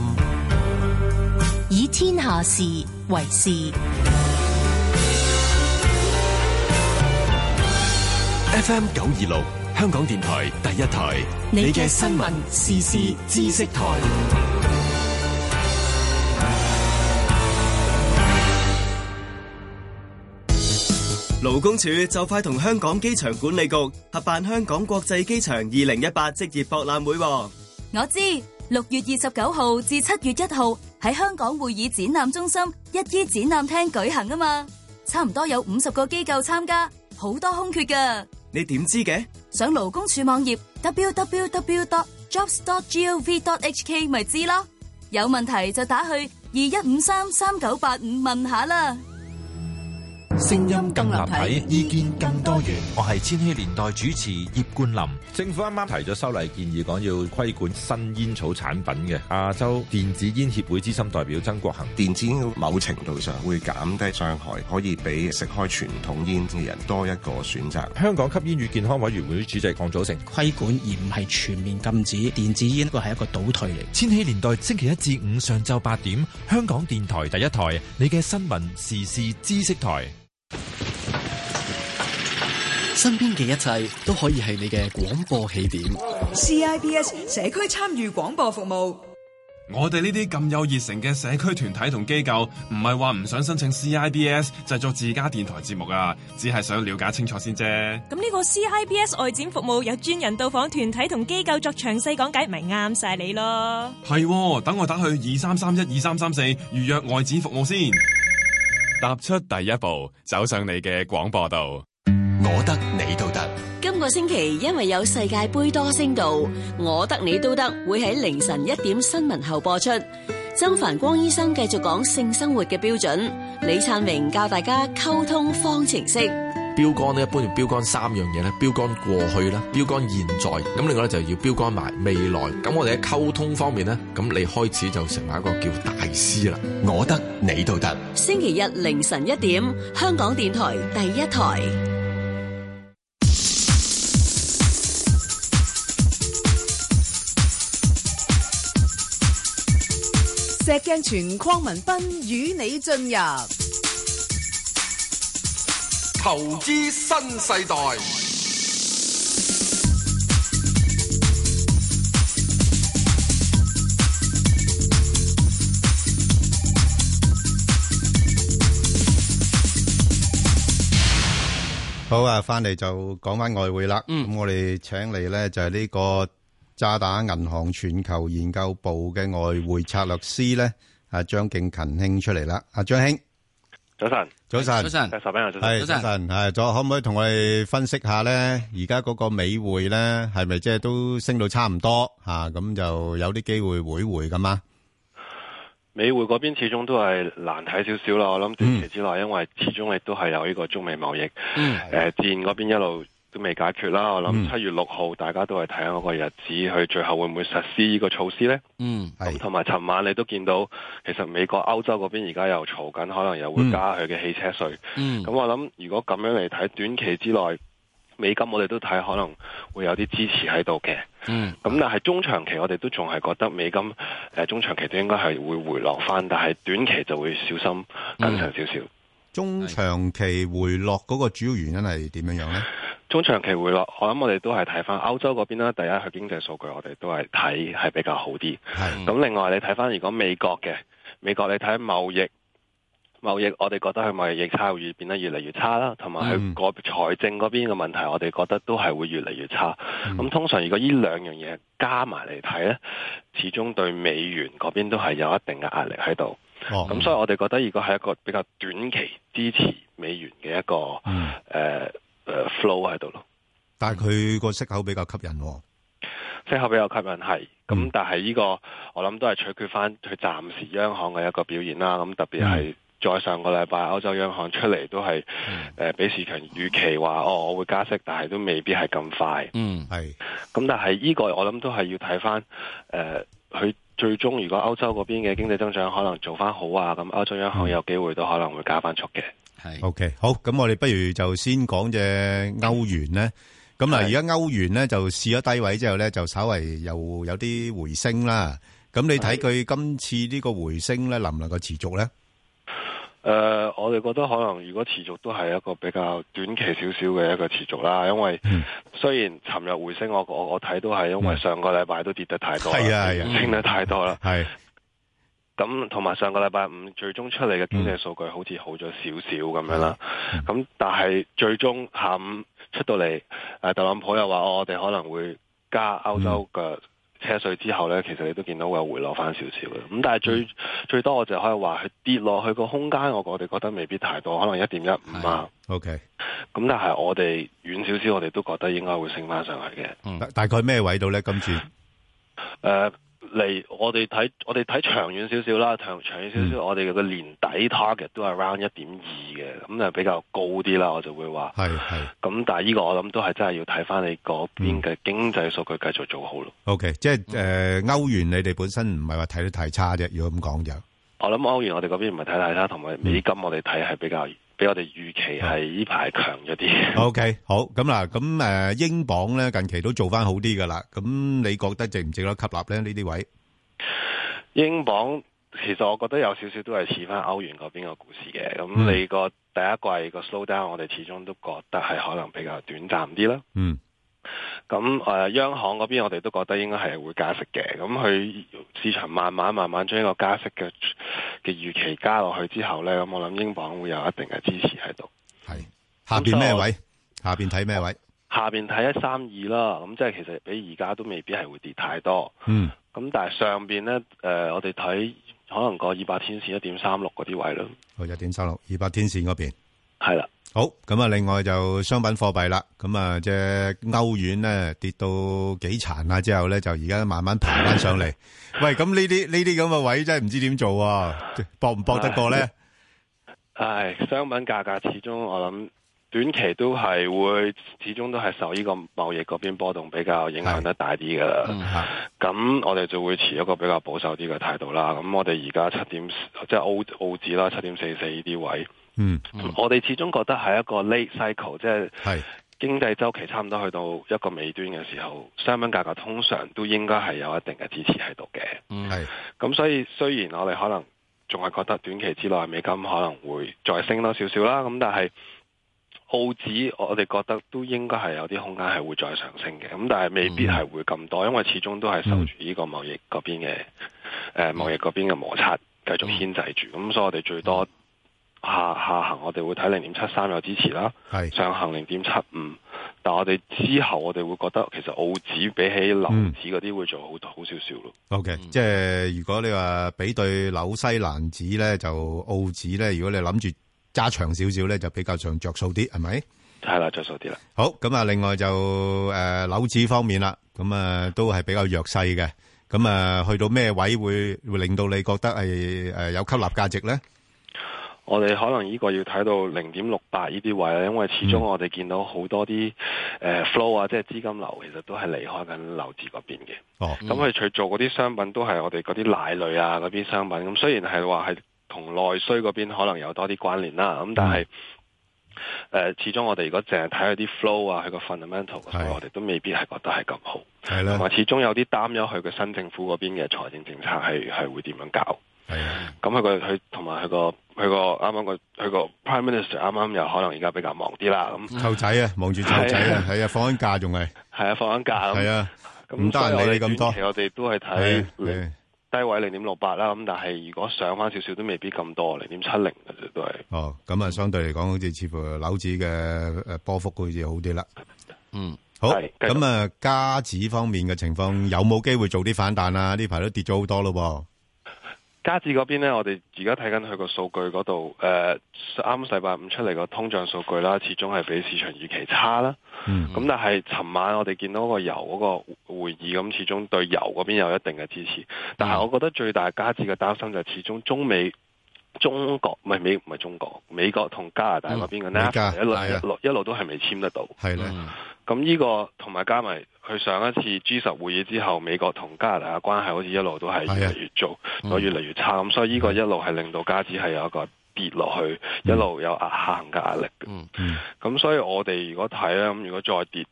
[SPEAKER 2] 以天下事為事。
[SPEAKER 9] FM 九二六，香港電台第一台，你嘅新聞、時事、知識台。
[SPEAKER 24] 勞工處就快同香港機場管理局合辦香港國際機場二零一八職業博覽會喎。
[SPEAKER 25] 我知六月二十九號至七月一號喺香港會議展覽中心一醫展覽廳舉行啊嘛，差唔多有五十個機構參加，好多空缺噶。
[SPEAKER 24] 你點知嘅？
[SPEAKER 25] 上勞工處網頁 www.jobs.gov.hk 咪知咯。有問題就打去二一五三三九八五問下啦。
[SPEAKER 15] 聲音更立體，意見更多元。我係千禧年代主持葉冠霖。
[SPEAKER 16] 政府啱啱提咗修例建議，講要規管新煙草產品嘅。亞洲電子煙協會資深代表曾國恒，
[SPEAKER 17] 電子煙某程度上會減低傷害，可以俾食開傳統煙嘅人多一個選擇。
[SPEAKER 16] 香港吸煙與健康委員會主席鄺祖成，
[SPEAKER 18] 規管而唔係全面禁止電子煙，呢個係一個倒退嚟。
[SPEAKER 15] 千禧年代星期一至五上晝八點，香港電台第一台，你嘅新聞時事知識台。
[SPEAKER 21] 身邊嘅一切都可以係你嘅廣播起點。
[SPEAKER 22] CIBS 社區參與廣播服務，
[SPEAKER 23] 我哋呢啲咁有熱誠嘅社區團體同機構，唔係話唔想申請 CIBS 製作自家電台節目啊，只係想了解清楚先啫。
[SPEAKER 31] 咁呢個 CIBS 外展服務有專人到訪團體同機構作詳細講解，咪啱晒你咯。
[SPEAKER 23] 係喎，等我打去二三三一二三三四預約外展服務先。
[SPEAKER 32] 踏出第一步，走上你嘅廣播道。
[SPEAKER 9] 我得你都得。
[SPEAKER 33] 今個星期因為有世界杯多星道，我得你都得會喺凌晨一點新聞後播出。曾繁光醫生繼續講性生活嘅標準，李燦榮教大家溝通方程式。
[SPEAKER 34] 標杆呢，一般要標杆三樣嘢咧，標杆過去啦，標杆現在，咁另外咧就要標杆埋未來。咁我哋喺溝通方面咧，咁你開始就成為一個叫大師啦。
[SPEAKER 9] 我得你都得。
[SPEAKER 33] 星期日凌晨一點，香港電台第一台。
[SPEAKER 19] 石鏡泉鄺民彬與你進入
[SPEAKER 20] 投資新世代，
[SPEAKER 4] 好啊，翻嚟就講翻外匯啦。咁我哋請嚟咧就係呢個渣打銀行全球研究部嘅外匯策略師咧，阿張敬勤兄出嚟啦。阿張兄，
[SPEAKER 35] 早晨，
[SPEAKER 4] 早晨，
[SPEAKER 35] 早晨，早晨，
[SPEAKER 4] 係早晨，係，仲可唔可以同我哋分析下咧？而家嗰個美匯咧，係咪即係都升到差唔多吓？咁就有啲機會會回㗎嘛？
[SPEAKER 35] 美匯嗰邊始終都係難睇少少啦。我諗短期之內，因為始終亦都係有呢個中美貿易誒
[SPEAKER 20] 嗯
[SPEAKER 35] 戰嗰邊一路。都未解決啦，我諗七月六號大家都係睇下嗰個日子，佢最後會唔會實施呢個措施呢？
[SPEAKER 4] 嗯，
[SPEAKER 35] 咁同埋尋晚你都見到，其實美國、歐洲嗰邊而家又嘈緊，可能又會加佢嘅汽車稅。
[SPEAKER 4] 嗯，
[SPEAKER 35] 咁我諗如果咁樣嚟睇，短期之內美金我哋都睇可能會有啲支持喺度嘅。
[SPEAKER 4] 嗯，
[SPEAKER 35] 咁但係中長期我哋都仲係覺得美金誒、呃、中長期都應該係會回落翻，但係短期就會小心謹慎少少。
[SPEAKER 4] 中長期回落嗰個主要原因係點樣樣呢？
[SPEAKER 35] 中長期回落，我諗我哋都係睇翻歐洲嗰邊啦。第一，佢經濟數據我哋都係睇係比較好啲。咁另外你睇翻如果美國嘅美國，你睇貿易貿易，我哋覺得佢貿易差會越變得越嚟越差啦，同埋佢個財政嗰邊嘅問題，我哋覺得都係會越嚟越差。咁、通常如果呢兩樣嘢加埋嚟睇呢，始終對美元嗰邊都係有一定嘅壓力喺度。
[SPEAKER 22] 哦
[SPEAKER 35] 咁、
[SPEAKER 4] 哦
[SPEAKER 35] 所以我哋覺得如果係一個比較短期支持美元嘅一個誒誒、呃呃 flow 喺度咯。
[SPEAKER 4] 但係佢個息口比較吸引喎。
[SPEAKER 35] 息口比較吸引係，咁但係呢個我諗都係取決翻佢暫時央行嘅一個表現啦。咁特別係再上個禮拜歐洲央行出嚟都係誒比市場預期話哦，我會加息，但係都未必係咁快。
[SPEAKER 4] 嗯，係。
[SPEAKER 35] 咁但係呢個我諗都係要睇翻誒佢。最終，如果歐洲嗰邊嘅經濟增長可能做翻好啊，咁歐洲央行有機會都可能會加翻速嘅。
[SPEAKER 4] OK，好，咁我哋不如就先講隻歐元呢。咁嗱，而家歐元呢，就試咗低位之後呢，就稍為又有-有啲回升啦。咁你睇佢今次呢個回升呢，能唔能夠持續呢？
[SPEAKER 35] 誒、呃我哋覺得可能如果持續都係一個比較短期少少嘅一個持續啦，因為
[SPEAKER 4] 嗯
[SPEAKER 35] 雖然尋日回升，我我我睇都係因為上個禮拜都跌得太多啦，
[SPEAKER 4] 係啊係啊
[SPEAKER 35] 升得太多啦。
[SPEAKER 4] 係。
[SPEAKER 35] 咁同埋上個禮拜五最終出嚟嘅經
[SPEAKER 4] 嗯
[SPEAKER 35] 濟數據好似好咗少少咁樣啦，咁、但係最終下午出到嚟，誒、特朗普又話、哦我哋可能會加歐洲嘅車税之後呢，其實你都見到會有回落翻少少嘅，咁但係最最多我就可以話佢跌落去個空間，我我哋覺得未必太多，可能一點一五啊，咁但係我哋遠少少，我哋都覺得應該會升翻上去嘅。
[SPEAKER 4] 大-大概咩位到呢？今次？
[SPEAKER 35] 誒嚟、我哋睇我哋睇長遠少少啦，長長遠少少，我哋個年底 target 都係 round 一點二嘅，咁就比較高啲啦，我就會話。
[SPEAKER 4] 係係。
[SPEAKER 35] 咁但係呢個我諗都係真係要睇翻你嗰邊嘅經濟數據繼續做好咯。
[SPEAKER 4] OK，即係，誒，歐元你哋本身唔係話睇得太差啫，如果咁講就。
[SPEAKER 35] 我諗歐元我哋嗰邊唔係睇太差，同埋美金我哋睇係比較比我哋預期係呢排強咗啲。
[SPEAKER 4] OK，好，咁嗱，咁，誒，英鎊呢，近期都做返好啲㗎啦。咁你覺得值唔值得吸納呢？呢啲位？
[SPEAKER 35] 英鎊其實我覺得有少少都係似翻歐元嗰邊個股市嘅，咁
[SPEAKER 4] 嗯
[SPEAKER 35] 你個第一季個 slow down，我哋始終都覺得係可能比較短暫啲啦。
[SPEAKER 4] 嗯。
[SPEAKER 35] 咁誒、呃央行嗰邊我哋都覺得應該係會加息嘅，咁佢市場慢慢慢慢將呢個加息嘅嘅預期加落去之後呢，咁我諗英鎊會有一定嘅支持喺度。
[SPEAKER 4] 下邊咩位？下邊睇咩位？
[SPEAKER 35] 下邊睇一三二啦，咁即係其實比而家都未必係會跌太多。
[SPEAKER 4] 嗯，
[SPEAKER 35] 咁但係上邊呢，誒、我哋睇可能個二百天線一點三六嗰啲位咯。
[SPEAKER 4] 好，1.36，200天線嗰邊。
[SPEAKER 35] 係啦。
[SPEAKER 4] 啊好，咁啊，另外就商品貨幣啦。咁啊，隻歐元呢，跌到幾殘啊之後呢，就而家慢慢爬返上嚟。喂，咁呢啲-呢啲咁嘅位真係唔知點做喎，搏唔搏得過呢？
[SPEAKER 35] 唉，商品價格始終我諗短期都係會，始終都係受呢個貿易嗰邊波動比較影響得大啲㗎
[SPEAKER 4] 嗯
[SPEAKER 35] 啦。咁、我哋就會持一個比較保守啲嘅態度啦。咁我哋而家七點即係澳澳紙啦，七點四四呢啲位，
[SPEAKER 4] 嗯，
[SPEAKER 35] 我哋始終覺得係一個 late cycle，即係。
[SPEAKER 4] 係。
[SPEAKER 35] 經濟周期差唔多去到一個尾端嘅時候，商品價格通常都應該係有一定嘅支持喺度嘅。
[SPEAKER 4] 係。
[SPEAKER 35] 咁所以雖然我哋可能仲係覺得短期之內美金可能會再升多少少啦，咁但係澳紙我哋覺得都應該係有啲空間係會再上升嘅，咁但係未必係會咁多，因為始終都係受住呢個貿易嗰邊嘅誒、呃、貿易嗰邊嘅摩擦繼續牽制住，咁所以我哋最多下下行我哋會睇零點七三有支持啦，上行零點七五。但我哋之後，我哋會覺得其實澳紙比起樓紙嗰啲會做好好少少咯。
[SPEAKER 4] OK，即係如果你話比對紐西蘭紙呢，就澳紙呢，如果你諗住揸長少少呢，就比較上着數啲，係咪？啊
[SPEAKER 35] 係啦，着數啲啦。
[SPEAKER 4] 呃好，咁啊，另外就，誒，樓市方面啦，咁啊，都係比較弱勢嘅。咁啊，去到咩位會-呃會令到你覺得係，誒，有吸納價值呢？
[SPEAKER 35] 我哋可能呢個要睇到零點六八呢啲位咧，因為始終我哋見到好多啲誒、呃 flow 啊，即係資金流其實都係離開緊樓市嗰邊嘅。
[SPEAKER 4] 哦
[SPEAKER 5] 嗯
[SPEAKER 35] 咁啊佢除做嗰啲商品都係我哋嗰啲奶類啊嗰啲商品，咁雖然係話係同內需嗰邊可能有多啲關聯啦，咁但係誒、呃始終我哋如果淨係睇佢啲 flow 啊，佢個 fundamental，嘅話我哋都未必係覺得係咁好，
[SPEAKER 4] 係啦。
[SPEAKER 35] 同埋始終有啲擔憂佢嘅新政府嗰邊嘅財政政策係係會點樣搞。咁佢個佢同埋佢個佢個啱啱個佢個 Prime Minister 啱啱又可能而家比較忙啲啦，咁
[SPEAKER 4] 湊仔啊，望住湊仔啊，係啊，放緊假仲係。
[SPEAKER 35] 係啊，放緊假咁。
[SPEAKER 4] 係啊
[SPEAKER 35] 咁
[SPEAKER 4] 唔得閒
[SPEAKER 35] 所以我哋
[SPEAKER 4] 理你咁多
[SPEAKER 35] 短期我哋都係睇零低位零點六八啦，咁但係如果上翻少少都未必咁多，零點七零嘅啫都係。
[SPEAKER 4] 係啊，哦，咁啊，相對嚟講，好似似乎樓指嘅，呃，波幅好似好啲啦。好，
[SPEAKER 35] 係，繼續。
[SPEAKER 4] 咁啊，加紙方面嘅情況有冇機會做啲反彈啊？呢排都跌咗好多咯喎。
[SPEAKER 35] 加治嗰邊咧，我哋而家睇緊佢個數據嗰度，誒、啱啱禮拜五出嚟個通脹數據啦，始終係比市場預期差啦。
[SPEAKER 4] 嗯
[SPEAKER 35] 咁但係尋晚我哋見到個油嗰個會議，咁始終對油嗰邊有一定嘅支持。
[SPEAKER 4] 嗯
[SPEAKER 35] 但係我覺得最大加治嘅擔心就係始終中美。中國唔係美唔係中國，美國同加拿大嗰邊嘅
[SPEAKER 4] 美加
[SPEAKER 35] NAFTA 一路
[SPEAKER 4] 係啊
[SPEAKER 35] 一路一路都係未簽得到。
[SPEAKER 4] 係咧。
[SPEAKER 35] 咁呢個同埋加埋佢上一次 G 十會議之後，美國同加拿大嘅關係好似一路都係越嚟越做，
[SPEAKER 4] 啊嗯
[SPEAKER 35] 越嚟越差。咁所以呢個一路係令到加指係有一個跌落去，
[SPEAKER 4] 嗯
[SPEAKER 35] 一路有壓下行嘅壓力嘅。
[SPEAKER 3] 嗯
[SPEAKER 35] 咁所以我哋如果睇咧，咁如果再跌，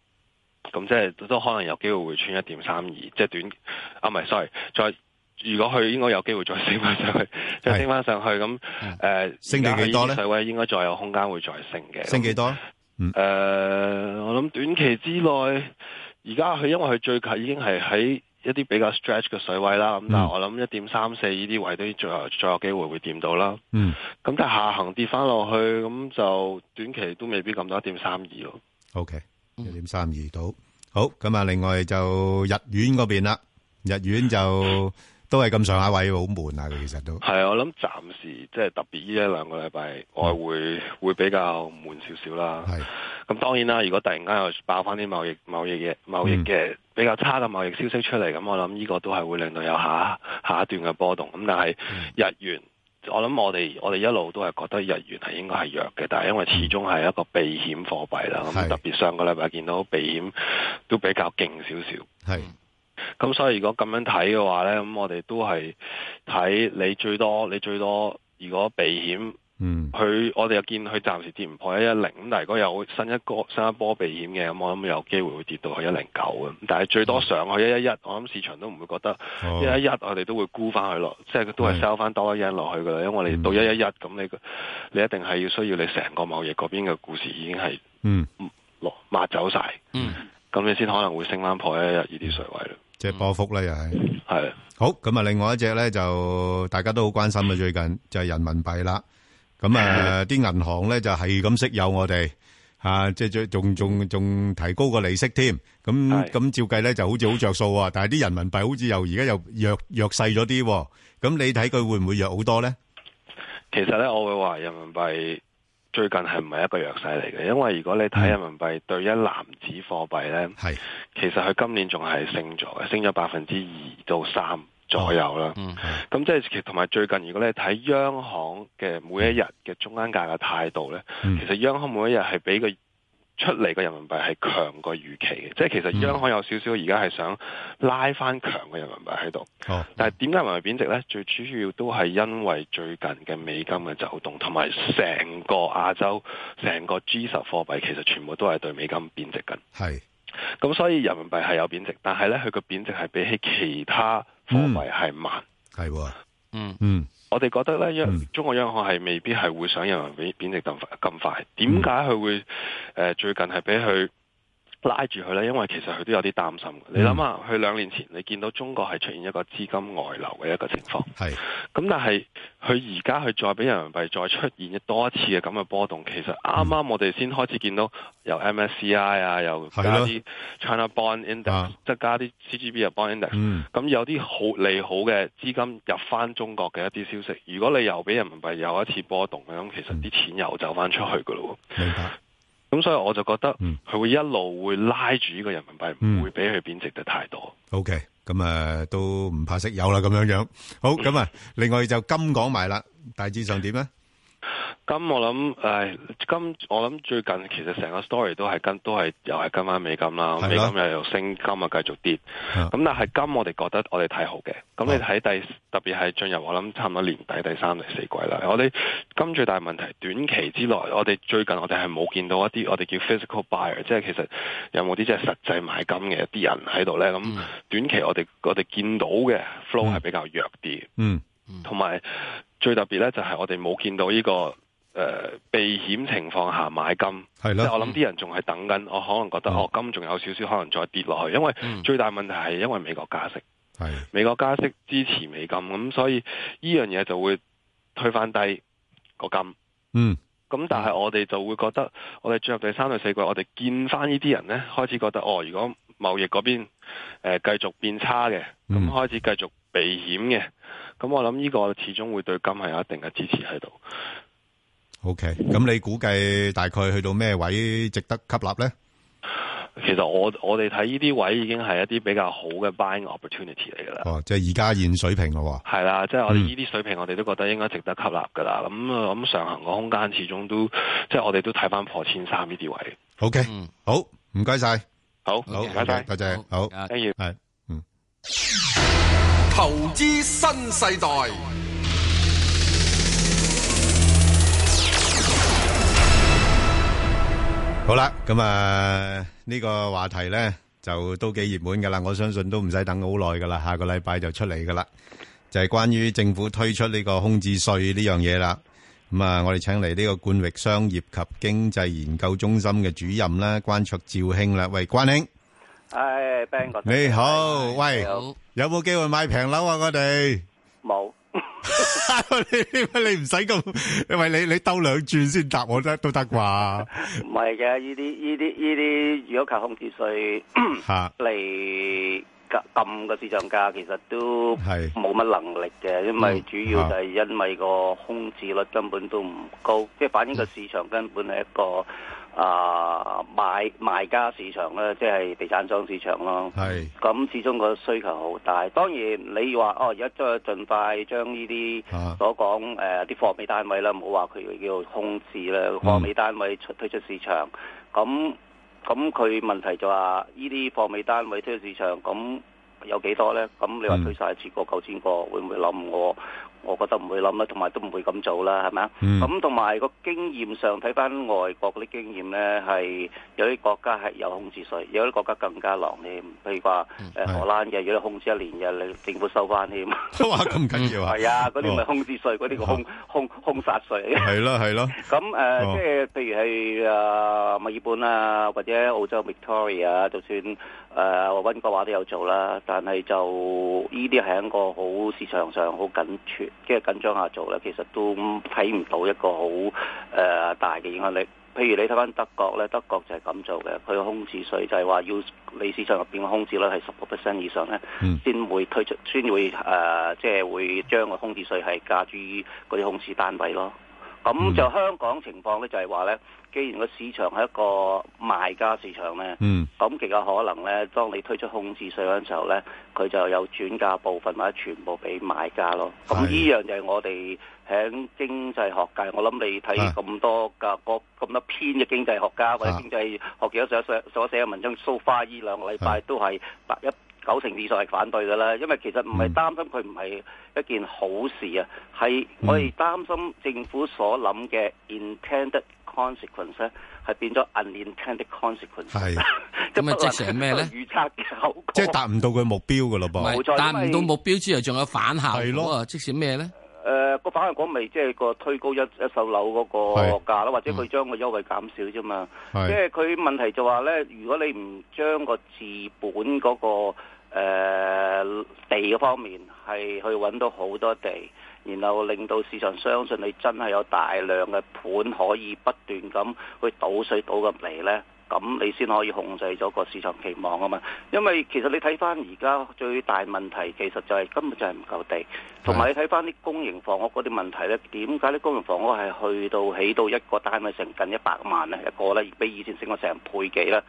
[SPEAKER 35] 咁即係都可能有機會會穿一點三二，即係短啊，唔係，sorry，再。如果佢應該有機會再升翻上去，再升翻上去咁，誒
[SPEAKER 4] 嗯升到幾多呢
[SPEAKER 35] 而家佢呢啲水位應該再有空間會再升嘅。
[SPEAKER 4] 升幾多？
[SPEAKER 35] 誒、呃我諗短期之內，而家佢因為佢最近已經係喺一啲比較 stretch 嘅水位啦，咁但係我諗一點三四呢啲位都最有最有機會會掂到啦。
[SPEAKER 4] 嗯，
[SPEAKER 35] 咁但係下行跌翻落去，咁就短期都未必撳到一點三二咯。
[SPEAKER 4] OK，1.32到。好，咁啊，另外就日元嗰邊啦，日元就都係咁上下位，好悶啊，佢其實都。
[SPEAKER 35] 係啊，我諗暫時即係特別呢一兩個禮拜外匯會比較悶少少啦。咁當然啦，如果突然間又爆翻啲貿易貿易嘅貿易嘅、比較差嘅貿易消息出嚟，咁我諗呢個都係會令到有下下一段嘅波動。咁但係日元。我諗我哋我哋一路都係覺得日元係應該係弱嘅，但係因為始終係一個避險貨幣啦，咁特別上個禮拜見到避險都比較勁少少。
[SPEAKER 4] 係。
[SPEAKER 35] 咁所以如果咁樣睇嘅話咧，咁我哋都係睇你最多，你最多如果避險，
[SPEAKER 4] 嗯，
[SPEAKER 35] 佢我哋又見佢暫時跌唔破一一零，咁但係如果有新一個新一波避險嘅，咁我諗有機會會跌到去一零九嘅，咁但係最多上去一一一，我諗市場都唔會覺得
[SPEAKER 4] 嗯哦
[SPEAKER 35] 一一一，我哋都會沽翻佢落，即係都
[SPEAKER 4] 係嗯
[SPEAKER 35] 係 sell 翻多一 yen 落去㗎啦，因為你到一一一咁你你一定係要需要你成個貿易嗰邊嘅故事已經係
[SPEAKER 4] 嗯
[SPEAKER 35] 落抹走晒，
[SPEAKER 4] 嗯，
[SPEAKER 35] 咁你先可能會升翻破一一一呢啲水位咯。
[SPEAKER 4] 即係波幅啦，又係。
[SPEAKER 35] 係
[SPEAKER 4] 好，咁啊，另外一隻呢，就大家都好關心啊，最近，就係人民幣啦。咁啊，啲銀行呢，就係咁息誘我哋，啊，即係最-仲-仲-仲提高個利息添。咁-咁照計呢，就好似好着數喎，但係啲人民幣好似又-而家又弱-弱勢咗啲喎。咁你睇佢會唔會弱好多呢？
[SPEAKER 35] 其實咧，我會話人民幣最近係唔係一個弱勢嚟嘅，因為如果你睇人民幣對一籃子貨幣咧，其實佢今年仲係升咗嘅，升咗百分之二到三左右啦。咁即係其同埋最近，如果你睇央行嘅每一日嘅中間價嘅態度咧，其實央行每一日係俾個出嚟嘅人民幣係強過預期嘅，即係其實央行有少少而家係想拉翻強嘅人民幣喺度。
[SPEAKER 4] 哦
[SPEAKER 35] 但係點解人民幣貶值呢？最主要都係因為最近嘅美金嘅走動，同埋成個亞洲、成個 G 十貨幣其實全部都係對美金貶值緊。
[SPEAKER 4] 係。
[SPEAKER 35] 咁所以人民幣係有貶值，但係呢，佢個貶值係比起其他貨幣係慢。
[SPEAKER 4] 嗯。
[SPEAKER 35] 我哋覺得咧，央中國央行係未必係會想人民幣貶值咁快咁
[SPEAKER 4] 嗯
[SPEAKER 35] 快。點解佢會誒、呃最近係俾佢拉住佢咧？因為其實佢都有啲擔心。你
[SPEAKER 4] 嗯
[SPEAKER 35] 諗下，佢兩年前你見到中國係出現一個資金外流嘅一個情況。
[SPEAKER 4] 係。
[SPEAKER 35] 咁但係佢而家佢再俾人民幣再出現多一次嘅咁嘅波動，其實啱
[SPEAKER 4] 嗯
[SPEAKER 35] 啱我哋先開始見到由 MSCI 啊，又加
[SPEAKER 4] 係咯啊
[SPEAKER 35] 啲 China Bond Index，即係加啲 CGB 嘅啊 Bond Index。
[SPEAKER 4] 嗯
[SPEAKER 35] 咁有啲好利好嘅資金入翻中國嘅一啲消息，如果你又俾人民幣有一次波動咧，咁其實啲錢又走翻出去噶咯喎。咁所以我就覺得佢會一路會拉住呢個人民幣，唔、
[SPEAKER 4] 嗯
[SPEAKER 35] 會俾佢貶值得太多。
[SPEAKER 4] 明白。OK，咁啊，都唔怕息友啦，咁樣樣。好，咁啊，另外就金講埋啦，大致上點呢？
[SPEAKER 35] 咁我諗，唉，金我諗最近其實成個 story 都係跟都係又係跟翻美金啦，
[SPEAKER 1] 係
[SPEAKER 35] 美
[SPEAKER 1] 啦
[SPEAKER 35] 金又又升，金啊繼續跌。咁但係金我哋覺得我哋睇好嘅。咁你睇第特別係進入我諗差唔多年底第三、第四季啦。我哋金最大問題短期之內，我哋最近我哋係冇見到一啲我哋叫 physical buyer，即係其實有冇啲即係實際買金嘅
[SPEAKER 1] 嗯
[SPEAKER 35] 一啲人喺度咧。咁短期我哋我哋見到嘅 flow 係比較弱啲。
[SPEAKER 4] 嗯，
[SPEAKER 35] 同埋最特別咧就係我哋冇見到呢、個誒、呃避險情況下買金，
[SPEAKER 4] 係
[SPEAKER 35] 咯。我諗啲人仲係等緊，我可能覺得、哦金仲有少少可能再跌落去，因為最大問題係因為美國加息，
[SPEAKER 4] 係
[SPEAKER 35] 美國加息支持美金，咁所以呢樣嘢就會推返低個金。
[SPEAKER 4] 嗯。
[SPEAKER 35] 咁但係我哋就會覺得，我哋進入第三、第四季，我哋見翻呢啲人呢，開始覺得哦，如果貿易嗰邊誒、呃、繼續變差嘅，咁
[SPEAKER 1] 嗯
[SPEAKER 35] 開始繼續避險嘅，咁我諗呢個始終會對金係有一定嘅支持喺度。
[SPEAKER 4] OK，咁你估計大概去到咩位值得吸納咧？
[SPEAKER 35] 其實我我哋睇呢啲位已經係一啲比較好嘅 buying opportunity 嚟㗎啦。
[SPEAKER 4] 哦，即係而家現水平咯喎。
[SPEAKER 35] 係啦，即係我哋
[SPEAKER 4] 嗯
[SPEAKER 35] 呢啲水平，我哋都覺得應該值得吸納㗎啦。咁啊咁上行個空間始終都，即係我哋都睇翻破千三呢啲位。
[SPEAKER 4] OK，好，唔該晒。
[SPEAKER 35] 好，
[SPEAKER 4] 好，
[SPEAKER 35] 唔該晒。
[SPEAKER 4] 多謝，好，係，嗯。
[SPEAKER 20] 投資新世代，
[SPEAKER 4] 好啦，咁啊呢個話題咧就都幾熱門噶啦，我相信都唔使等好耐噶啦，下個禮拜就出嚟噶啦，就係關於政府推出呢個空置稅呢樣嘢啦。咁啊，我哋請嚟呢個冠域商業及經濟研究中心嘅主任啦，關卓照興啦，喂，關兄，
[SPEAKER 3] 唉，Ben 哥，
[SPEAKER 4] 你好，喂
[SPEAKER 3] 你好，
[SPEAKER 4] 有冇機會買平樓啊？我哋
[SPEAKER 3] 冇，
[SPEAKER 4] 你你唔使咁，喂，你你兜兩轉先答我得都得啩？
[SPEAKER 3] 唔係嘅，呢啲呢啲呢啲，如果靠空置 税
[SPEAKER 4] 嚇
[SPEAKER 3] 嚟撳個市場價，其實都
[SPEAKER 4] 係嗯
[SPEAKER 3] 冇乜能力嘅，因為主要就係因為個空置率根本都唔高，即係反映個市場根本係一個啊賣賣家市場啦，即係地產商市場咯。
[SPEAKER 4] 係
[SPEAKER 3] 咁始終個需求好大，當然你話哦，而家再盡快將呢啲所講誒啲貨尾單位啦，唔好話佢叫空置啦，貨尾單位出推出市場，咁咁佢問題就話呢啲貨尾單位推出市場，咁有幾多呢？咁你話
[SPEAKER 4] 嗯
[SPEAKER 3] 推晒超過九千個，會唔會冧我？我覺得唔會冧啦，同埋都唔會咁做啦，係咪啊？
[SPEAKER 4] 嗯
[SPEAKER 3] 咁同埋個經驗上睇翻外國嗰啲經驗呢，係有啲國家係有空置税，有啲國家更加狼添。譬如話誒荷蘭嘅，如果你空置一年嘅，你政府收翻添。
[SPEAKER 4] 嗯 哇，咁緊要啊！
[SPEAKER 3] 係啊，嗰啲咪
[SPEAKER 4] 哦
[SPEAKER 3] 空置税，嗰啲個空空空殺税。
[SPEAKER 4] 係咯係咯，
[SPEAKER 3] 咁誒、呃
[SPEAKER 4] 哦
[SPEAKER 3] 即係譬如係誒墨爾本啊，或者澳洲 Victoria，啊就算誒、呃、温哥華都有做啦，但係就呢啲係一個好市場上好緊缺，即係緊張下做啦，其實都睇唔到一個好誒、呃大嘅影響力。譬如你睇翻德國咧，德國就係咁做嘅，佢個空置税就係話要你市場入邊嘅空置率係十個 percent 以上咧，
[SPEAKER 4] 嗯
[SPEAKER 3] 先、會推出，先會誒、呃即係會將個空置税係加諸於嗰啲空置單位咯。咁就香港情況咧，就係話咧，既然個市場係一個賣家市場咧，
[SPEAKER 4] 嗯
[SPEAKER 3] 咁極有可能咧，當你推出控制税嗰陣時候咧，佢就有轉嫁部分或者全部俾買家咯。咁呢樣就係我哋喺經濟學界，我諗你
[SPEAKER 4] 啊
[SPEAKER 3] 睇咁多嘅個咁多篇嘅經濟學家或者經濟學者所寫所寫嘅文章，so far 呢兩個禮
[SPEAKER 4] 啊
[SPEAKER 3] 拜都係百一。九成以上係反對㗎啦，因為其實
[SPEAKER 4] 嗯
[SPEAKER 3] 唔係擔心佢唔係一件好事啊，係
[SPEAKER 4] 嗯
[SPEAKER 3] 我哋擔心政府所諗嘅 intended consequence 咧，係變咗 unintended consequence。
[SPEAKER 4] 係。
[SPEAKER 3] 咁
[SPEAKER 21] 啊即時係咩呢
[SPEAKER 3] 預測嘅後果。
[SPEAKER 4] 即係達唔到佢目標噶咯
[SPEAKER 21] 唔
[SPEAKER 4] 噃。
[SPEAKER 21] 係達唔到目標之後，仲有反效果啊！即使咩咧？
[SPEAKER 3] 誒呃個反向講咪即係個推高一一手樓嗰
[SPEAKER 21] 係嗯
[SPEAKER 3] 個價啦，或者佢將個優惠減少啫嘛。即
[SPEAKER 5] 係
[SPEAKER 3] 係佢問題就話咧，如果你唔將個治本嗰、個、誒地嗰方面係去揾到好多地，然後令到市場相信你真係有大量嘅盤可以不斷咁去倒水倒入嚟咧。咁你先可以控制咗個市場期望啊嘛，因為其實你睇翻而家最大問題其實就係根本就係唔夠地，同埋你睇翻啲公營房屋嗰啲問題咧，點解啲公營房屋係去到起到一個單位成近一百萬咧一個咧，比以前升咗成倍幾啦？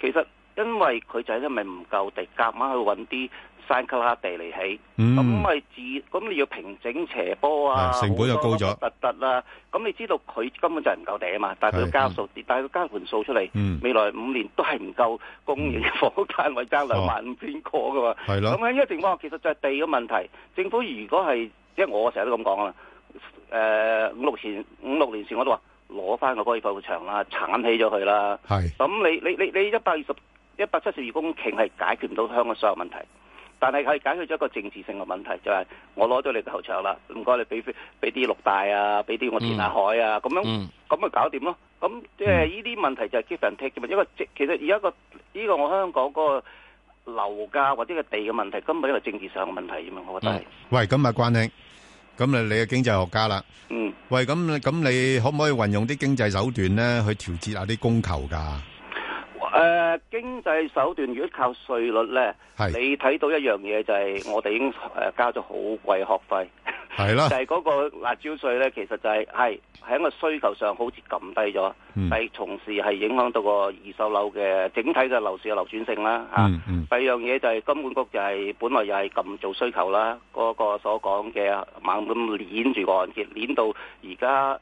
[SPEAKER 3] 其實因為佢就係因為唔夠地，夾硬去揾啲山卡拉地嚟起，
[SPEAKER 4] 嗯
[SPEAKER 3] 咁咪自咁你要平整斜坡啊，
[SPEAKER 4] 係成本就高咗
[SPEAKER 3] 好多凹凸突啦。咁你知道佢根本就係唔夠地啊嘛，但係佢要
[SPEAKER 4] 係
[SPEAKER 3] 交數，但係佢交盤數出嚟，
[SPEAKER 4] 嗯
[SPEAKER 3] 未來五年都係唔夠供應嘅房屋單位爭兩萬五千個噶嘛。
[SPEAKER 4] 哦係咯
[SPEAKER 3] 咁喺呢個情況下，其實就係地嘅問題。政府如果係，即係我成日都咁講啊，誒、五六前五六年前我都話攞翻個高爾夫球場啦，剷起咗佢啦。
[SPEAKER 4] 係。
[SPEAKER 3] 咁你你你你一百二十一百七十二公頃係解決唔到香港所有問題。但係係解決咗一個政治性嘅問題，就係、我攞咗你個球場啦，唔該你俾俾啲綠帶啊，俾啲我填下海啊，咁、樣咁咪搞掂咯。咁即
[SPEAKER 4] 嗯
[SPEAKER 3] 係呢啲問題就係 give and take 嘅嘛。因為即其實而家個呢、個我香港嗰個樓價或者個地嘅問題，根本係一個政治上嘅問題啫 嘛，我覺得係。
[SPEAKER 4] 喂，咁啊，關兄，咁你-你係經濟學家啦。
[SPEAKER 3] 嗯。
[SPEAKER 4] 喂，咁你-咁你可唔可以運用啲經濟手段呢，去調節下啲供求㗎？
[SPEAKER 3] 誒、經濟手段如果靠稅率咧，你睇到一樣嘢就係我哋已經誒、交咗好貴學費，
[SPEAKER 4] 係啦
[SPEAKER 3] 就係嗰個辣椒税咧，其實就係係喺一個需求上好似撳低咗，
[SPEAKER 1] 嗯
[SPEAKER 3] 但係同時係影響到個二手樓嘅整體嘅樓市嘅流轉性啦嚇。
[SPEAKER 1] 嗯嗯
[SPEAKER 3] 第二樣嘢就係金管局就係本來又係咁做需求啦，嗰、個所講嘅猛咁攣住個按揭，攣到而家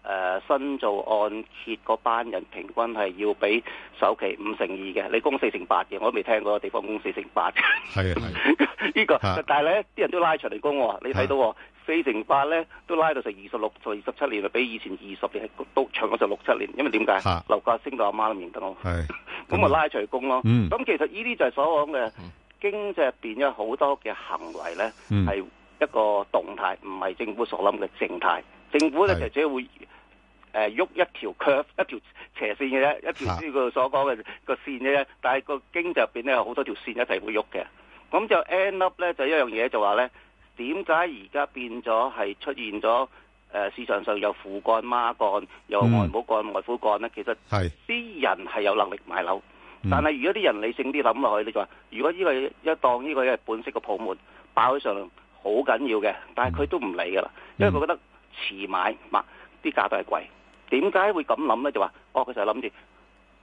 [SPEAKER 3] 誒新做按揭嗰班人平均係要俾首期五成二嘅，你供四成八嘅，我都未聽過個地方供四成八嘅。呢個，
[SPEAKER 1] 嚇
[SPEAKER 3] 但係咧啲人都拉長嚟供喎，你睇到喎。四成八咧都拉到成二十六、到二十七年，比以前二十年係都長咗就六七年。因為點解
[SPEAKER 1] 嚇？
[SPEAKER 3] 樓價升到阿媽都唔認得我。
[SPEAKER 4] 係
[SPEAKER 3] 咁咪拉除工咯。咁、
[SPEAKER 1] 啊嗯
[SPEAKER 3] 其實呢啲就係所講嘅經濟入邊有好多嘅行為咧，
[SPEAKER 1] 嗯
[SPEAKER 3] 係、一個動態，唔係政府所諗嘅靜態。政府咧就只會誒喐、一條 curve，一條斜線嘅啫，一條呢個所講嘅個線嘅啫。但係個經濟入邊咧有好多條線一齊會喐嘅。咁就 end up 咧就一樣嘢就話咧，點解而家變咗係出現咗？誒、市場上有父幹、媽幹，有外母幹、外父幹咧，其實
[SPEAKER 4] 嗯係
[SPEAKER 3] 啲人係有能力買樓，
[SPEAKER 4] 嗯
[SPEAKER 3] 但係如果啲人理性啲諗落去，你就話如果呢個一當呢個係本色嘅泡沫爆起上嚟，好緊要嘅，
[SPEAKER 4] 嗯
[SPEAKER 3] 但係佢都唔理㗎啦，因為佢覺得遲買嘛，啲價都係貴。點解會咁諗咧？就話哦，佢就係諗住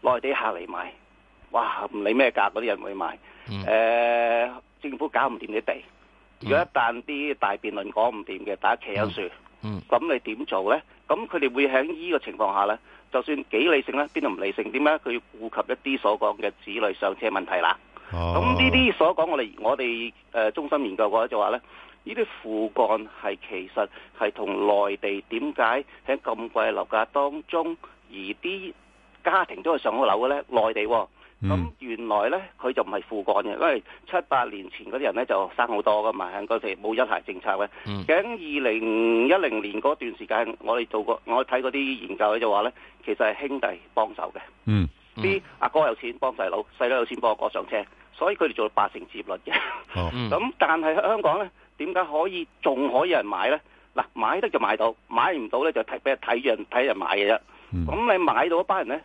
[SPEAKER 3] 內地客嚟買，哇唔理咩價嗰啲人會買。
[SPEAKER 1] 嗯
[SPEAKER 3] 誒、呃政府搞唔掂啲地，如果一旦啲大辯論講唔掂嘅，大家企喺樹。
[SPEAKER 1] 嗯
[SPEAKER 3] 咁你點做呢？咁佢哋會喺呢個情況下呢，就算幾理性呢，邊度唔理性？點解佢要顧及一啲所講嘅子女上車問題啦？咁呢啲所講，我哋我哋誒、呃中心研究過就話呢，呢啲父幹係其實係同內地點解喺咁貴嘅樓價當中，而啲家庭都係上好樓嘅呢？內地喎、咁、原來呢，佢就唔係父幹嘅，因為七八年前嗰啲人呢就生好多噶嘛，喺嗰時冇一孩政策咧。
[SPEAKER 1] 嗯
[SPEAKER 3] 喺二零一零年嗰段時間，我哋做過，我睇嗰啲研究咧就話呢，其實係兄弟幫手嘅。
[SPEAKER 4] 嗯，
[SPEAKER 3] 啲阿哥有錢幫細佬，細佬有錢幫阿哥上車，所以佢哋做到八成接率嘅。
[SPEAKER 4] 哦
[SPEAKER 3] 咁、但係香港呢，點解可以仲可以有人買呢？嗱，買得就買到，買唔到呢就睇俾人睇人睇人買嘅啫。咁、你買到一班人呢，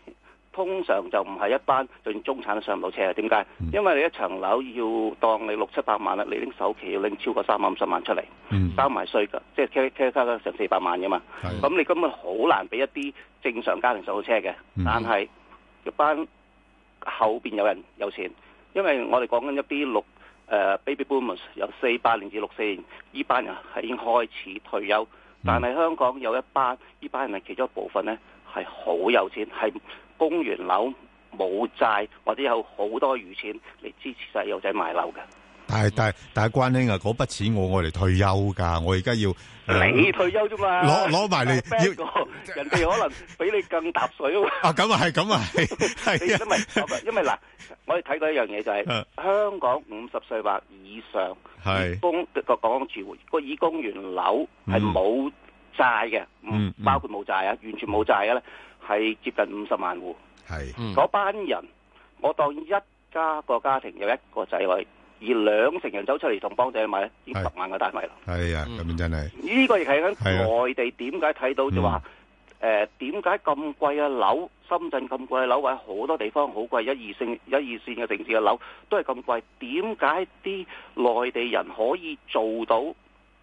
[SPEAKER 3] 通常就唔係一班，就算中產都上唔到車啊？點解？因為你一層樓要當你六七百萬啦，你拎首期要拎超過三百五十萬出嚟，包埋税㗎，即係 c a 卡成四百萬㗎嘛。咁你根本好難俾一啲正常家庭上到車嘅，但係。一班後邊有人有錢，因為我哋講緊一啲六誒、呃 baby boomers 由四八年至六四年，呢班人係已經開始退休，但
[SPEAKER 4] 嗯
[SPEAKER 3] 係香港有一班呢班人係其中一部分呢，係好有錢，係供完樓冇債或者有好多餘錢嚟支持細路仔買樓嘅。
[SPEAKER 4] 但係-但係-但係關兄啊，嗰筆錢我愛嚟退休㗎，我而家要-
[SPEAKER 3] 你退休啫嘛，
[SPEAKER 4] 攞攞埋嚟
[SPEAKER 3] 阿 Ben 哥人哋可能比你更揼水喎。
[SPEAKER 4] 啊，咁啊係，咁啊係，
[SPEAKER 3] 你因為因為嗱，我哋睇過一樣嘢就係、
[SPEAKER 4] 啊
[SPEAKER 3] 香港五十歲或以上
[SPEAKER 4] 係
[SPEAKER 3] 供個港住户個已供完樓係
[SPEAKER 1] 嗯
[SPEAKER 3] 冇債嘅，唔、
[SPEAKER 1] 嗯嗯
[SPEAKER 3] 包括冇債啊，完全冇債嘅咧，係接近五十萬户。
[SPEAKER 4] 係
[SPEAKER 1] 嗯
[SPEAKER 3] 嗰班人，我當一家個家庭有一個仔女，而兩成人走出嚟同幫仔女買咧，已經十萬個單位啦。
[SPEAKER 4] 係啊，咁樣真係。
[SPEAKER 3] 呢個亦係
[SPEAKER 4] 係
[SPEAKER 3] 喺內地點解睇到就話誒點解咁貴嘅樓，深圳咁貴嘅樓，或者好多地方好貴，一二線一二線嘅城市嘅樓都係咁貴，點解啲內地人可以做到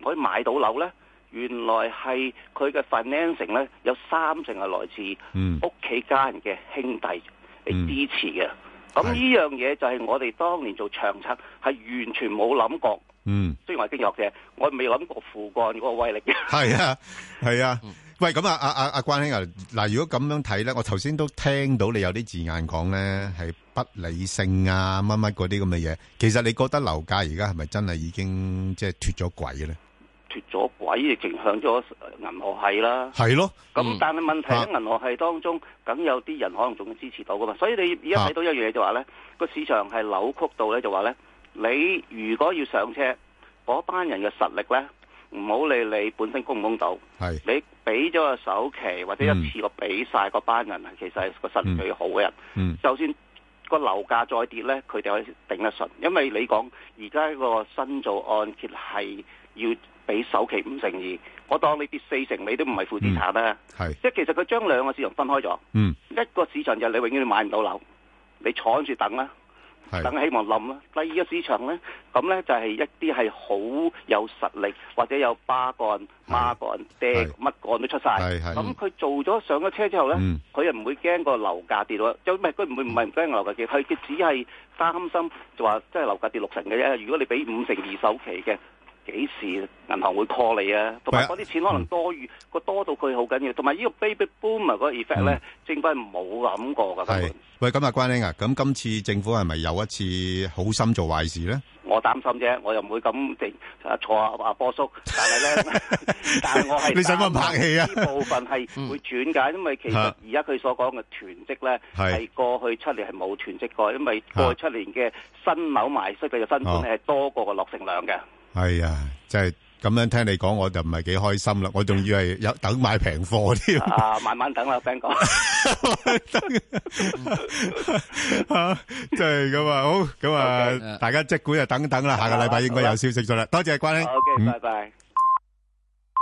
[SPEAKER 3] 可以買到樓呢？原來係佢嘅 financing 呢，有三成係來自屋企家人嘅兄弟嚟支持嘅。咁呢樣嘢就係我哋當年做長策係完全冇諗過。
[SPEAKER 4] 嗯。
[SPEAKER 3] 雖然我係經濟學者，我未諗過父幹嗰個威力嘅。
[SPEAKER 4] 系啊，系啊。喂，咁啊，阿阿阿關兄啊，嗱，如果咁樣睇咧，我頭先都聽到你有啲字眼講咧，係不理性啊，乜乜嗰啲咁嘅嘢。其實你覺得樓價而家係咪真係已經即係脱咗軌嘅咧？
[SPEAKER 3] 脱咗軌，亦影響咗呃銀河系啦。
[SPEAKER 4] 係嗯啊咯，
[SPEAKER 3] 咁但係問題喺銀河系當中，梗有
[SPEAKER 4] 啊
[SPEAKER 3] 啲人可能仲支持到噶嘛。所以你而家睇到一樣嘢就話咧，個市場係扭曲到咧，就話咧，你如果要上車，嗰班人嘅實力呢，唔好理你本身供唔供到，
[SPEAKER 4] 係
[SPEAKER 3] 你俾咗個首期或者一次過俾晒嗰班人，其實係個實力最好嘅人。
[SPEAKER 4] 嗯
[SPEAKER 3] 就算個樓價再跌呢，佢哋可以頂得順，因為你講而家個新造按揭係要俾首期五成二，我當你跌四成，你都唔係負資產啊嗯啦。
[SPEAKER 4] 係
[SPEAKER 3] 即係其實佢將兩個市場分開咗，
[SPEAKER 4] 嗯
[SPEAKER 3] 一個市場就係你永遠買唔到樓，你坐住等啦。
[SPEAKER 4] 係
[SPEAKER 3] 等希望冧啦。第二個市場呢，咁呢就係一啲係好有實力或者有巴幹、孖幹、爹乜幹都出晒。
[SPEAKER 4] 係係
[SPEAKER 3] 咁佢做咗上咗車之後呢
[SPEAKER 4] 嗯，
[SPEAKER 3] 佢又唔會驚個樓價跌落，就唔係佢唔會唔係唔驚樓價跌，佢佢只係擔心就話即係樓價跌六成嘅啫。如果你俾五成二首期嘅。幾時銀行會 call 你啊？同埋嗰啲錢可能多餘，
[SPEAKER 4] 嗯
[SPEAKER 3] 個、多到佢好緊要。同埋呢個 baby boomer 嗰個 effect 咧，政府係冇諗過㗎。根本
[SPEAKER 4] 係。喂，咁啊，關兄啊，咁今次政府係咪有一次好心做壞事咧？
[SPEAKER 3] 我擔心啫，我又唔會咁定啊坐阿阿波叔，但 係咧，但係我係
[SPEAKER 4] 你使乜拍戲啊嗯
[SPEAKER 3] 擔心呢部分係會轉解，因為其實
[SPEAKER 4] 嚇
[SPEAKER 3] 而家佢所講嘅囤積咧，
[SPEAKER 4] 係
[SPEAKER 3] 係過去七年係冇囤積過，因為過去七年嘅新樓賣出嘅新盤
[SPEAKER 4] 哦
[SPEAKER 3] 係多過個落成量嘅。
[SPEAKER 4] 係啊，真係咁樣聽你講，我就唔係幾開心啦。我仲以為有等買平貨添。
[SPEAKER 3] 啊，慢慢等啦 ，Ben 哥。
[SPEAKER 4] 啊，真係咁啊，好，咁啊，大家即管就等等啦，下個禮拜應該有消息咗啦。多謝關兄。
[SPEAKER 3] OK，
[SPEAKER 4] 嗯
[SPEAKER 3] 拜拜。